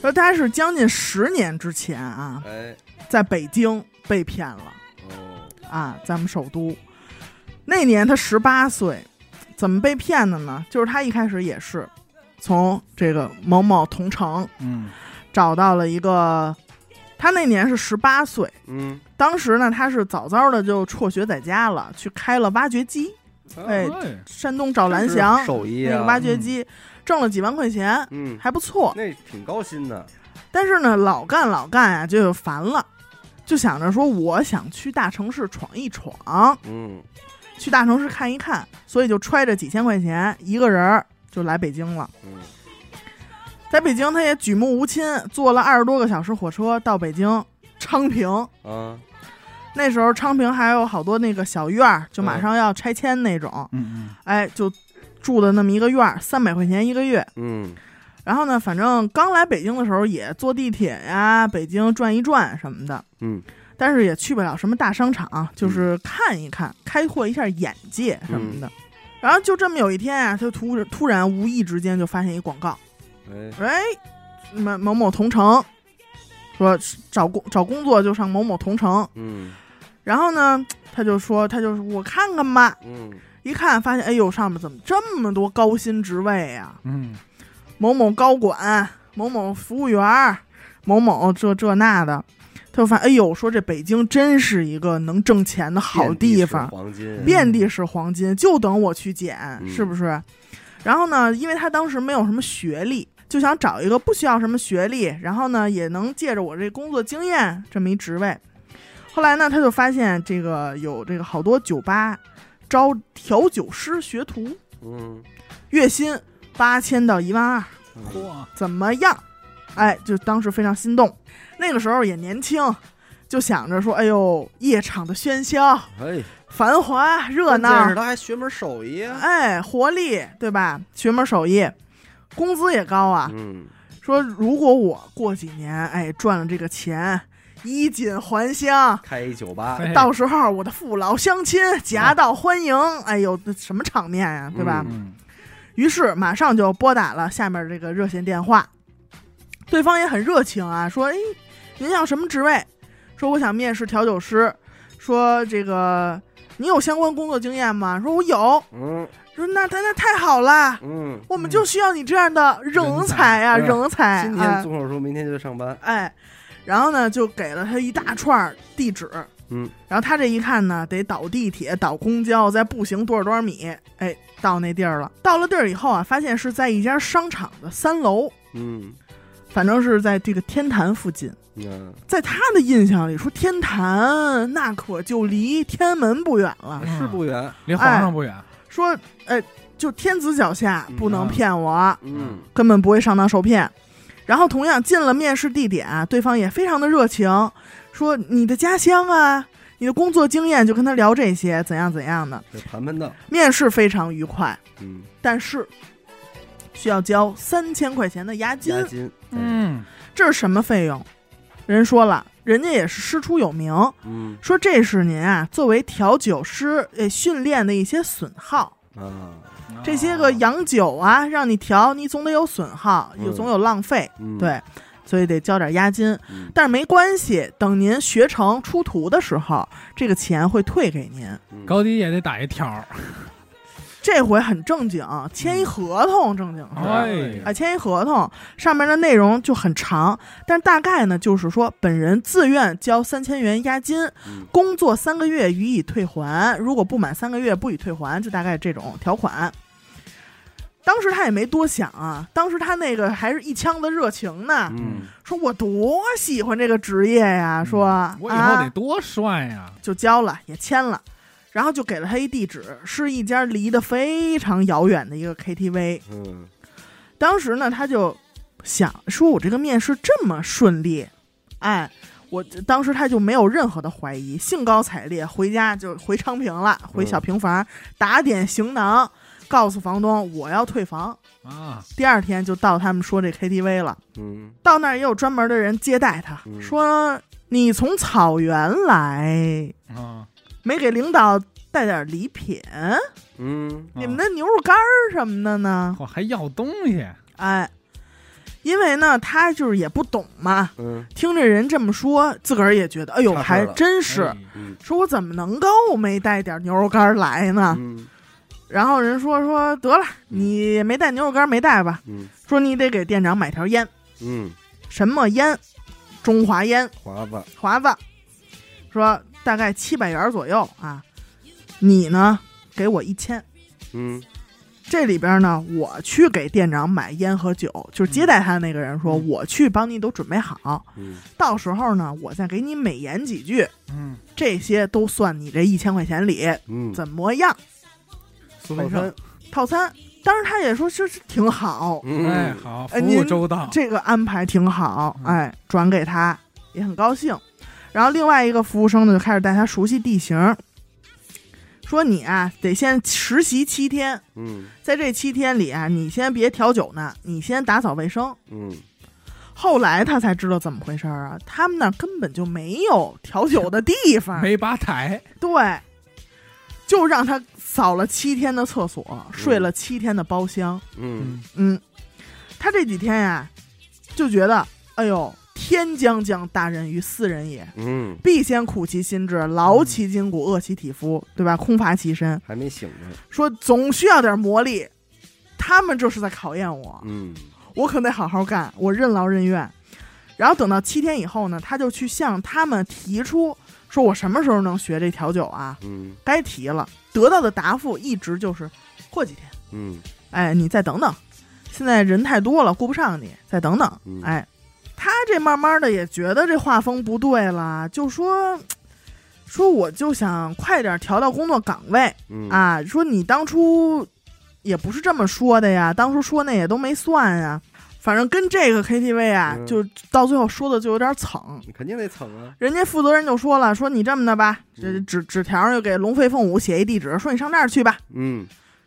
B: 说他是将近十年之前啊，
A: 哎
B: 在北京被骗了
A: 哦
B: 啊，咱们首都。那年他十八岁，怎么被骗的呢？就是他一开始也是从这个某某同城
C: 嗯，
B: 找到了一个，他那年是十八岁，
A: 嗯
B: 当时呢他是早早的就辍学在家了，去开了挖掘机，哎山东找蓝翔
A: 手艺
B: 那
A: 啊
B: 个挖掘机，挣了几万块钱，
A: 嗯
B: 还不错。
A: 那挺高薪的
B: 但是呢，老干老干啊，就烦了，就想着说我想去大城市闯一闯。
A: 嗯
B: 去大城市看一看，所以就揣着几千块钱，一个人儿就来北京了。
A: 嗯
B: 在北京，他也举目无亲，坐了二十多个小时火车到北京昌平。
A: 啊
B: 那时候昌平还有好多那个小院儿，就马上要拆迁那种，
C: 嗯嗯，
B: 哎，就住的那么一个院儿，三百块钱一个月。
A: 嗯
B: 然后呢，反正刚来北京的时候也坐地铁呀，北京转一转什么的，
A: 嗯
B: 但是也去不了什么大商场，就是看一看，开阔一下眼界什么的。然后就这么有一天啊，他突突然无意之间就发现一广告，
A: 哎
B: 哎，某某某同城，说是找工找工作就上某某同城。
A: 嗯
B: 然后呢，他就说他就是我看看吧，
A: 嗯
B: 一看发现，哎呦，上面怎么这么多高薪职位啊呀、
C: 嗯，
B: 某某高管、某某服务员儿、某某这这那的，他就发现，哎呦，说这北京真是一个能挣钱的好地
A: 遍
B: 方，
A: 地是黄金
B: 遍地是黄金，就等我去捡，
A: 嗯
B: 是不是？然后呢，因为他当时没有什么学历，就想找一个不需要什么学历，然后呢，也能借着我这工作经验这么一职位。后来呢，他就发现这个有这个好多酒吧招调酒师学徒，
A: 嗯
B: 月薪八千到一万二。
A: 嗯
C: 嚯，
B: 怎么样？哎，就当时非常心动，那个时候也年轻，就想着说，哎呦，夜场的喧嚣、
A: 哎
B: 繁华、热
A: 关键
B: 闹
A: 是，他还学门手艺啊
B: 哎，活力，对吧？学门手艺，工资也高啊。
A: 嗯
B: 说如果我过几年，哎，赚了这个钱，衣锦还乡，
A: 开一酒吧
C: 嘿
B: 到时候我的父老乡亲
A: 哎
B: 夹道欢迎，哎呦，那什么场面呀、对吧？
A: 嗯
C: 嗯
B: 于是马上就拨打了下面这个热线电话，对方也很热情啊，说：“哎，您要什么职位？说我想面试调酒师。说这个你有相关工作经验吗？说我有。
A: 嗯
B: 说那那那太好啦，
A: 嗯
B: 我们就需要你这样的人才啊，
C: 人才
B: 人才
A: 今
B: 啊
A: 天，综手术明天就上班
B: 哎。”然后呢，就给了他一大串儿地址，
A: 嗯，
B: 然后他这一看呢，得倒地铁、倒公交，再步行多少多少米，哎，到那地儿了。到了地儿以后啊，发现是在一家商场的三楼，
A: 嗯，
B: 反正是在这个天坛附近。
A: 嗯，
B: 在他的印象里，说天坛那可就离天安门不远了。
A: 是啊不远，
C: 离皇上不远。
B: 说，哎，就天子脚下
A: 嗯
B: 不能
C: 啊
B: 骗我，
A: 嗯
B: 根本不会上当受骗。然后同样进了面试地点，对方也非常的热情，说你的家乡啊，你的工作经验，就跟他聊这些，怎样怎样的。
A: 这盘盘道，
B: 面试非常愉快，
A: 嗯，
B: 但是需要交三千块钱的押金
A: 押，金，
C: 嗯，
B: 这是什么费用？人说了，人家也是师出有名，
A: 嗯
B: 说这是您啊作为调酒师呃训练的一些损耗，
A: 啊，
B: 这些个洋酒啊，让你调，你总得有损耗，
A: 嗯
B: 有总有浪费，
A: 嗯，
B: 对，所以得交点押金。
A: 嗯，
B: 但是没关系，等您学成出徒的时候，这个钱会退给您。
A: 嗯，
C: 高低也得打一条儿。
B: 这回很正经，签一合同，正经是。
C: 哎
B: 啊，签一合同，上面的内容就很长，但大概呢，就是说本人自愿交三千元押金，
A: 嗯
B: 工作三个月予以退还，如果不满三个月不予退还，就大概这种条款。当时他也没多想啊，当时他那个还是一腔的热情呢，
A: 嗯，
B: 说我多喜欢这个职业呀，说、
C: 嗯我以后得
B: 啊
C: 多帅呀！
B: 就交了，也签了，然后就给了他一地址，是一家离得非常遥远的一个 KTV。
A: 嗯，
B: 当时呢，他就想说，我这个面试这么顺利，哎，我当时他就没有任何的怀疑，兴高采烈回家就回昌平了，回
C: 嗯
B: 小平房、打点行囊，告诉房东我要退房。
C: 啊，
B: 第二天就到他们说这 KTV 了，
A: 嗯，
B: 到那儿也有专门的人接待他，
A: 嗯
B: 说你从草原来，
C: 嗯，
B: 没给领导带点礼品，
A: 啊嗯，
B: 你们的牛肉干儿什么的呢？
C: 我还要东西，
B: 哎，因为呢，他就是也不懂嘛，
A: 嗯，
B: 听这人这么说，自个儿也觉得，哎呦，
A: 差事儿
B: 还
A: 了
B: 真是。
C: 哎
A: 嗯，
B: 说我怎么能够没带点牛肉干儿来呢？
A: 嗯，
B: 然后人说说得了，你没带牛肉干儿没带吧？
A: 嗯，
B: 说你得给店长买条烟，
A: 嗯，
B: 什么烟？中华烟，
A: 华子，
B: 华子。说大概七百元儿左右啊，你呢给我一千。
A: 嗯，
B: 这里边呢，我去给店长买烟和酒，就是接待他的那个人说，
C: 嗯
B: 我去帮你都准备好，
A: 嗯，
B: 到时候呢，我再给你美言几句，
C: 嗯，
B: 这些都算你这一千块钱里
A: 嗯，
B: 怎么样？
C: 四
A: 套
C: 分
A: 餐
C: 上，，
B: 套餐，当时他也说这是挺好，
A: 嗯，
C: 哎，好，服
B: 哎
C: 务
B: 您
C: 周到，
B: 这个安排挺好，
C: 嗯
B: 哎，转给他也很高兴。然后另外一个服务生呢，就开始带他熟悉地形，说你啊得先实习七天，
A: 嗯，
B: 在这七天里啊，你先别调酒呢，你先打扫卫生。
A: 嗯，
B: 后来他才知道怎么回事儿啊，他们那儿根本就没有调酒的地方，
C: 没吧台，
B: 对，就让他扫了七天的厕所，睡了七天的包厢。
A: 嗯，
C: 嗯，
B: 嗯，他这几天呀、就觉得，哎呦，天将降大任于斯人也，
A: 嗯，
B: 必先苦其心志，劳其筋骨，饿其体肤，对吧？空乏其身，
A: 还没醒呢，
B: 说总需要点磨砺。他们这是在考验我，
A: 嗯，
B: 我可得好好干，我任劳任怨。然后等到七天以后呢，他就去向他们提出，说我什么时候能学这调酒啊？
A: 嗯，
B: 该提了，得到的答复一直就是过几天，
A: 嗯，
B: 哎，你再等等，现在人太多了，顾不上你，再等等
A: 嗯，
B: 哎，他这慢慢的也觉得这画风不对了，就说。说我就想快点调到工作岗位
A: 嗯，
B: 啊！说你当初也不是这么说的呀，当初说那也都没算呀。反正跟这个 KTV 啊，
A: 嗯
B: 就到最后说的就有点蹭，
A: 你肯定得蹭啊，
B: 人家负责人就说了，说你这么的吧，这
A: 嗯
B: 纸纸条就给龙飞凤舞写一地址，说你上那儿去吧。
A: 嗯，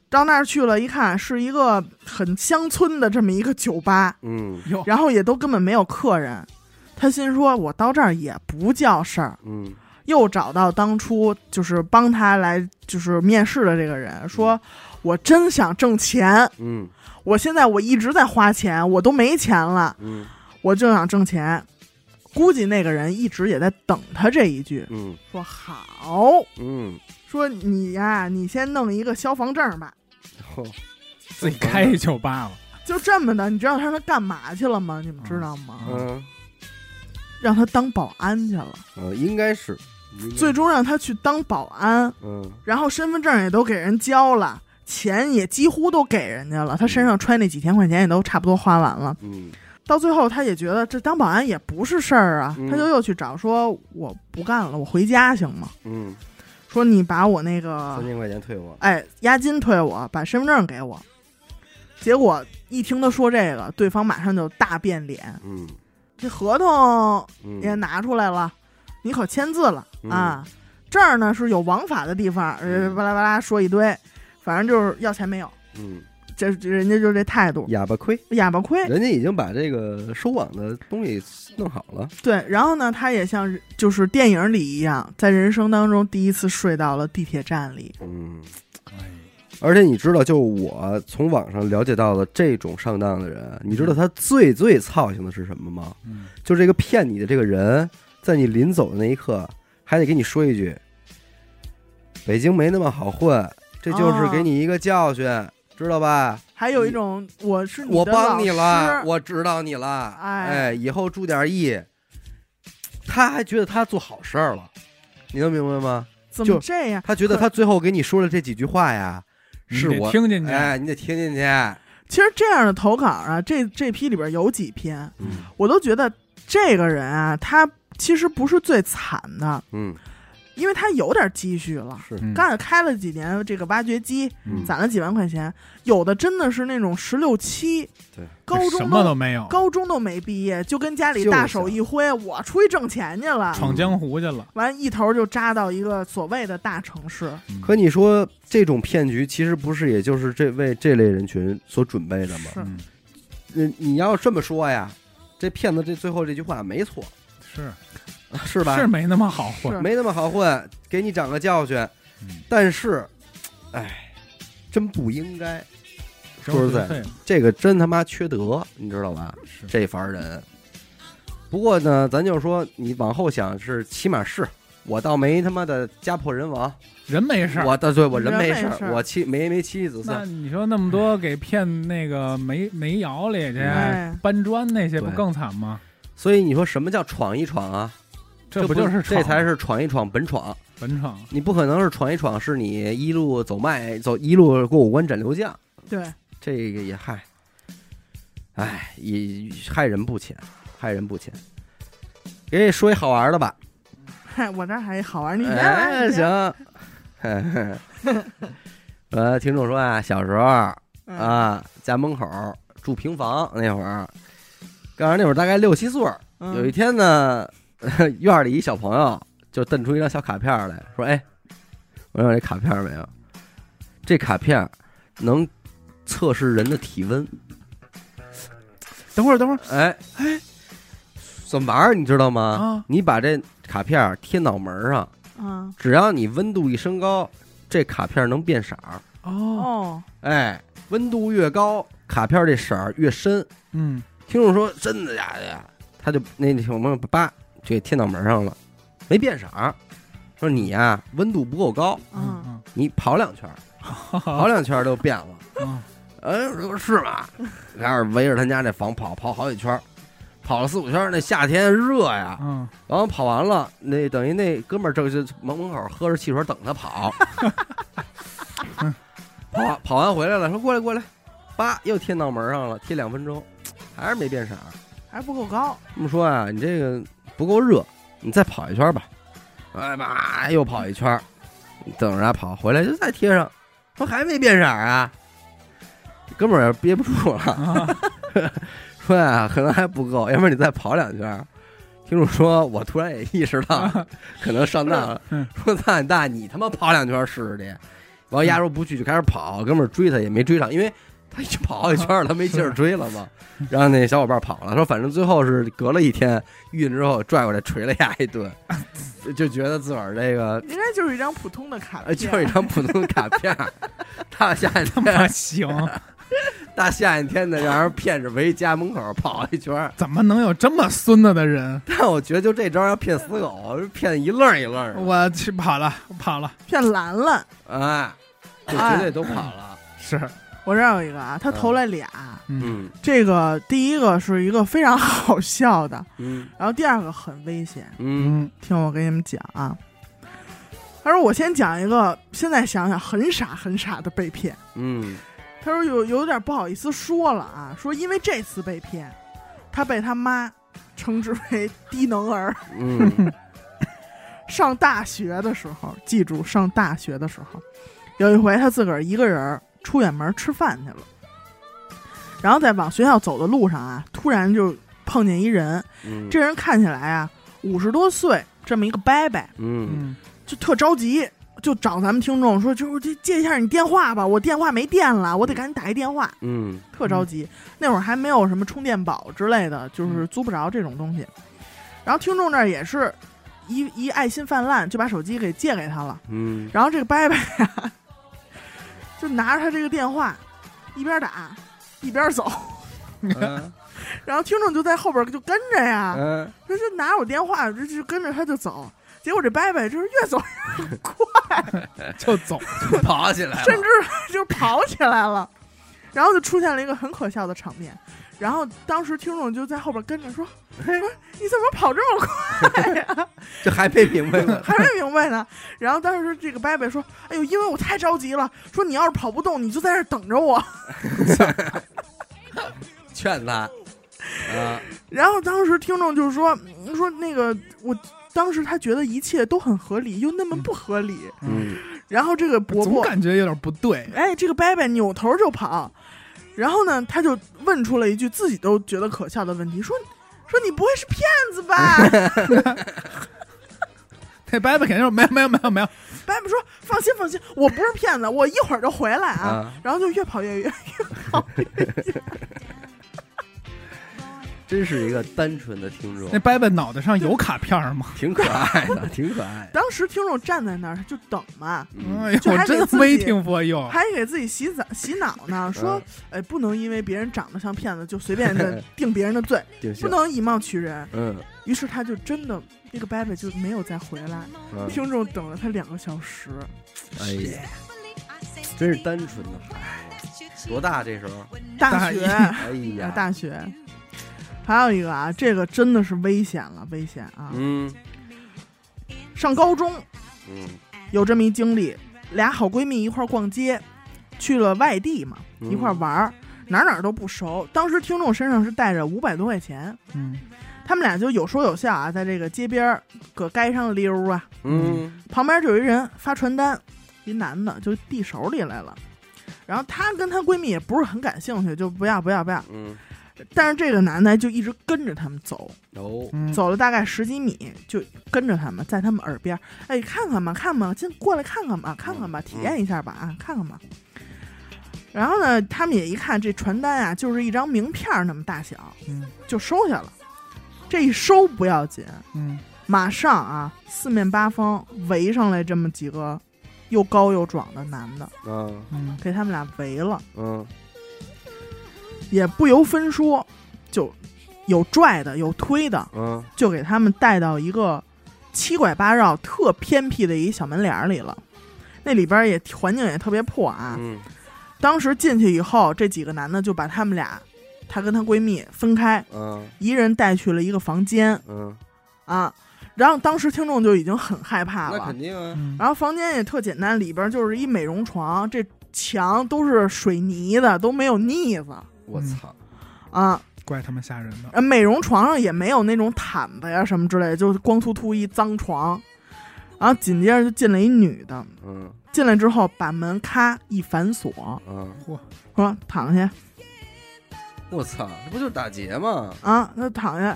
B: 到那儿去了，一看是一个很乡村的这么一个酒吧，
A: 嗯，
C: 哟，
B: 然后也都根本没有客人。他心说，我到这儿也不叫事儿。
A: 嗯，
B: 又找到当初就是帮他来就是面试的这个人，说我真想挣钱，
A: 嗯，
B: 我现在我一直在花钱，我都没钱了，
A: 嗯，
B: 我就想挣钱。估计那个人一直也在等他这一句，
A: 嗯，
B: 说好，
A: 嗯，
B: 说你呀、你先弄一个消防证吧。
C: 自己开一酒吧了，
B: 就这么的，你知道他让他干嘛去了
A: 啊
B: 吗？你们知道吗？
A: 嗯，
B: 让他当保安去了。
A: 呃，应该是，
B: 最终让他去当保安，
A: 嗯，
B: 然后身份证也都给人交了，钱也几乎都给人家了，他身上揣那几千块钱也都差不多花完了。
A: 嗯
B: 到最后，他也觉得这当保安也不是事儿啊，
A: 嗯
B: 他就又去找说我不干了，我回家行吗？
A: 嗯，
B: 说你把我那个
A: 三千块钱退我，
B: 哎，押金退我，把身份证给我。结果一听他说这个，对方马上就大变脸，
A: 嗯
B: 这合同
A: 嗯，
B: 也拿出来了，你可签字了、
A: 嗯
B: 啊！这儿呢是有王法的地方，呃，
A: 嗯
B: 巴拉巴拉说一堆，反正就是要钱没有，
A: 嗯，
B: 这这人家就是这态度，
A: 哑巴亏，
B: 哑巴亏。
A: 人家已经把这个收网的东西弄好了，
B: 对，然后呢，他也像就是电影里一样，在人生当中第一次睡到了地铁站里，
A: 嗯。
C: 哎，
A: 而且你知道，就我从网上了解到的这种上当的人，你知道他最最操心的是什么吗？
C: 嗯，
A: 就这个骗你的这个人，在你临走的那一刻，还得给你说一句：“北京没那么好混。”这就是
B: 哦
A: 给你一个教训，知道吧？
B: 还有一种我是你
A: 我
B: 的
A: 帮你
B: 老
A: 了，
B: 师
A: 我指导你了，
B: 哎
A: 哎，以后注点意。他还觉得他做好事儿了，你能明白吗？
B: 怎
A: 就
B: 么这样？
A: 他觉得
B: 可
A: 他最后给你说的这几句话呀，
C: 你
A: 是
C: 得
A: 我
C: 听进去，
A: 哎，你得听进去。
B: 其实这样的投稿啊，这这批里边有几篇，
A: 嗯
B: 我都觉得这个人啊，他其实不是最惨的，
A: 嗯，
B: 因为他有点积蓄了，
A: 是
C: 嗯
B: 干开了几年这个挖掘机，
C: 嗯
B: 攒了几万块钱，有的真的是那种十六七，
A: 对，
B: 高
C: 什
B: 中
C: 么
B: 都
C: 都没有，
B: 高中都没毕业，就跟家里
A: 就
B: 大
A: 想
B: 手一挥，我出去挣钱去了，
C: 闯江湖去了。
B: 完一头就扎到一个所谓的大城市，
C: 嗯
A: 可你说这种骗局其实不是，也就是这为这类人群所准备的吗？
B: 是
C: 嗯
A: 嗯，你要这么说呀，这骗子这最后这句话没错，
C: 是
A: 是吧？
C: 嗯是没那么好混
B: 是，
A: 没那么好混，给你长个教训。
C: 嗯
A: 但是，哎，真不应该，说
C: 交
A: 实
C: 学
A: 在
C: 费
A: 这个真他妈缺德，你知道吧？
C: 是
A: 这番人。不过呢，咱就说你往后想是，起码是我倒没他妈的家破人亡，
C: 人没事儿。
A: 我倒对我人
B: 人
A: 没
B: 没
A: 事儿
B: 事儿
A: 我妻没没妻子
C: 那
A: 算，
C: 你说那么多给骗那个煤煤窑里去
B: 哎
C: 搬砖那些，不
A: 对
C: 更惨吗？
A: 所以你说什么叫闯一闯啊？
C: 不就是
A: 这才
C: 是
A: 是闯一闯本闯，
C: 本闯？
A: 你不可能是闯一闯，是你一路走迈走一路过五关斩六将，
B: 对，
A: 这个也害，哎，也害人不浅，害人不浅。给你说一好玩的吧，
B: 嗨，我这儿还好玩，你别来，
A: 哎，
B: 你别来，
A: 行。呃，听众说啊，小时候
B: 嗯
A: 啊，家门口住平房那会儿，告诉你那会儿大概六七岁儿，
B: 嗯
A: 有一天呢， 院里一小朋友就瞪出一张小卡片来说：“哎，我有这卡片没有？这卡片能测试人的体温。
C: 等会儿，等会儿”
A: 哎哎，怎么玩儿你知道吗？
C: 啊，
A: 你把这卡片贴脑门儿上，
B: 嗯
A: 只要你温度一升高，这卡片能变色儿。
C: 哦，
B: 哦，
A: 哎，温度越高，卡片这色儿越深。
C: 嗯，
A: 听众说：“真的假的呀？”他就那小朋友叭就给贴脑门上了，没变色儿。说你呀、温度不够高，
B: 嗯。
C: 嗯，
A: 你跑两圈儿，跑
C: 好
A: 两圈儿就变了。
C: 嗯，
A: 哎，我说是吗？开始围着他家那房跑，跑好几圈儿，跑了四五圈儿。那夏天热呀，
C: 嗯，
A: 然后跑完了，那等于那哥们儿正是门门口喝着汽水等他跑， 跑完跑完回来了，说过来过来，叭又贴脑门上了，贴两分钟，还是没变色儿。
B: 还不够高，
A: 这么说啊，你这个不够热，你再跑一圈吧。哎妈，又跑一圈，等着他跑回来就再贴上，说还没变色儿啊。哥们儿也憋不住了， 说呀、可能还不够，要不然你再跑两圈。听众说，我突然也意识到，可能上当了
C: 嗯。
A: 说操你大，你他妈跑两圈试试去。完，压住不去就开始跑，哥们儿追他也没追上，因为他已经跑好几圈了，他没劲儿追了嘛。然后那小伙伴跑了，说反正最后是隔了一天晕之后拽过来捶了他一顿， 就就觉得自个儿这个
B: 应该就是一张普通的卡
A: 呃
B: 片，
A: 就是一张普通的卡片儿。大夏
C: 他妈
A: 天，
C: 行，
A: 大夏天的让人骗着围家门口跑一圈儿，
C: 怎么能有这么孙子的人？
A: 但我觉得就这招要骗死狗，骗一愣儿一愣儿的，
C: 我去跑了，我跑了，
B: 骗蓝了。
A: 哎，就绝对都跑了。
C: 是，
B: 我这儿有一个啊，他投了俩，
C: 嗯，
A: 嗯
B: 这个第一个是一个非常好笑的，
A: 嗯
B: 然后第二个很危险。
A: 嗯
C: 嗯，
B: 听我给你们讲啊，他说我先讲一个，现在想想很傻很傻的被骗。
A: 嗯，
B: 他说有有点不好意思说了啊，说因为这次被骗，他被他妈称之为低能儿。啊
A: 嗯，
B: 上大学的时候，记住上大学的时候，有一回他自个儿一个人儿出远门吃饭去了，然后在往学校走的路上啊，突然就碰见一人，
A: 嗯，
B: 这人看起来啊五十多岁，这么一个伯伯，
A: 嗯，
C: 嗯
B: 就特着急，就找咱们听众说，就是这借一下你电话吧，我电话没电了，我得赶紧打一电话，
A: 嗯，
B: 特着急。那会儿还没有什么充电宝之类的，就是租不着这种东西。然后听众那儿也是一一爱心泛滥，就把手机给借给他了。
A: 嗯，
B: 然后这个伯伯呀，就拿着他这个电话，一边打一边走。
A: 嗯，
B: 然后听众就在后边就跟着呀，
A: 嗯，
B: 他就拿着我电话，就就跟着他就走。结果这伯伯就是越走越快，
C: 就走，
A: 跑起来
B: 甚至就跑起来了，然后就出现了一个很可笑的场面。然后当时听众就在后边跟着说：“你怎么跑这么快呀、
A: 这还没明白呢。
B: 还没明白呢。”然后当时这个伯伯说：“哎呦，因为我太着急了，说你要是跑不动，你就在这儿等着我。
A: 劝他，啊，”
B: 然后当时听众就说：“嗯说那个我。”当时他觉得一切都很合理，又那么不合理。
A: 嗯，
B: 然后这个伯
C: 总
B: 伯
C: 感觉有点不对。
B: 哎，这个伯伯扭头就跑，然后呢，他就问出了一句自己都觉得可笑的问题，说：“说你不会是骗子吧
C: 那伯伯肯定说没有没有没有没有，？”
B: 伯伯说：“放心放心，我不是骗子，我一会儿就回来啊。
A: 啊
B: 然后就越跑越远，
A: 真是一个单纯的听众
C: 那，伯伯脑袋上有卡片吗？
A: 挺可爱的，挺可爱的。
B: 当时听众站在那儿就等嘛，
A: 嗯
C: 哎呦，
B: 就还
C: 我
B: 给
C: 真
B: 自
C: 没
B: 己
C: 听过哟。
B: 还给自己洗澡洗脑呢，说
A: 嗯：“
B: 哎，不能因为别人长得像骗子就随便 的定别人的罪，
A: 挺
B: 不
A: 像，
B: 能以貌取人。
A: 嗯，”
B: 于是他就真的。那个伯伯就没有再回来，
A: 嗯
B: 听众等了他两个小时，
A: 哎呀，真是单纯的孩子，多大这时候？
B: 大
C: 大
B: 学
C: 一
A: 哎
B: 啊
A: 呀，，
B: 大学。还有一个啊，这个真的是危险了，危险啊！
A: 嗯
B: 上高中
A: 嗯，
B: 有这么一经历，俩好闺蜜一块儿逛街，去了外地嘛，
A: 嗯
B: 一块儿玩儿，哪儿哪儿都不熟。当时听众身上是带着五百多块钱，
C: 嗯，
B: 他们俩就有说有笑啊，在这个街边儿搁街上溜啊，
A: 嗯
B: 旁边就有一人发传单，一男的就递手里来了。然后她跟她闺蜜也不是很感兴趣，就不要不要不要。
A: 嗯，
B: 但是这个男的就一直跟着他们走，
A: 哦，
C: 嗯，
B: 走了大概十几米，就跟着他们，在他们耳边，哎，看看吧，看吧，进过来看看吧，看看吧，体验一下吧，啊，看看吧。然后呢，他们也一看这传单啊，就是一张名片儿那么大小，
C: 嗯
B: 就收下了。这一收不要紧，
C: 嗯，
B: 马上啊，四面八方围上来这么几个又高又壮的男的，
A: 嗯
C: 嗯，
B: 给他们俩围了，
A: 嗯
B: 也不由分说，就有拽的，有推的，
A: 嗯
B: 就给他们带到一个七拐八绕、特偏僻的一小门脸儿里了。那里边儿也环境也特别破啊。
A: 嗯
B: 当时进去以后，这几个男的就把他们俩，她跟她闺蜜分开，
A: 嗯
B: 一人带去了一个房间
A: 嗯，
B: 啊。然后当时听众就已经很害怕
A: 那
B: 了
A: 肯。定啊，
C: 嗯
B: 然后房间也特简单，里边就是一美容床，这墙都是水泥的，都没有腻子
A: 我操，
B: 啊。
C: 怪他们吓人的。
B: 呃，美容床上也没有那种毯子呀什么之类的，就是光秃秃一脏床。然后紧接着就进来一女的，
A: 嗯
B: 进来之后把门咔一反锁，
A: 嗯，
C: 嚯，
B: 说躺下
A: 我操，这不就是打劫吗？
B: 啊，那躺下。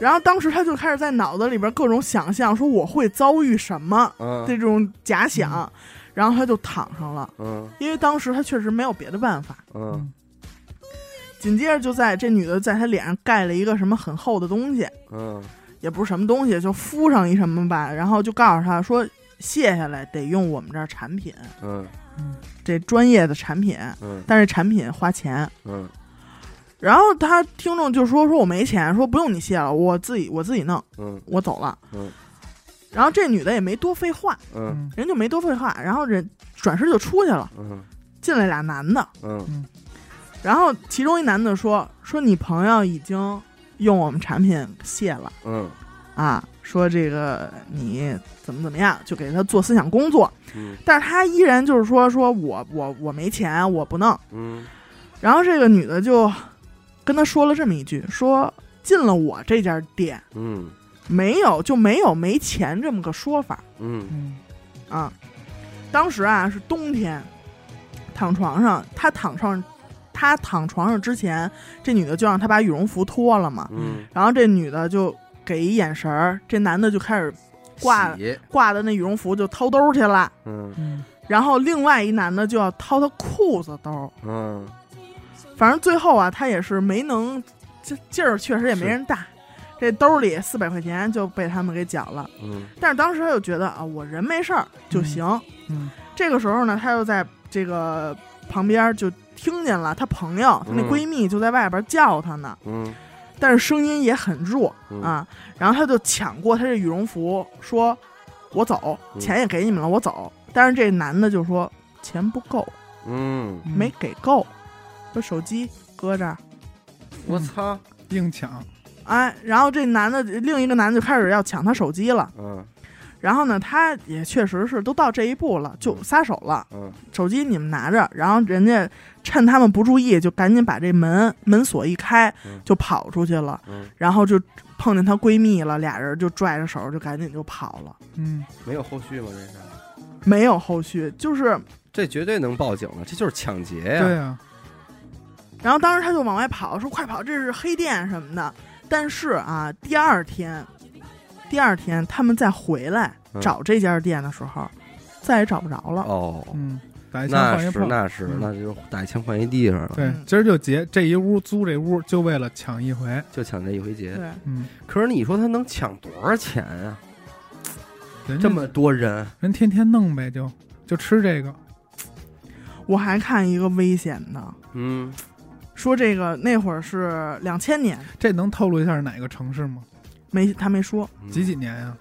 B: 然后当时他就开始在脑子里边各种想象，说我会遭遇什么这
A: 嗯
B: 种假想，然后他就躺上了，
A: 嗯
B: 因为当时他确实没有别的办法。
A: 嗯
B: 紧接着就在这女的在他脸上盖了一个什么很厚的东西，
A: 嗯
B: 也不是什么东西，就敷上一什么吧，然后就告诉他说卸下来得用我们这儿产品，
A: 嗯
B: 这专业的产品，
A: 嗯
B: 但是产品花钱。
A: 嗯
B: 然后他听众就说说我没钱，说不用你卸了，我自己我自己弄，
A: 嗯
B: 我走了。
A: 嗯
B: 然后这女的也没多废话，
A: 嗯
C: 嗯
B: 人就没多废话，然后人转身就出去了，
A: 嗯
B: 进来俩男的，
A: 嗯
B: 然后其中一男的说说你朋友已经用我们产品卸了。
A: 嗯
B: 啊，说这个你怎么怎么样，就给他做思想工作。
A: 嗯
B: 但是他依然就是说，说我我我没钱，我不弄。
A: 嗯
B: 然后这个女的就跟他说了这么一句，说进了我这家店
A: 嗯
B: 没有就没有没钱这么个说法
A: 嗯
C: 嗯
B: 啊。当时啊是冬天，躺床上，他躺上，他躺床上之前，这女的就让他把羽绒服脱了嘛，
A: 嗯，
B: 然后这女的就给一眼神儿，这男的就开始挂
A: 洗
B: 挂的那羽绒服就掏兜去了，
A: 嗯
C: 嗯
B: 然后另外一男的就要掏他裤子兜，
A: 嗯
B: 反正最后啊，他也是没能，这劲儿确实也没人大，这兜里四百块钱就被他们给缴了。
A: 嗯
B: 但是当时他就觉得啊，我人没事儿就行。
C: 嗯
B: 这个时候呢，他又在这个旁边就听见了，他朋友，他那
A: 嗯
B: 闺蜜就在外边叫他呢，
A: 嗯
B: 但是声音也很弱
A: 嗯
B: 啊。然后他就抢过他这羽绒服，说：“我走，
A: 嗯
B: 钱也给你们了，我走。”但是这男的就说：“钱不够，
A: 嗯，
C: 嗯
B: 没给够，说手机搁这儿。”
A: 我操，
C: 硬抢，
B: 哎，然后这男的另一个男的就开始要抢他手机了，
A: 嗯
B: 然后呢，他也确实是都到这一步了，就撒手了，
A: 嗯
B: 手机你们拿着，然后人家趁他们不注意，就赶紧把这门门锁一开
A: 嗯，
B: 就跑出去了，
A: 嗯，
B: 然后就碰见她闺蜜了，俩人就拽着手就赶紧就跑了，
C: 嗯
A: 没有后续吗？这是，
B: 没有后续，就是，
A: 这绝对能报警了，这就是抢劫哎呀！
C: 对啊，
B: 然后当时他就往外跑，说快跑，这是黑店什么的，但是啊，第二天，第二天他们再回来。
A: 嗯
B: 找这家店的时候，再也找不着了。
A: 哦，
C: 嗯，打一枪
A: 那
C: 换一
A: 是
C: 炮，
A: 那是，
C: 嗯
A: 那就打一枪换一地上了，
C: 对
B: 嗯，
C: 今儿就劫这一屋租这屋，就为了抢一回，
A: 就抢这一回劫。
B: 对，
C: 嗯，
A: 可是你说他能抢多少钱啊？
C: 人家
A: 这么多人，
C: 人天天弄呗，就就吃这个，
B: 我还看一个危险的，
A: 嗯，
B: 说这个那会儿是两千年，
C: 这能透露一下是哪个城市吗？
B: 没他没说，
A: 嗯
C: 几几年呀、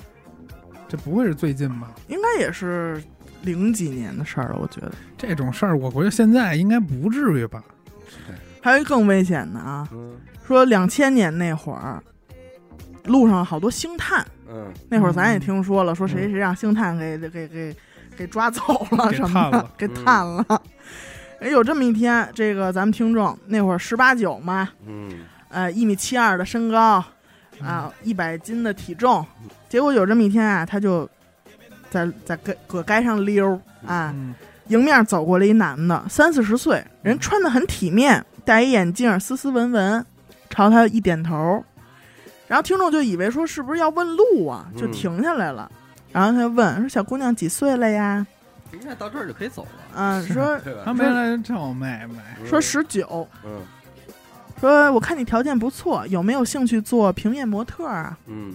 C: 这不会是最近吧？
B: 应该也是零几年的事儿了，我觉得。
C: 这种事儿，我觉得现在应该不至于吧？
B: 还有一个更危险的啊，
A: 嗯
B: 说两千年那会儿，路上好多星探，
A: 嗯
B: 那会儿咱也
C: 嗯
B: 听说了，说谁谁让星探给给给给抓走了
C: 给
B: 啊什么
C: 探
B: 的
C: 了，
B: 给
A: 嗯
B: 探了。哎，有这么一天，这个咱们听众那会儿十八九嘛，
A: 嗯
B: 呃一米七二的身高，
C: 嗯
B: 啊一百斤的体重，结果有这么一天啊，他就在在街搁街上溜啊，
C: 嗯，
B: 迎面走过来一男的，三四十岁，
A: 嗯
B: 人穿的很体面，戴一眼镜，斯斯文文，朝他一点头，然后听众就以为说是不是要问路啊，就
A: 嗯
B: 停下来了。然后他就问说：“小姑娘几岁了呀
A: 那到这儿就可以走？”了，
B: 嗯，
C: 是
B: 说
A: 对吧
C: 他没来找妹妹，
B: 说，十九，
A: 嗯
B: 说我看你条件不错，有没有兴趣做平面模特啊？
A: 嗯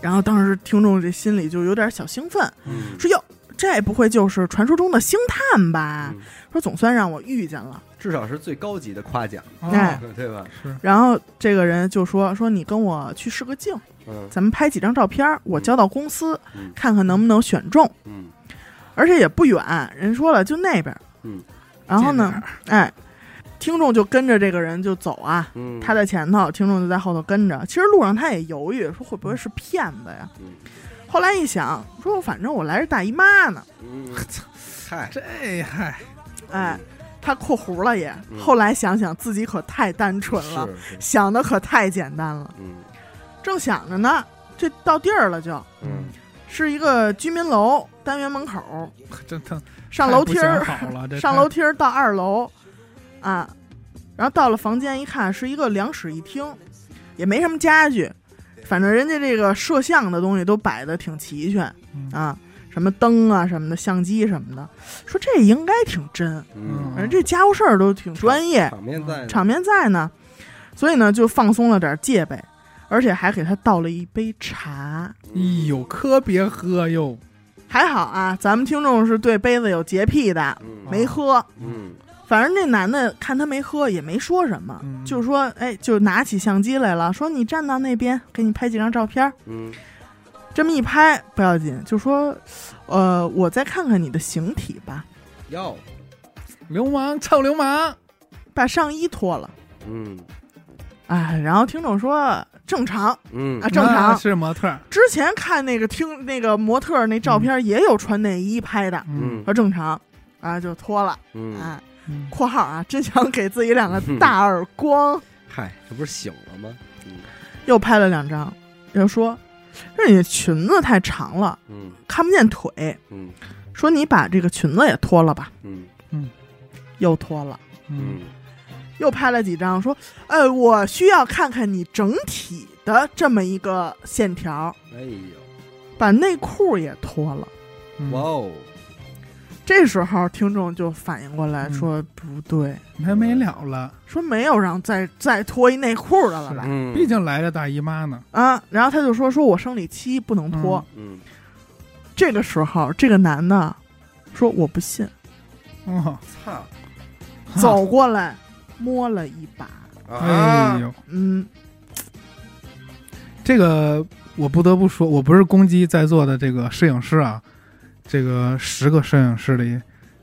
B: 然后当时听众这心里就有点小兴奋，
A: 嗯，
B: 说：“哟，这不会就是传说中的星探吧？
A: 嗯
B: 说总算让我遇见了。
A: 至少是最高级的夸奖，
C: 哦
B: 哎
A: 对吧？
C: 是”
B: 然后这个人就说：“说你跟我去试个镜，
A: 嗯
B: 咱们拍几张照片儿，我交到公司
A: 嗯
B: 看看能不能选中，
A: 嗯
B: 而且也不远，人说了就那边。”
A: 嗯，
B: 然后
C: 这
B: 呢
C: 哪，
B: 哎，听众就跟着这个人就走啊，
A: 嗯，
B: 他在前头，听众就在后头跟着。其实路上他也犹豫，说会不会是骗子呀？
A: 嗯
B: 后来一想，说反正我来是大姨妈呢，
A: 嗯， 嗨，
C: 这嗨，
B: 哎，他括弧了也。
A: 嗯
B: 后来想想自己可太单纯了，
A: 是是，
B: 想的可太简单了。
A: 嗯
B: 正想着呢，这到地儿了就，
A: 嗯，
B: 是一个居民楼单元门口，
C: 这他
B: 上楼梯儿，
C: 太不想好了，这
B: 上
C: 太
B: 楼梯儿到二楼，啊，然后到了房间一看，是一个两室一厅，也没什么家具，反正人家这个摄像的东西都摆的挺齐全
C: 嗯
B: 啊，什么灯啊什么的，相机什么的，说这应该挺真，
A: 嗯
B: 反正这家伙事儿都挺专业，
A: 场面在呢
B: 哎场面在呢，所以呢就放松了点戒备，而且还给他倒了一杯茶。
A: 嗯
C: 哎呦，可别喝哟，
B: 还好啊，咱们听众是对杯子有洁癖的，
C: 哦
A: 嗯
B: 没喝。
A: 嗯
B: 反正那男的看他没喝，也没说什么，
C: 嗯
B: 就说哎，就拿起相机来了，说你站到那边，给你拍几张照片儿。
A: 嗯
B: 这么一拍不要紧，就说，呃，我再看看你的形体吧，
A: 要
C: 流氓，臭
B: 啊
C: 流氓，
B: 把上衣脱了。
A: 嗯
B: 哎，然后听众说正常
A: 嗯
B: 啊，正
C: 那
B: 常。
C: 是模特儿，
B: 之前看那个听那个模特儿那照
C: 嗯
B: 片，也有穿内衣拍的，
A: 嗯
B: 说正常，啊就脱了，
A: 嗯，
B: 啊，
C: 嗯，
B: 括号啊，真想给自己两个大耳光，
A: 嗨，这不是醒了吗？嗯
B: 又拍了两张，又说，说你裙子太长了，
A: 嗯
B: 看不见腿，
A: 嗯
B: 说你把这个裙子也脱了吧，
A: 嗯
B: 又脱了。
C: 嗯，
B: 又拍了几张，说：“呃，我需要看看你整体的这么一个线条，
A: 哎呦，
B: 把内裤也脱了。
C: 嗯
A: 哇，哦，”
B: 这时候听众就反应过来
C: 嗯
B: 说：“不对，
C: 没没了了，
B: 说没有让再再脱一内裤的了吧？
A: 嗯，
C: 毕竟来了大姨妈呢，
B: 啊！”然后他就说：“说我生理期不能脱。
A: 嗯，
B: 这个时候，这个男的说：“我不信。
C: 哦，
A: 操，啊
B: 走过来摸了一把，
C: 哎呦，
B: 嗯，
C: 这个我不得不说，我不是攻击在座的这个摄影师啊，这个十个摄影师里，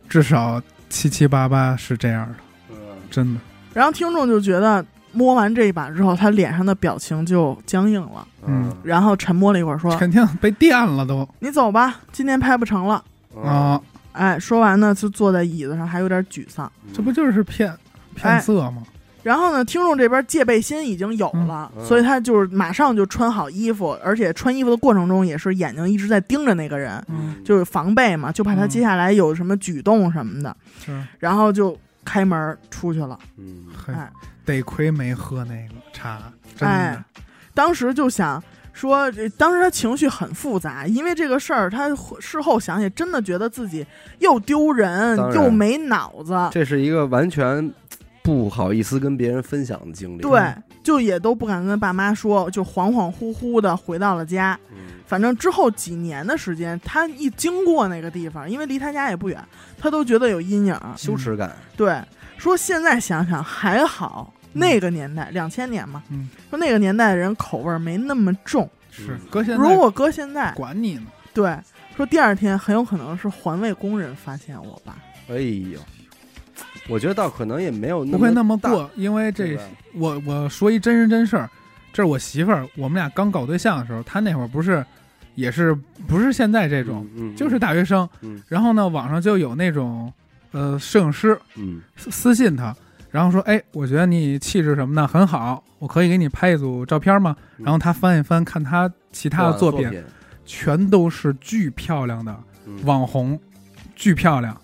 C: 至少七七八八是这样的，
A: 嗯
C: 真的。
B: 然后听众就觉得摸完这一把之后，他脸上的表情就僵硬了，
A: 嗯
B: 然后沉默了一会儿，说：“
C: 肯定被电了都
B: 你走吧，今天拍不成了。
A: 哦
C: 啊、，
B: 哎，说完呢，就坐在椅子上，还有点沮丧。
C: 这不就是骗骗色吗？
B: 然后呢，听众这边戒备心已经有了，
A: 嗯嗯
B: 所以他就是马上就穿好衣服，而且穿衣服的过程中也是眼睛一直在盯着那个人，
C: 嗯，
B: 就是防备嘛，就怕
A: 嗯
B: 他接下来有什么举动什么的，
C: 嗯是，
B: 然后就开门出去了。
A: 嗯
C: 嘿
B: 哎
C: 得亏没喝那个茶，真
B: 哎
C: 的，
B: 当时就想说，这当时他情绪很复杂，因为这个事儿，他事后想起真的觉得自己又丢人
A: 当然
B: 又没脑子，
A: 这是一个完全不好意思跟别人分享的经历。
B: 对，就也都不敢跟爸妈说，就恍恍惚惚的回到了家。
A: 嗯，
B: 反正之后几年的时间，他一经过那个地方，因为离他家也不远，他都觉得有阴影儿。
A: 羞耻感，
B: 对，说现在想想还好，那个年代两千年嘛，
C: 嗯，
B: 说那个年代的人口味儿没那么重。
C: 是
A: 嗯
C: 搁现
B: 如
C: 在
B: 果搁现在，
C: 管你呢，
B: 对，说第二天很有可能是环卫工人发现我吧。
A: 哎呦，我觉得倒可能也没有
C: 不会那么
A: 大，
C: 过，因为这
A: 对吧
C: 我我说一真人真事儿，这是我媳妇儿，我们俩刚搞对象的时候，她那会儿不是也是不是现在这种，，
A: 嗯
C: 就是，大学生。
A: 嗯
C: 然后呢，网上就有那种呃摄影师
A: 嗯
C: 私私信她，然后说，哎，我觉得你气质什么的很好，我可以给你拍一组照片吗？
A: 嗯
C: 然后她翻一翻，看她其他的作
A: 品，
C: 品，全都是巨漂亮的
A: 嗯
C: 网红，巨漂亮。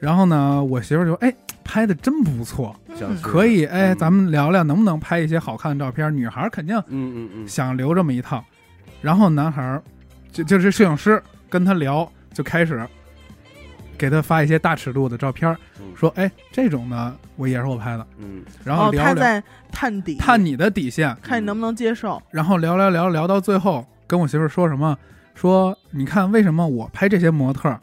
C: 然后呢，我媳妇儿就哎拍的真不错，
A: 想
B: 嗯
A: 是
C: 可以，哎，
A: 嗯
C: 咱们聊聊能不能拍一些好看的照片？女孩儿肯定
A: 嗯嗯嗯，
C: 想留这么一套，然后男孩儿就就是摄影师跟他聊，就开始给他发一些大尺度的照片儿，
A: 嗯
C: 说，哎，这种呢，我也是我拍的，
A: 嗯
C: 然后
B: 哦
C: 聊
B: 他
C: 聊
B: 在探底，
C: 探你的底线，
B: 看你能不能接受。
C: 然后聊聊聊聊到最后，跟我媳妇儿说什么？说你看为什么我拍这些模特儿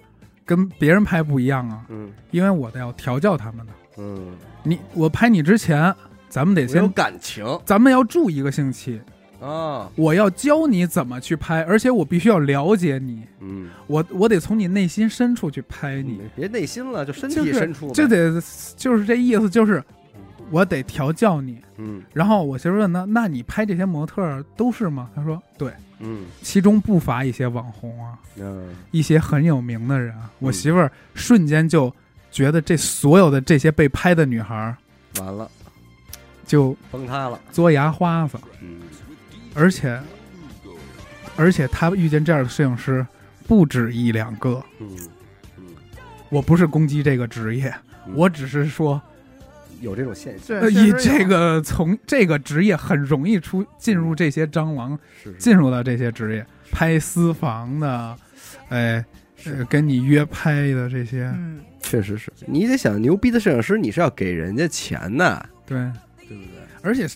C: 跟别人拍不一样啊？
A: 嗯
C: 因为我得要调教他们呢。
A: 嗯，
C: 你我拍你之前，咱们得
A: 我有
C: 先，
A: 感情
C: 咱们要住一个星期，
A: 啊，
C: 我要教你怎么去拍，而且我必须要了解你，
A: 嗯，
C: 我我得从你内心深处去拍你，
A: 别内心了，就身
C: 就
A: 体
C: 是
A: 深处呗，
C: 就得就是这意思，就是
A: 嗯
C: 我得调教你。
A: 嗯
C: 然后我媳妇儿问他，那你拍这些模特儿都是吗？他说对，
A: 嗯
C: 其中不乏一些网红啊，
A: 嗯
C: 一些很有名的人啊。我
A: 嗯
C: 媳妇儿瞬间就觉得这所有的这些被拍的女孩儿
A: 完了，
C: 就
A: 崩塌了，
C: 嘬牙花子，
A: 嗯
C: 而且而且她遇见这样的摄影师不止一两个。
A: 嗯嗯，
C: 我不是攻击这个职业，
A: 嗯
C: 我只是说，
A: 有这种现象，
B: 对，
C: 呃，
B: 确实
C: 以
B: 有
C: 这个从这个职业很容易出进入这些蟑螂，
A: 是
C: 进入到这些职业，拍私房的，哎，呃跟你约拍的这些，
B: 嗯，
A: 确实是你得想，牛逼的摄影师你是要给人家钱的，
C: 对，
A: 对不对？
C: 而且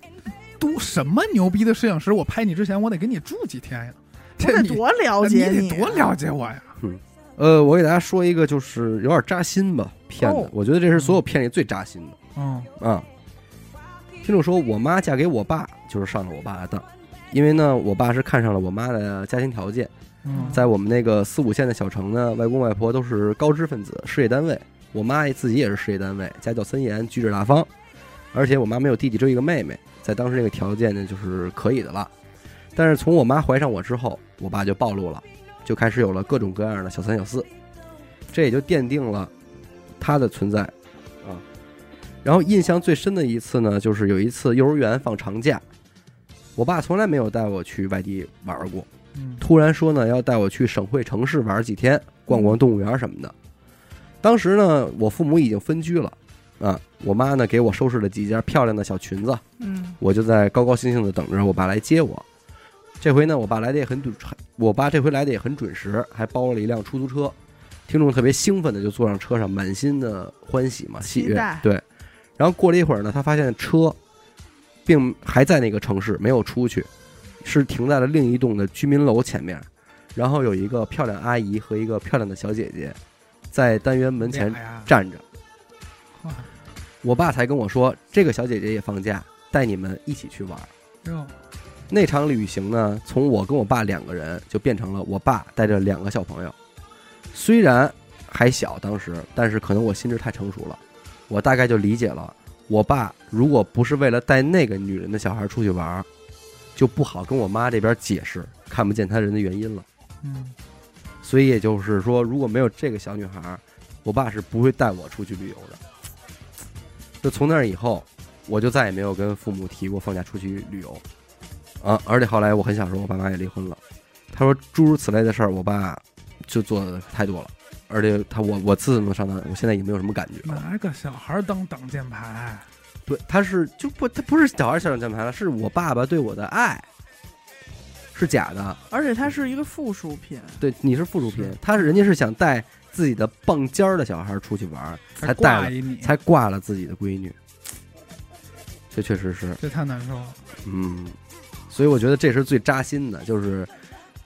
C: 都什么牛逼的摄影师，我拍你之前我得给你住几天呀，
B: 我
C: 这
B: 得
C: 你
B: 多了解
C: 你
B: 你啊
C: 得多了解我呀，
A: 呃，我给大家说一个，就是有点扎心吧，骗子，
B: 哦
A: 我觉得这是所有骗里最扎心的
C: 嗯
A: 啊。听众说，我妈嫁给我爸，就是上了我爸的当，因为呢，我爸是看上了我妈的家庭条件，
C: 嗯，
A: 在我们那个四五线的小城呢，外公外婆都是高知分子，事业单位，我妈自己也是事业单位，家教森严，举止大方，而且我妈没有弟弟，只有一个妹妹，在当时那个条件呢，就是可以的了。但是从我妈怀上我之后，我爸就暴露了，就开始有了各种各样的小三小四，这也就奠定了他的存在啊。然后印象最深的一次呢，就是有一次幼儿园放长假，我爸从来没有带我去外地玩儿过，
C: 嗯
A: 突然说呢要带我去省会城市玩几天，逛逛动物园什么的。当时呢，我父母已经分居了，啊，我妈呢给我收拾了几件漂亮的小裙子，
B: 嗯
A: 我就在高高兴兴的等着我爸来接我。这回呢，我爸来的也很准，我爸这回来的也很准时，还包了一辆出租车。听众特别兴奋的就坐上车上，满心的欢喜嘛，喜
B: 期
A: 悦
B: 待。
A: 对，然后过了一会儿呢，他发现车并还在那个城市，没有出去，是停在了另一栋的居民楼前面。然后有一个漂亮阿姨和一个漂亮的小姐姐在单元门前
C: 俩哎呀
A: 站着。
C: 哇
A: 我爸才跟我说，这个小姐姐也放假，带你们一起去玩儿。
C: 哟，
A: 那场旅行呢，从我跟我爸两个人就变成了我爸带着两个小朋友。虽然还小，当时，但是可能我心智太成熟了，我大概就理解了，我爸如果不是为了带那个女人的小孩出去玩儿，就不好跟我妈这边解释看不见他人的原因了。
C: 嗯，
A: 所以也就是说，如果没有这个小女孩儿，我爸是不会带我出去旅游的。就从那儿以后，我就再也没有跟父母提过放假出去旅游啊。而且后来我很小时候，我爸妈也离婚了。他说诸如此类的事儿，我爸就做的太多了。而且他我我自从上当，我现在已经没有什么感觉了。
C: 拿个小孩当挡箭牌，
A: 对，他是就不他不是小孩儿小人键盘了，是我爸爸对我的爱是假的。
B: 而且它是一个附属品，
A: 对，你是附属品
C: 是，
A: 他是人家是想带自己的棒尖儿的小孩儿出去玩儿，才带
C: 挂
A: 了
C: 一你，
A: 才挂了自己的闺女，这确实是，
C: 这太难受了。
A: 嗯，所以我觉得这是最扎心的，就是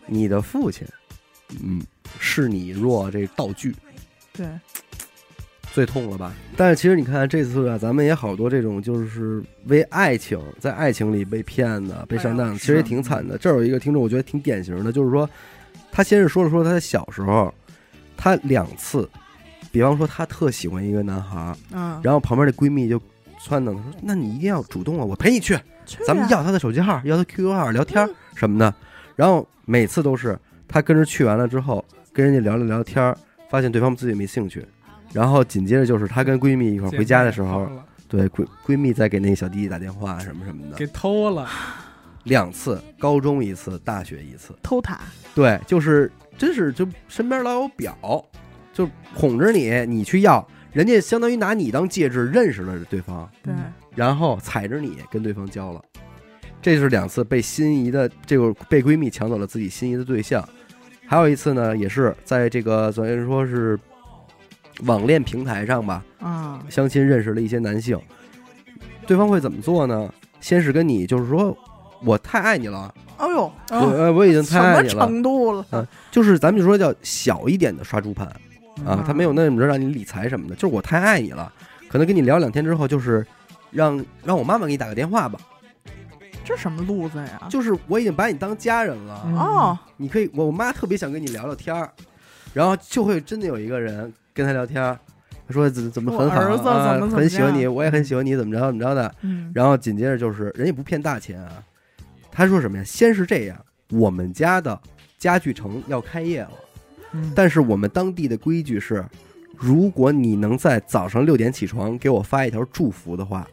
A: 你的父亲，嗯，视你若这道具，
B: 对，
A: 最痛了吧？但是其实你看这次啊，咱们也好多这种就是为爱情，在爱情里被骗的、被上当
C: 哎
A: 的，
C: 呀
A: 其实也挺惨的。这儿有一个听众，我觉得挺典型的，就是说，他先是说了说他小时候，他两次，比方说他特喜欢一个男孩儿，
B: 嗯，
A: 然后旁边的闺蜜就撺掇他说：“那你一定要主动啊，我陪你去，
B: 去啊
A: 咱们要他的手机号，要他 QQ 号聊天儿什么的。”然后每次都是他跟着去完了之后，跟人家聊了聊天儿，发现对方自己没兴趣，然后紧接着就是她跟闺蜜一块儿回家的时候
C: 姐，妹了
A: 对闺闺蜜在给那小弟弟打电话什么什么的，
C: 给 偷了，
A: 两次，高中一次，大学一次，
B: 偷塔，
A: 对，就是真是就身边老有表，就哄着你，你去要，人家相当于拿你当戒指认识了对方。
B: 对，
C: 嗯
A: 然后踩着你跟对方交了，这是两次被心仪的这个被闺蜜抢走了自己心仪的对象，还有一次呢，也是在这个算是说是网恋平台上吧，
B: 啊，
A: 相亲认识了一些男性，对方会怎么做呢？先是跟你就是说我太爱你了，
B: 哎呦，
A: 我呃我已经
B: 什
A: 太爱
B: 么
A: 你了，
B: 程度了？
A: 嗯就是咱们就说叫小一点的刷猪盘，啊
B: 嗯，
A: 他没有那么着让你理财什么的，就是我太爱你了，可能跟你聊两天之后，就是让让我妈妈给你打个电话吧，
B: 这什么路子呀？
A: 就是我已经把你当家人了，
C: 嗯
B: 哦，
A: 你可以，我我妈特别想跟你聊聊天儿，然后就会真的有一个人跟她聊天儿，她说怎怎么很好
B: 我儿子怎么
A: 啊
B: 怎，么
A: 很喜欢你，
B: 样
A: 我也很喜欢你，怎么着怎么着的，
B: 嗯，
A: 然后紧接着就是人也不骗大钱啊，他说什么呀？先是这样，我们家的家具城要开业了。
C: 嗯
A: 但是我们当地的规矩是，如果你能在早上六点起床给我发一条祝福的话，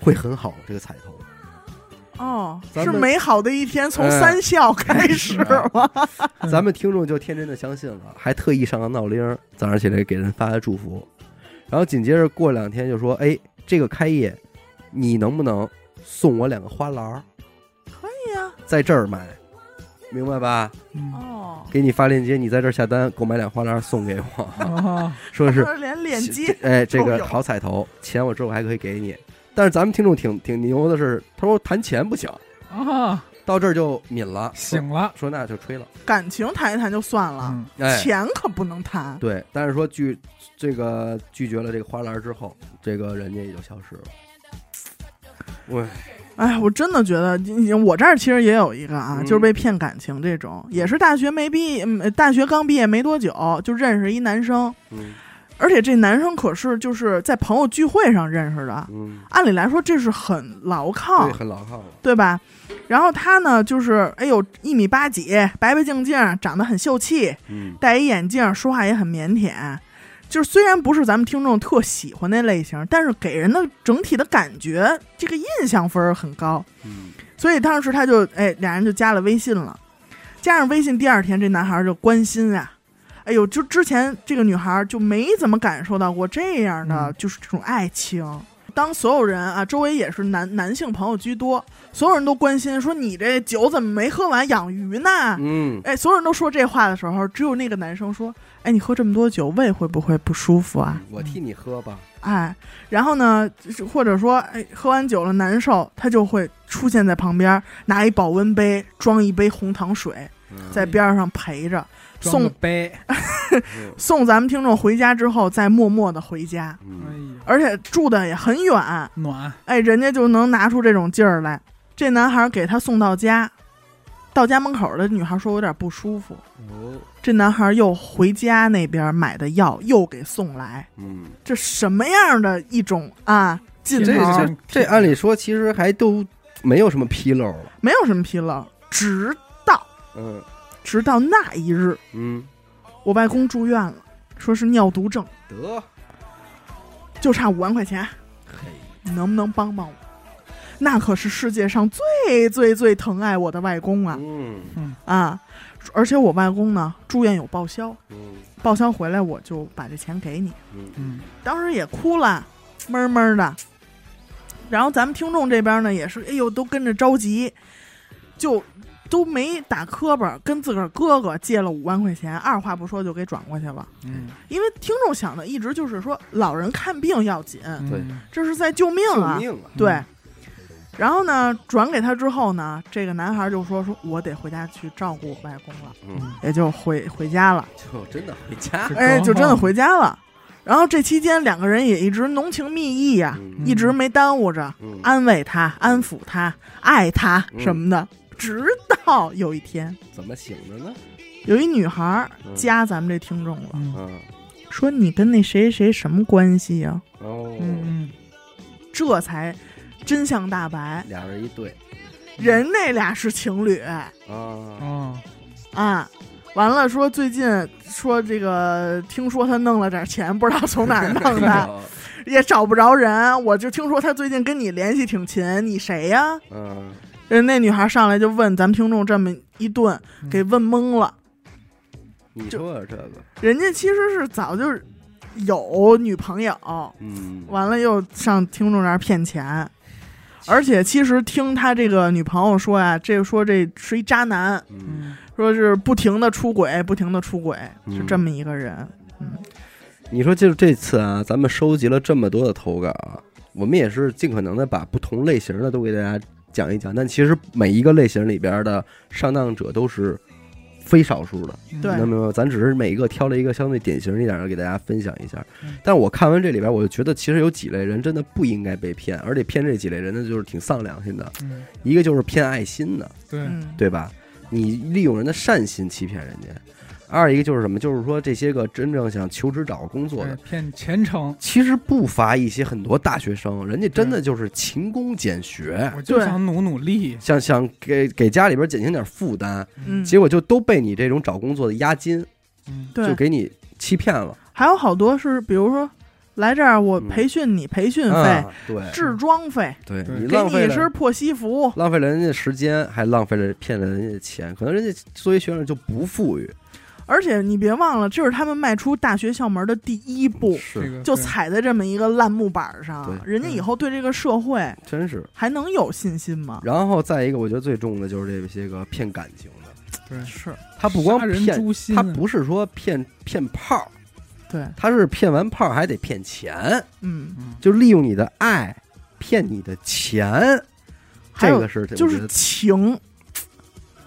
A: 会很好这个彩头。
B: 哦，
A: 咱
B: 是
A: 们
B: 美好的一天从
A: 哎
B: 三笑开始吗？
C: 嗯
A: 咱们听众就天真的相信了，还特意上了闹铃儿，早上起来给人发的祝福。然后紧接着过两天就说，哎，这个开业，你能不能送我两个花篮儿，
B: 对呀，
A: 在这儿买，明白吧？
C: 嗯
B: 哦，
A: 给你发链接，你在这儿下单购买两花篮儿送给我，
C: 哦，
A: 说是
B: 连脸
A: 这
B: 机，
A: 哎，这
B: 都
A: 个
B: 有
A: 好彩头，钱我之后还可以给你。但是咱们听众挺挺牛的是，他说谈钱不行，
C: 啊，
A: 到这儿就抿了，
C: 醒了，
A: 说，说那就吹了。
B: 感情谈一谈就算了，
C: 嗯，
A: 哎，
B: 钱可不 能谈。
A: 对，但是说拒这个拒绝了这个花篮之后，这个人家也就消失了。喂，
B: 哎，我真的觉得，你你我这儿其实也有一个啊，
A: 嗯
B: 就是被骗感情这嗯种，也是大学没毕，嗯大学刚毕业没多久就认识一男生，
A: 嗯
B: 而且这男生可是就是在朋友聚会上认识的，
A: 嗯，
B: 按理来说这是很牢靠
A: 对，，很牢靠了，
B: 对吧？然后他呢，就是哎呦一米八几，白白净净，长得很秀气，
A: 嗯
B: 戴一眼镜，说话也很腼腆。就是虽然不是咱们听众特喜欢那类型，但是给人的整体的感觉，这个印象分儿很高。
A: 嗯，
B: 所以当时他就哎，俩人就加了微信了。加上微信，第二天这男孩儿就关心啊，哎呦，就之前这个女孩儿就没怎么感受到过这样的，
C: 嗯
B: 就是这种爱情。当所有人啊，周围也是男男性朋友居多，所有人都关心说你这酒怎么没喝完养鱼呢？
A: 嗯，
B: 哎，所有人都说这话的时候，只有那个男生说：“哎，你喝这么多酒，胃会不会不舒服啊？”
A: 嗯我替你喝吧，
B: 哎，然后呢，就是或者说，哎，喝完酒了难受，他就会出现在旁边，拿一保温杯装一杯红糖水，
A: 嗯
B: 在边上陪着，
C: 装个哎
B: 送
C: 杯，
A: 嗯
B: 送咱们听众回家之后，再默默的回家，
C: 哎
A: 嗯，
C: 呀，
B: 而且住的也很远，
C: 暖，
B: 哎，人家就能拿出这种劲儿来。这男孩给他送到家，到家门口的女孩说有点不舒服，
A: 哦，
B: 这男孩又回家那边买的药又给送来，
A: 嗯，
B: 这什么样的一种啊劲
A: 这
C: 这
B: 头儿？
A: 这这，按理说其实还都没有什么纰漏了，
B: 没有什么纰漏，直
A: 嗯
B: 直到那一日，
A: 嗯，
B: 我外公住院了，说是尿毒症，
A: 得，
B: 就差五万块钱，
A: 嘿，
B: 你能不能帮帮我？那可是世界上最最最疼爱我的外公啊
A: 嗯
B: 啊！而且我外公呢住院有报销，
A: 嗯
B: 报销回来我就把这钱给你。
A: 嗯
C: 嗯，
B: 当时也哭了，闷闷的。然后咱们听众这边呢也是，哎呦，都跟着着急，就都没打磕巴，跟自个儿哥哥借了五万块钱，二话不说就给转过去了。
C: 嗯，
B: 因为听众想的一直就是说，老人看病要紧，
C: 嗯
A: 对，
B: 这是在救命啊。
A: 救命啊，
B: 对，然后呢，转给他之后呢，这个男孩就说：“说我得回家去照顾外公了，
A: 嗯，
B: 也就回回家了。
A: 就哦真的回家
C: 是，”
B: 哎，
C: 刚
B: 就真的
C: 好
B: 回家了。然后这期间，两个人也一直浓情蜜意啊呀、
A: 嗯
B: 一直没耽误着，
A: 嗯
B: 安慰他、安抚他、爱他
A: 嗯
B: 什么的。直到有一天，
A: 怎么醒的呢？
B: 有一女孩
A: 嗯
B: 加咱们这听众了，
C: 嗯
A: 嗯，
B: 说：“你跟那谁谁什么关系呀、
A: 哦，
C: 嗯
B: 这才真相大白，
A: 俩人一对
B: 人那俩是情侣
C: 嗯，
A: 啊，
C: 哦，
B: 啊。完了，说最近说这个，听说他弄了点钱，不知道从哪儿弄 的，也找不着人。我就听说他最近跟你联系挺勤，你谁呀？
A: 嗯，
B: 人那女孩上来就问咱们听众这么一顿，
C: 嗯
B: 给问懵了。
A: 你
B: 就
A: 说说这个，
B: 人家其实是早就有女朋友，
A: 嗯，
B: 完了又上听众那儿骗钱，而且其实听他这个女朋友说呀、这说这是一渣男，
A: 嗯，
C: 嗯，
B: 说是不停的出轨，不停的出轨，
A: 嗯
B: 是这么一个人。
A: 你说就是这次啊，咱们收集了这么多的投稿啊，我们也是尽可能的把不同类型的都给大家讲一讲，但其实每一个类型里边的上当者都是非少数的。
C: 嗯
B: 对
A: 那么咱只是每一个挑了一个相对典型一点的给大家分享一下
C: 嗯。
A: 但我看完这里边，我就觉得其实有几类人真的不应该被骗，而且骗这几类人呢，就是挺丧良心的。
C: 嗯，
A: 一个就是骗爱心的，
C: 对，
B: 嗯，
A: 对吧？你利用人的善心欺骗人家。二一个就是什么？就是说这些个真正想求职找工作
C: 哎
A: 的，
C: 骗前程，
A: 其实不乏一些很多大学生，人家真的就是勤工俭学，
C: 我就
B: 对
C: 想努努力，
A: 想想给给家里边减轻点负担，
B: 嗯，
A: 结果就都被你这种找工作的押金
C: 嗯，
A: 就
B: 对，
A: 给你欺骗了。
B: 还有好多是，比如说来这儿我
A: 嗯
B: 培训你，培训费、
A: 啊，对
B: 置装费，
A: 对，
C: 对
A: 你
B: 给
A: 浪
B: 你
A: 费
B: 一身
A: 了
B: 破西服，
A: 浪费了人家时间，还浪费了骗了人家钱，可能人家作为学生就不富裕，
B: 而且你别忘了，这是他们迈出大学校门的第一步。
C: 这
A: 是
C: 个
B: 就
C: 对
B: 踩在这么一个烂木板上，
A: 对
B: 人家以后对这个社会
A: 真是。
B: 还能有信心吗？
A: 然后再一个，我觉得最重的就是这些个骗感情的，
C: 对，
B: 是
A: 他不光
C: 杀人
A: 骗，
C: 诛心
A: 他
C: 啊，
A: 不是说骗骗炮儿，
B: 对，
A: 他是骗完炮儿还得骗钱。
B: 嗯，
C: 嗯，
A: 就利用你的爱骗你的钱，这
B: 还有
A: 个是
B: 就
A: 我觉
B: 是
A: 得
B: 情。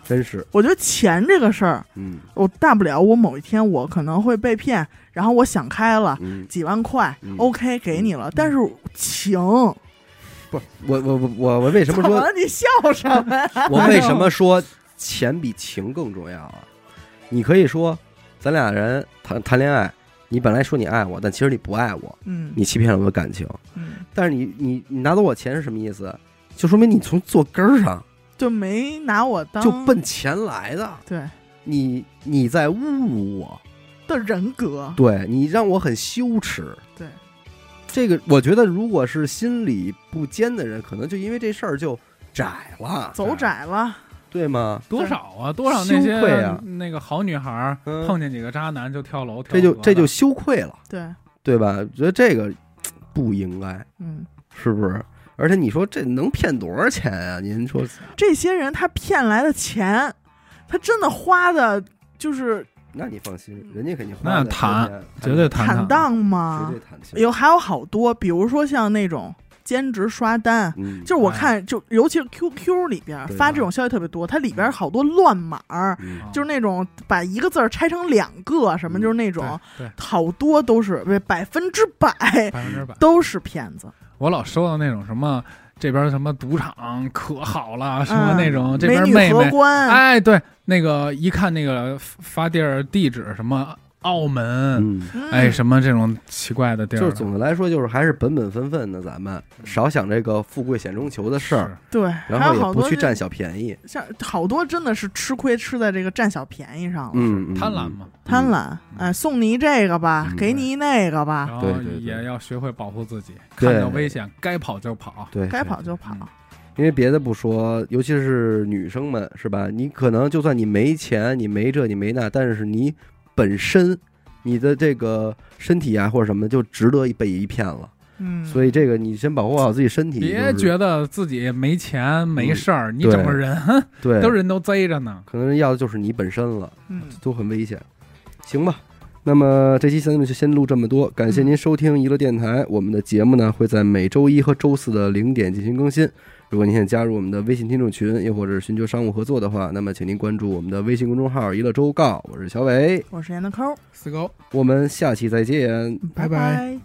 A: 真是，
B: 我觉得钱这个事儿，
A: 嗯
B: 我大不了我某一天我可能会被骗，然后我想开了，
A: 嗯，
B: 几万块、
A: 嗯
B: OK 给你了，但是情
A: 不是我我我我我为什么
B: 怎
A: 说
B: 了？ 你笑什么呀？
A: 我为什么说钱比情更重要啊？你可以说咱俩人谈谈恋爱，你本来说你爱我，但其实你不爱我，
B: 嗯，
A: 你欺骗了我的感情。
B: 嗯
A: 但是你你你拿走我钱是什么意思？就说明你从做根儿上
B: 就没拿我当
A: 就奔钱来的，
B: 对
A: 你你在侮辱我，
B: 的人格，
A: 对你让我很羞耻。
B: 对，
A: 这个我觉得如果是心理不坚的人，可能就因为这事儿就窄了，
B: 走窄了，
A: 对吗？
C: 多少啊？多少那些
A: 羞愧啊
C: 那个好女孩儿
A: 嗯
C: 碰见几个渣男就跳楼，
A: 这就
C: 跳河了
A: 这就羞愧了，
B: 对，
A: 对吧？我觉得这个不应该，
B: 嗯，
A: 是不是？而且你说这能骗多少钱啊？您说
B: 这些人他骗来的钱，他真的花的就是
A: 那你放心，人家肯定
C: 那坦绝对坦
B: 坦荡啊吗
A: 绝对？坦诚。
B: 有还有好多，比如说像那种兼职刷单，
A: 嗯，
B: 就是
C: 哎
B: 我看就尤其是 QQ 里边
A: 对
B: 发这种消息特别多，它里
C: 嗯
B: 边好多乱码儿，
C: 哦
A: 嗯
B: 就是那种把一个字儿拆成两个，什么
A: 嗯
B: 就是那
C: 对
B: 种，
C: 对
B: 好多都是不是百分之 百
C: 百分之百。
B: 都是骗子，
C: 我老收到那种什么这边什么赌场可好了，什么那种、
B: 嗯
C: 这
B: 美
C: 边
B: 女
C: 妹
B: 荷
C: 妹，
B: 官，
C: 哎，对，那个一看那个发地儿地址什么澳门，
A: 嗯，
B: 嗯
C: 哎，什么这种奇怪的地儿
A: 就
C: 的，
A: 是总的来说，就是还是本本分分的，咱们
C: 嗯
A: 少想这个富贵险中求的事儿，
B: 对，
A: 然
B: 还有
A: 后
B: 好
A: 也不
B: 多
A: 去
B: 这
A: 占小便宜，
C: 哦
B: 像好多真的是吃亏吃在这个占小便宜上了，
A: 嗯，
C: 是贪婪嘛，
B: 贪婪，
C: 嗯
B: 哎，送你这个吧，
A: 嗯
B: 给你那个吧，
C: 然后
A: 对对对
C: 也要学会保护自己，
A: 对
C: 看到危险该跑就跑
A: 嗯，，对，
B: 该跑就跑
C: 嗯，
A: 因为别的不说，尤其是女生们，是吧？你可能就算你没钱，你没这，你没那，但是你本身你的这个身体啊或者什么的，就值得被一骗了。
B: 嗯，
A: 所以这个你先保护好自己身体，就
C: 别
A: 是嗯
C: 觉得自己没钱没事儿，你
A: 对
C: 整个人哼
A: 对，
C: 都人都贼着呢。
A: 可能要的就是你本身了，
B: 嗯，
A: 都很危险。行吧，那么这期咱们就先录这么多，感谢您收听娱乐电台。我们的节目呢会在每周一和周四的零点进行更新。如果您想加入我们的微信听众群，又或者是寻求商务合作的话，那么请您关注我们的微信公众号“娱乐周告”。我是小伟，
B: 我是闫德抠，
C: 四狗，
A: 我们下期再见。
C: 拜
B: 拜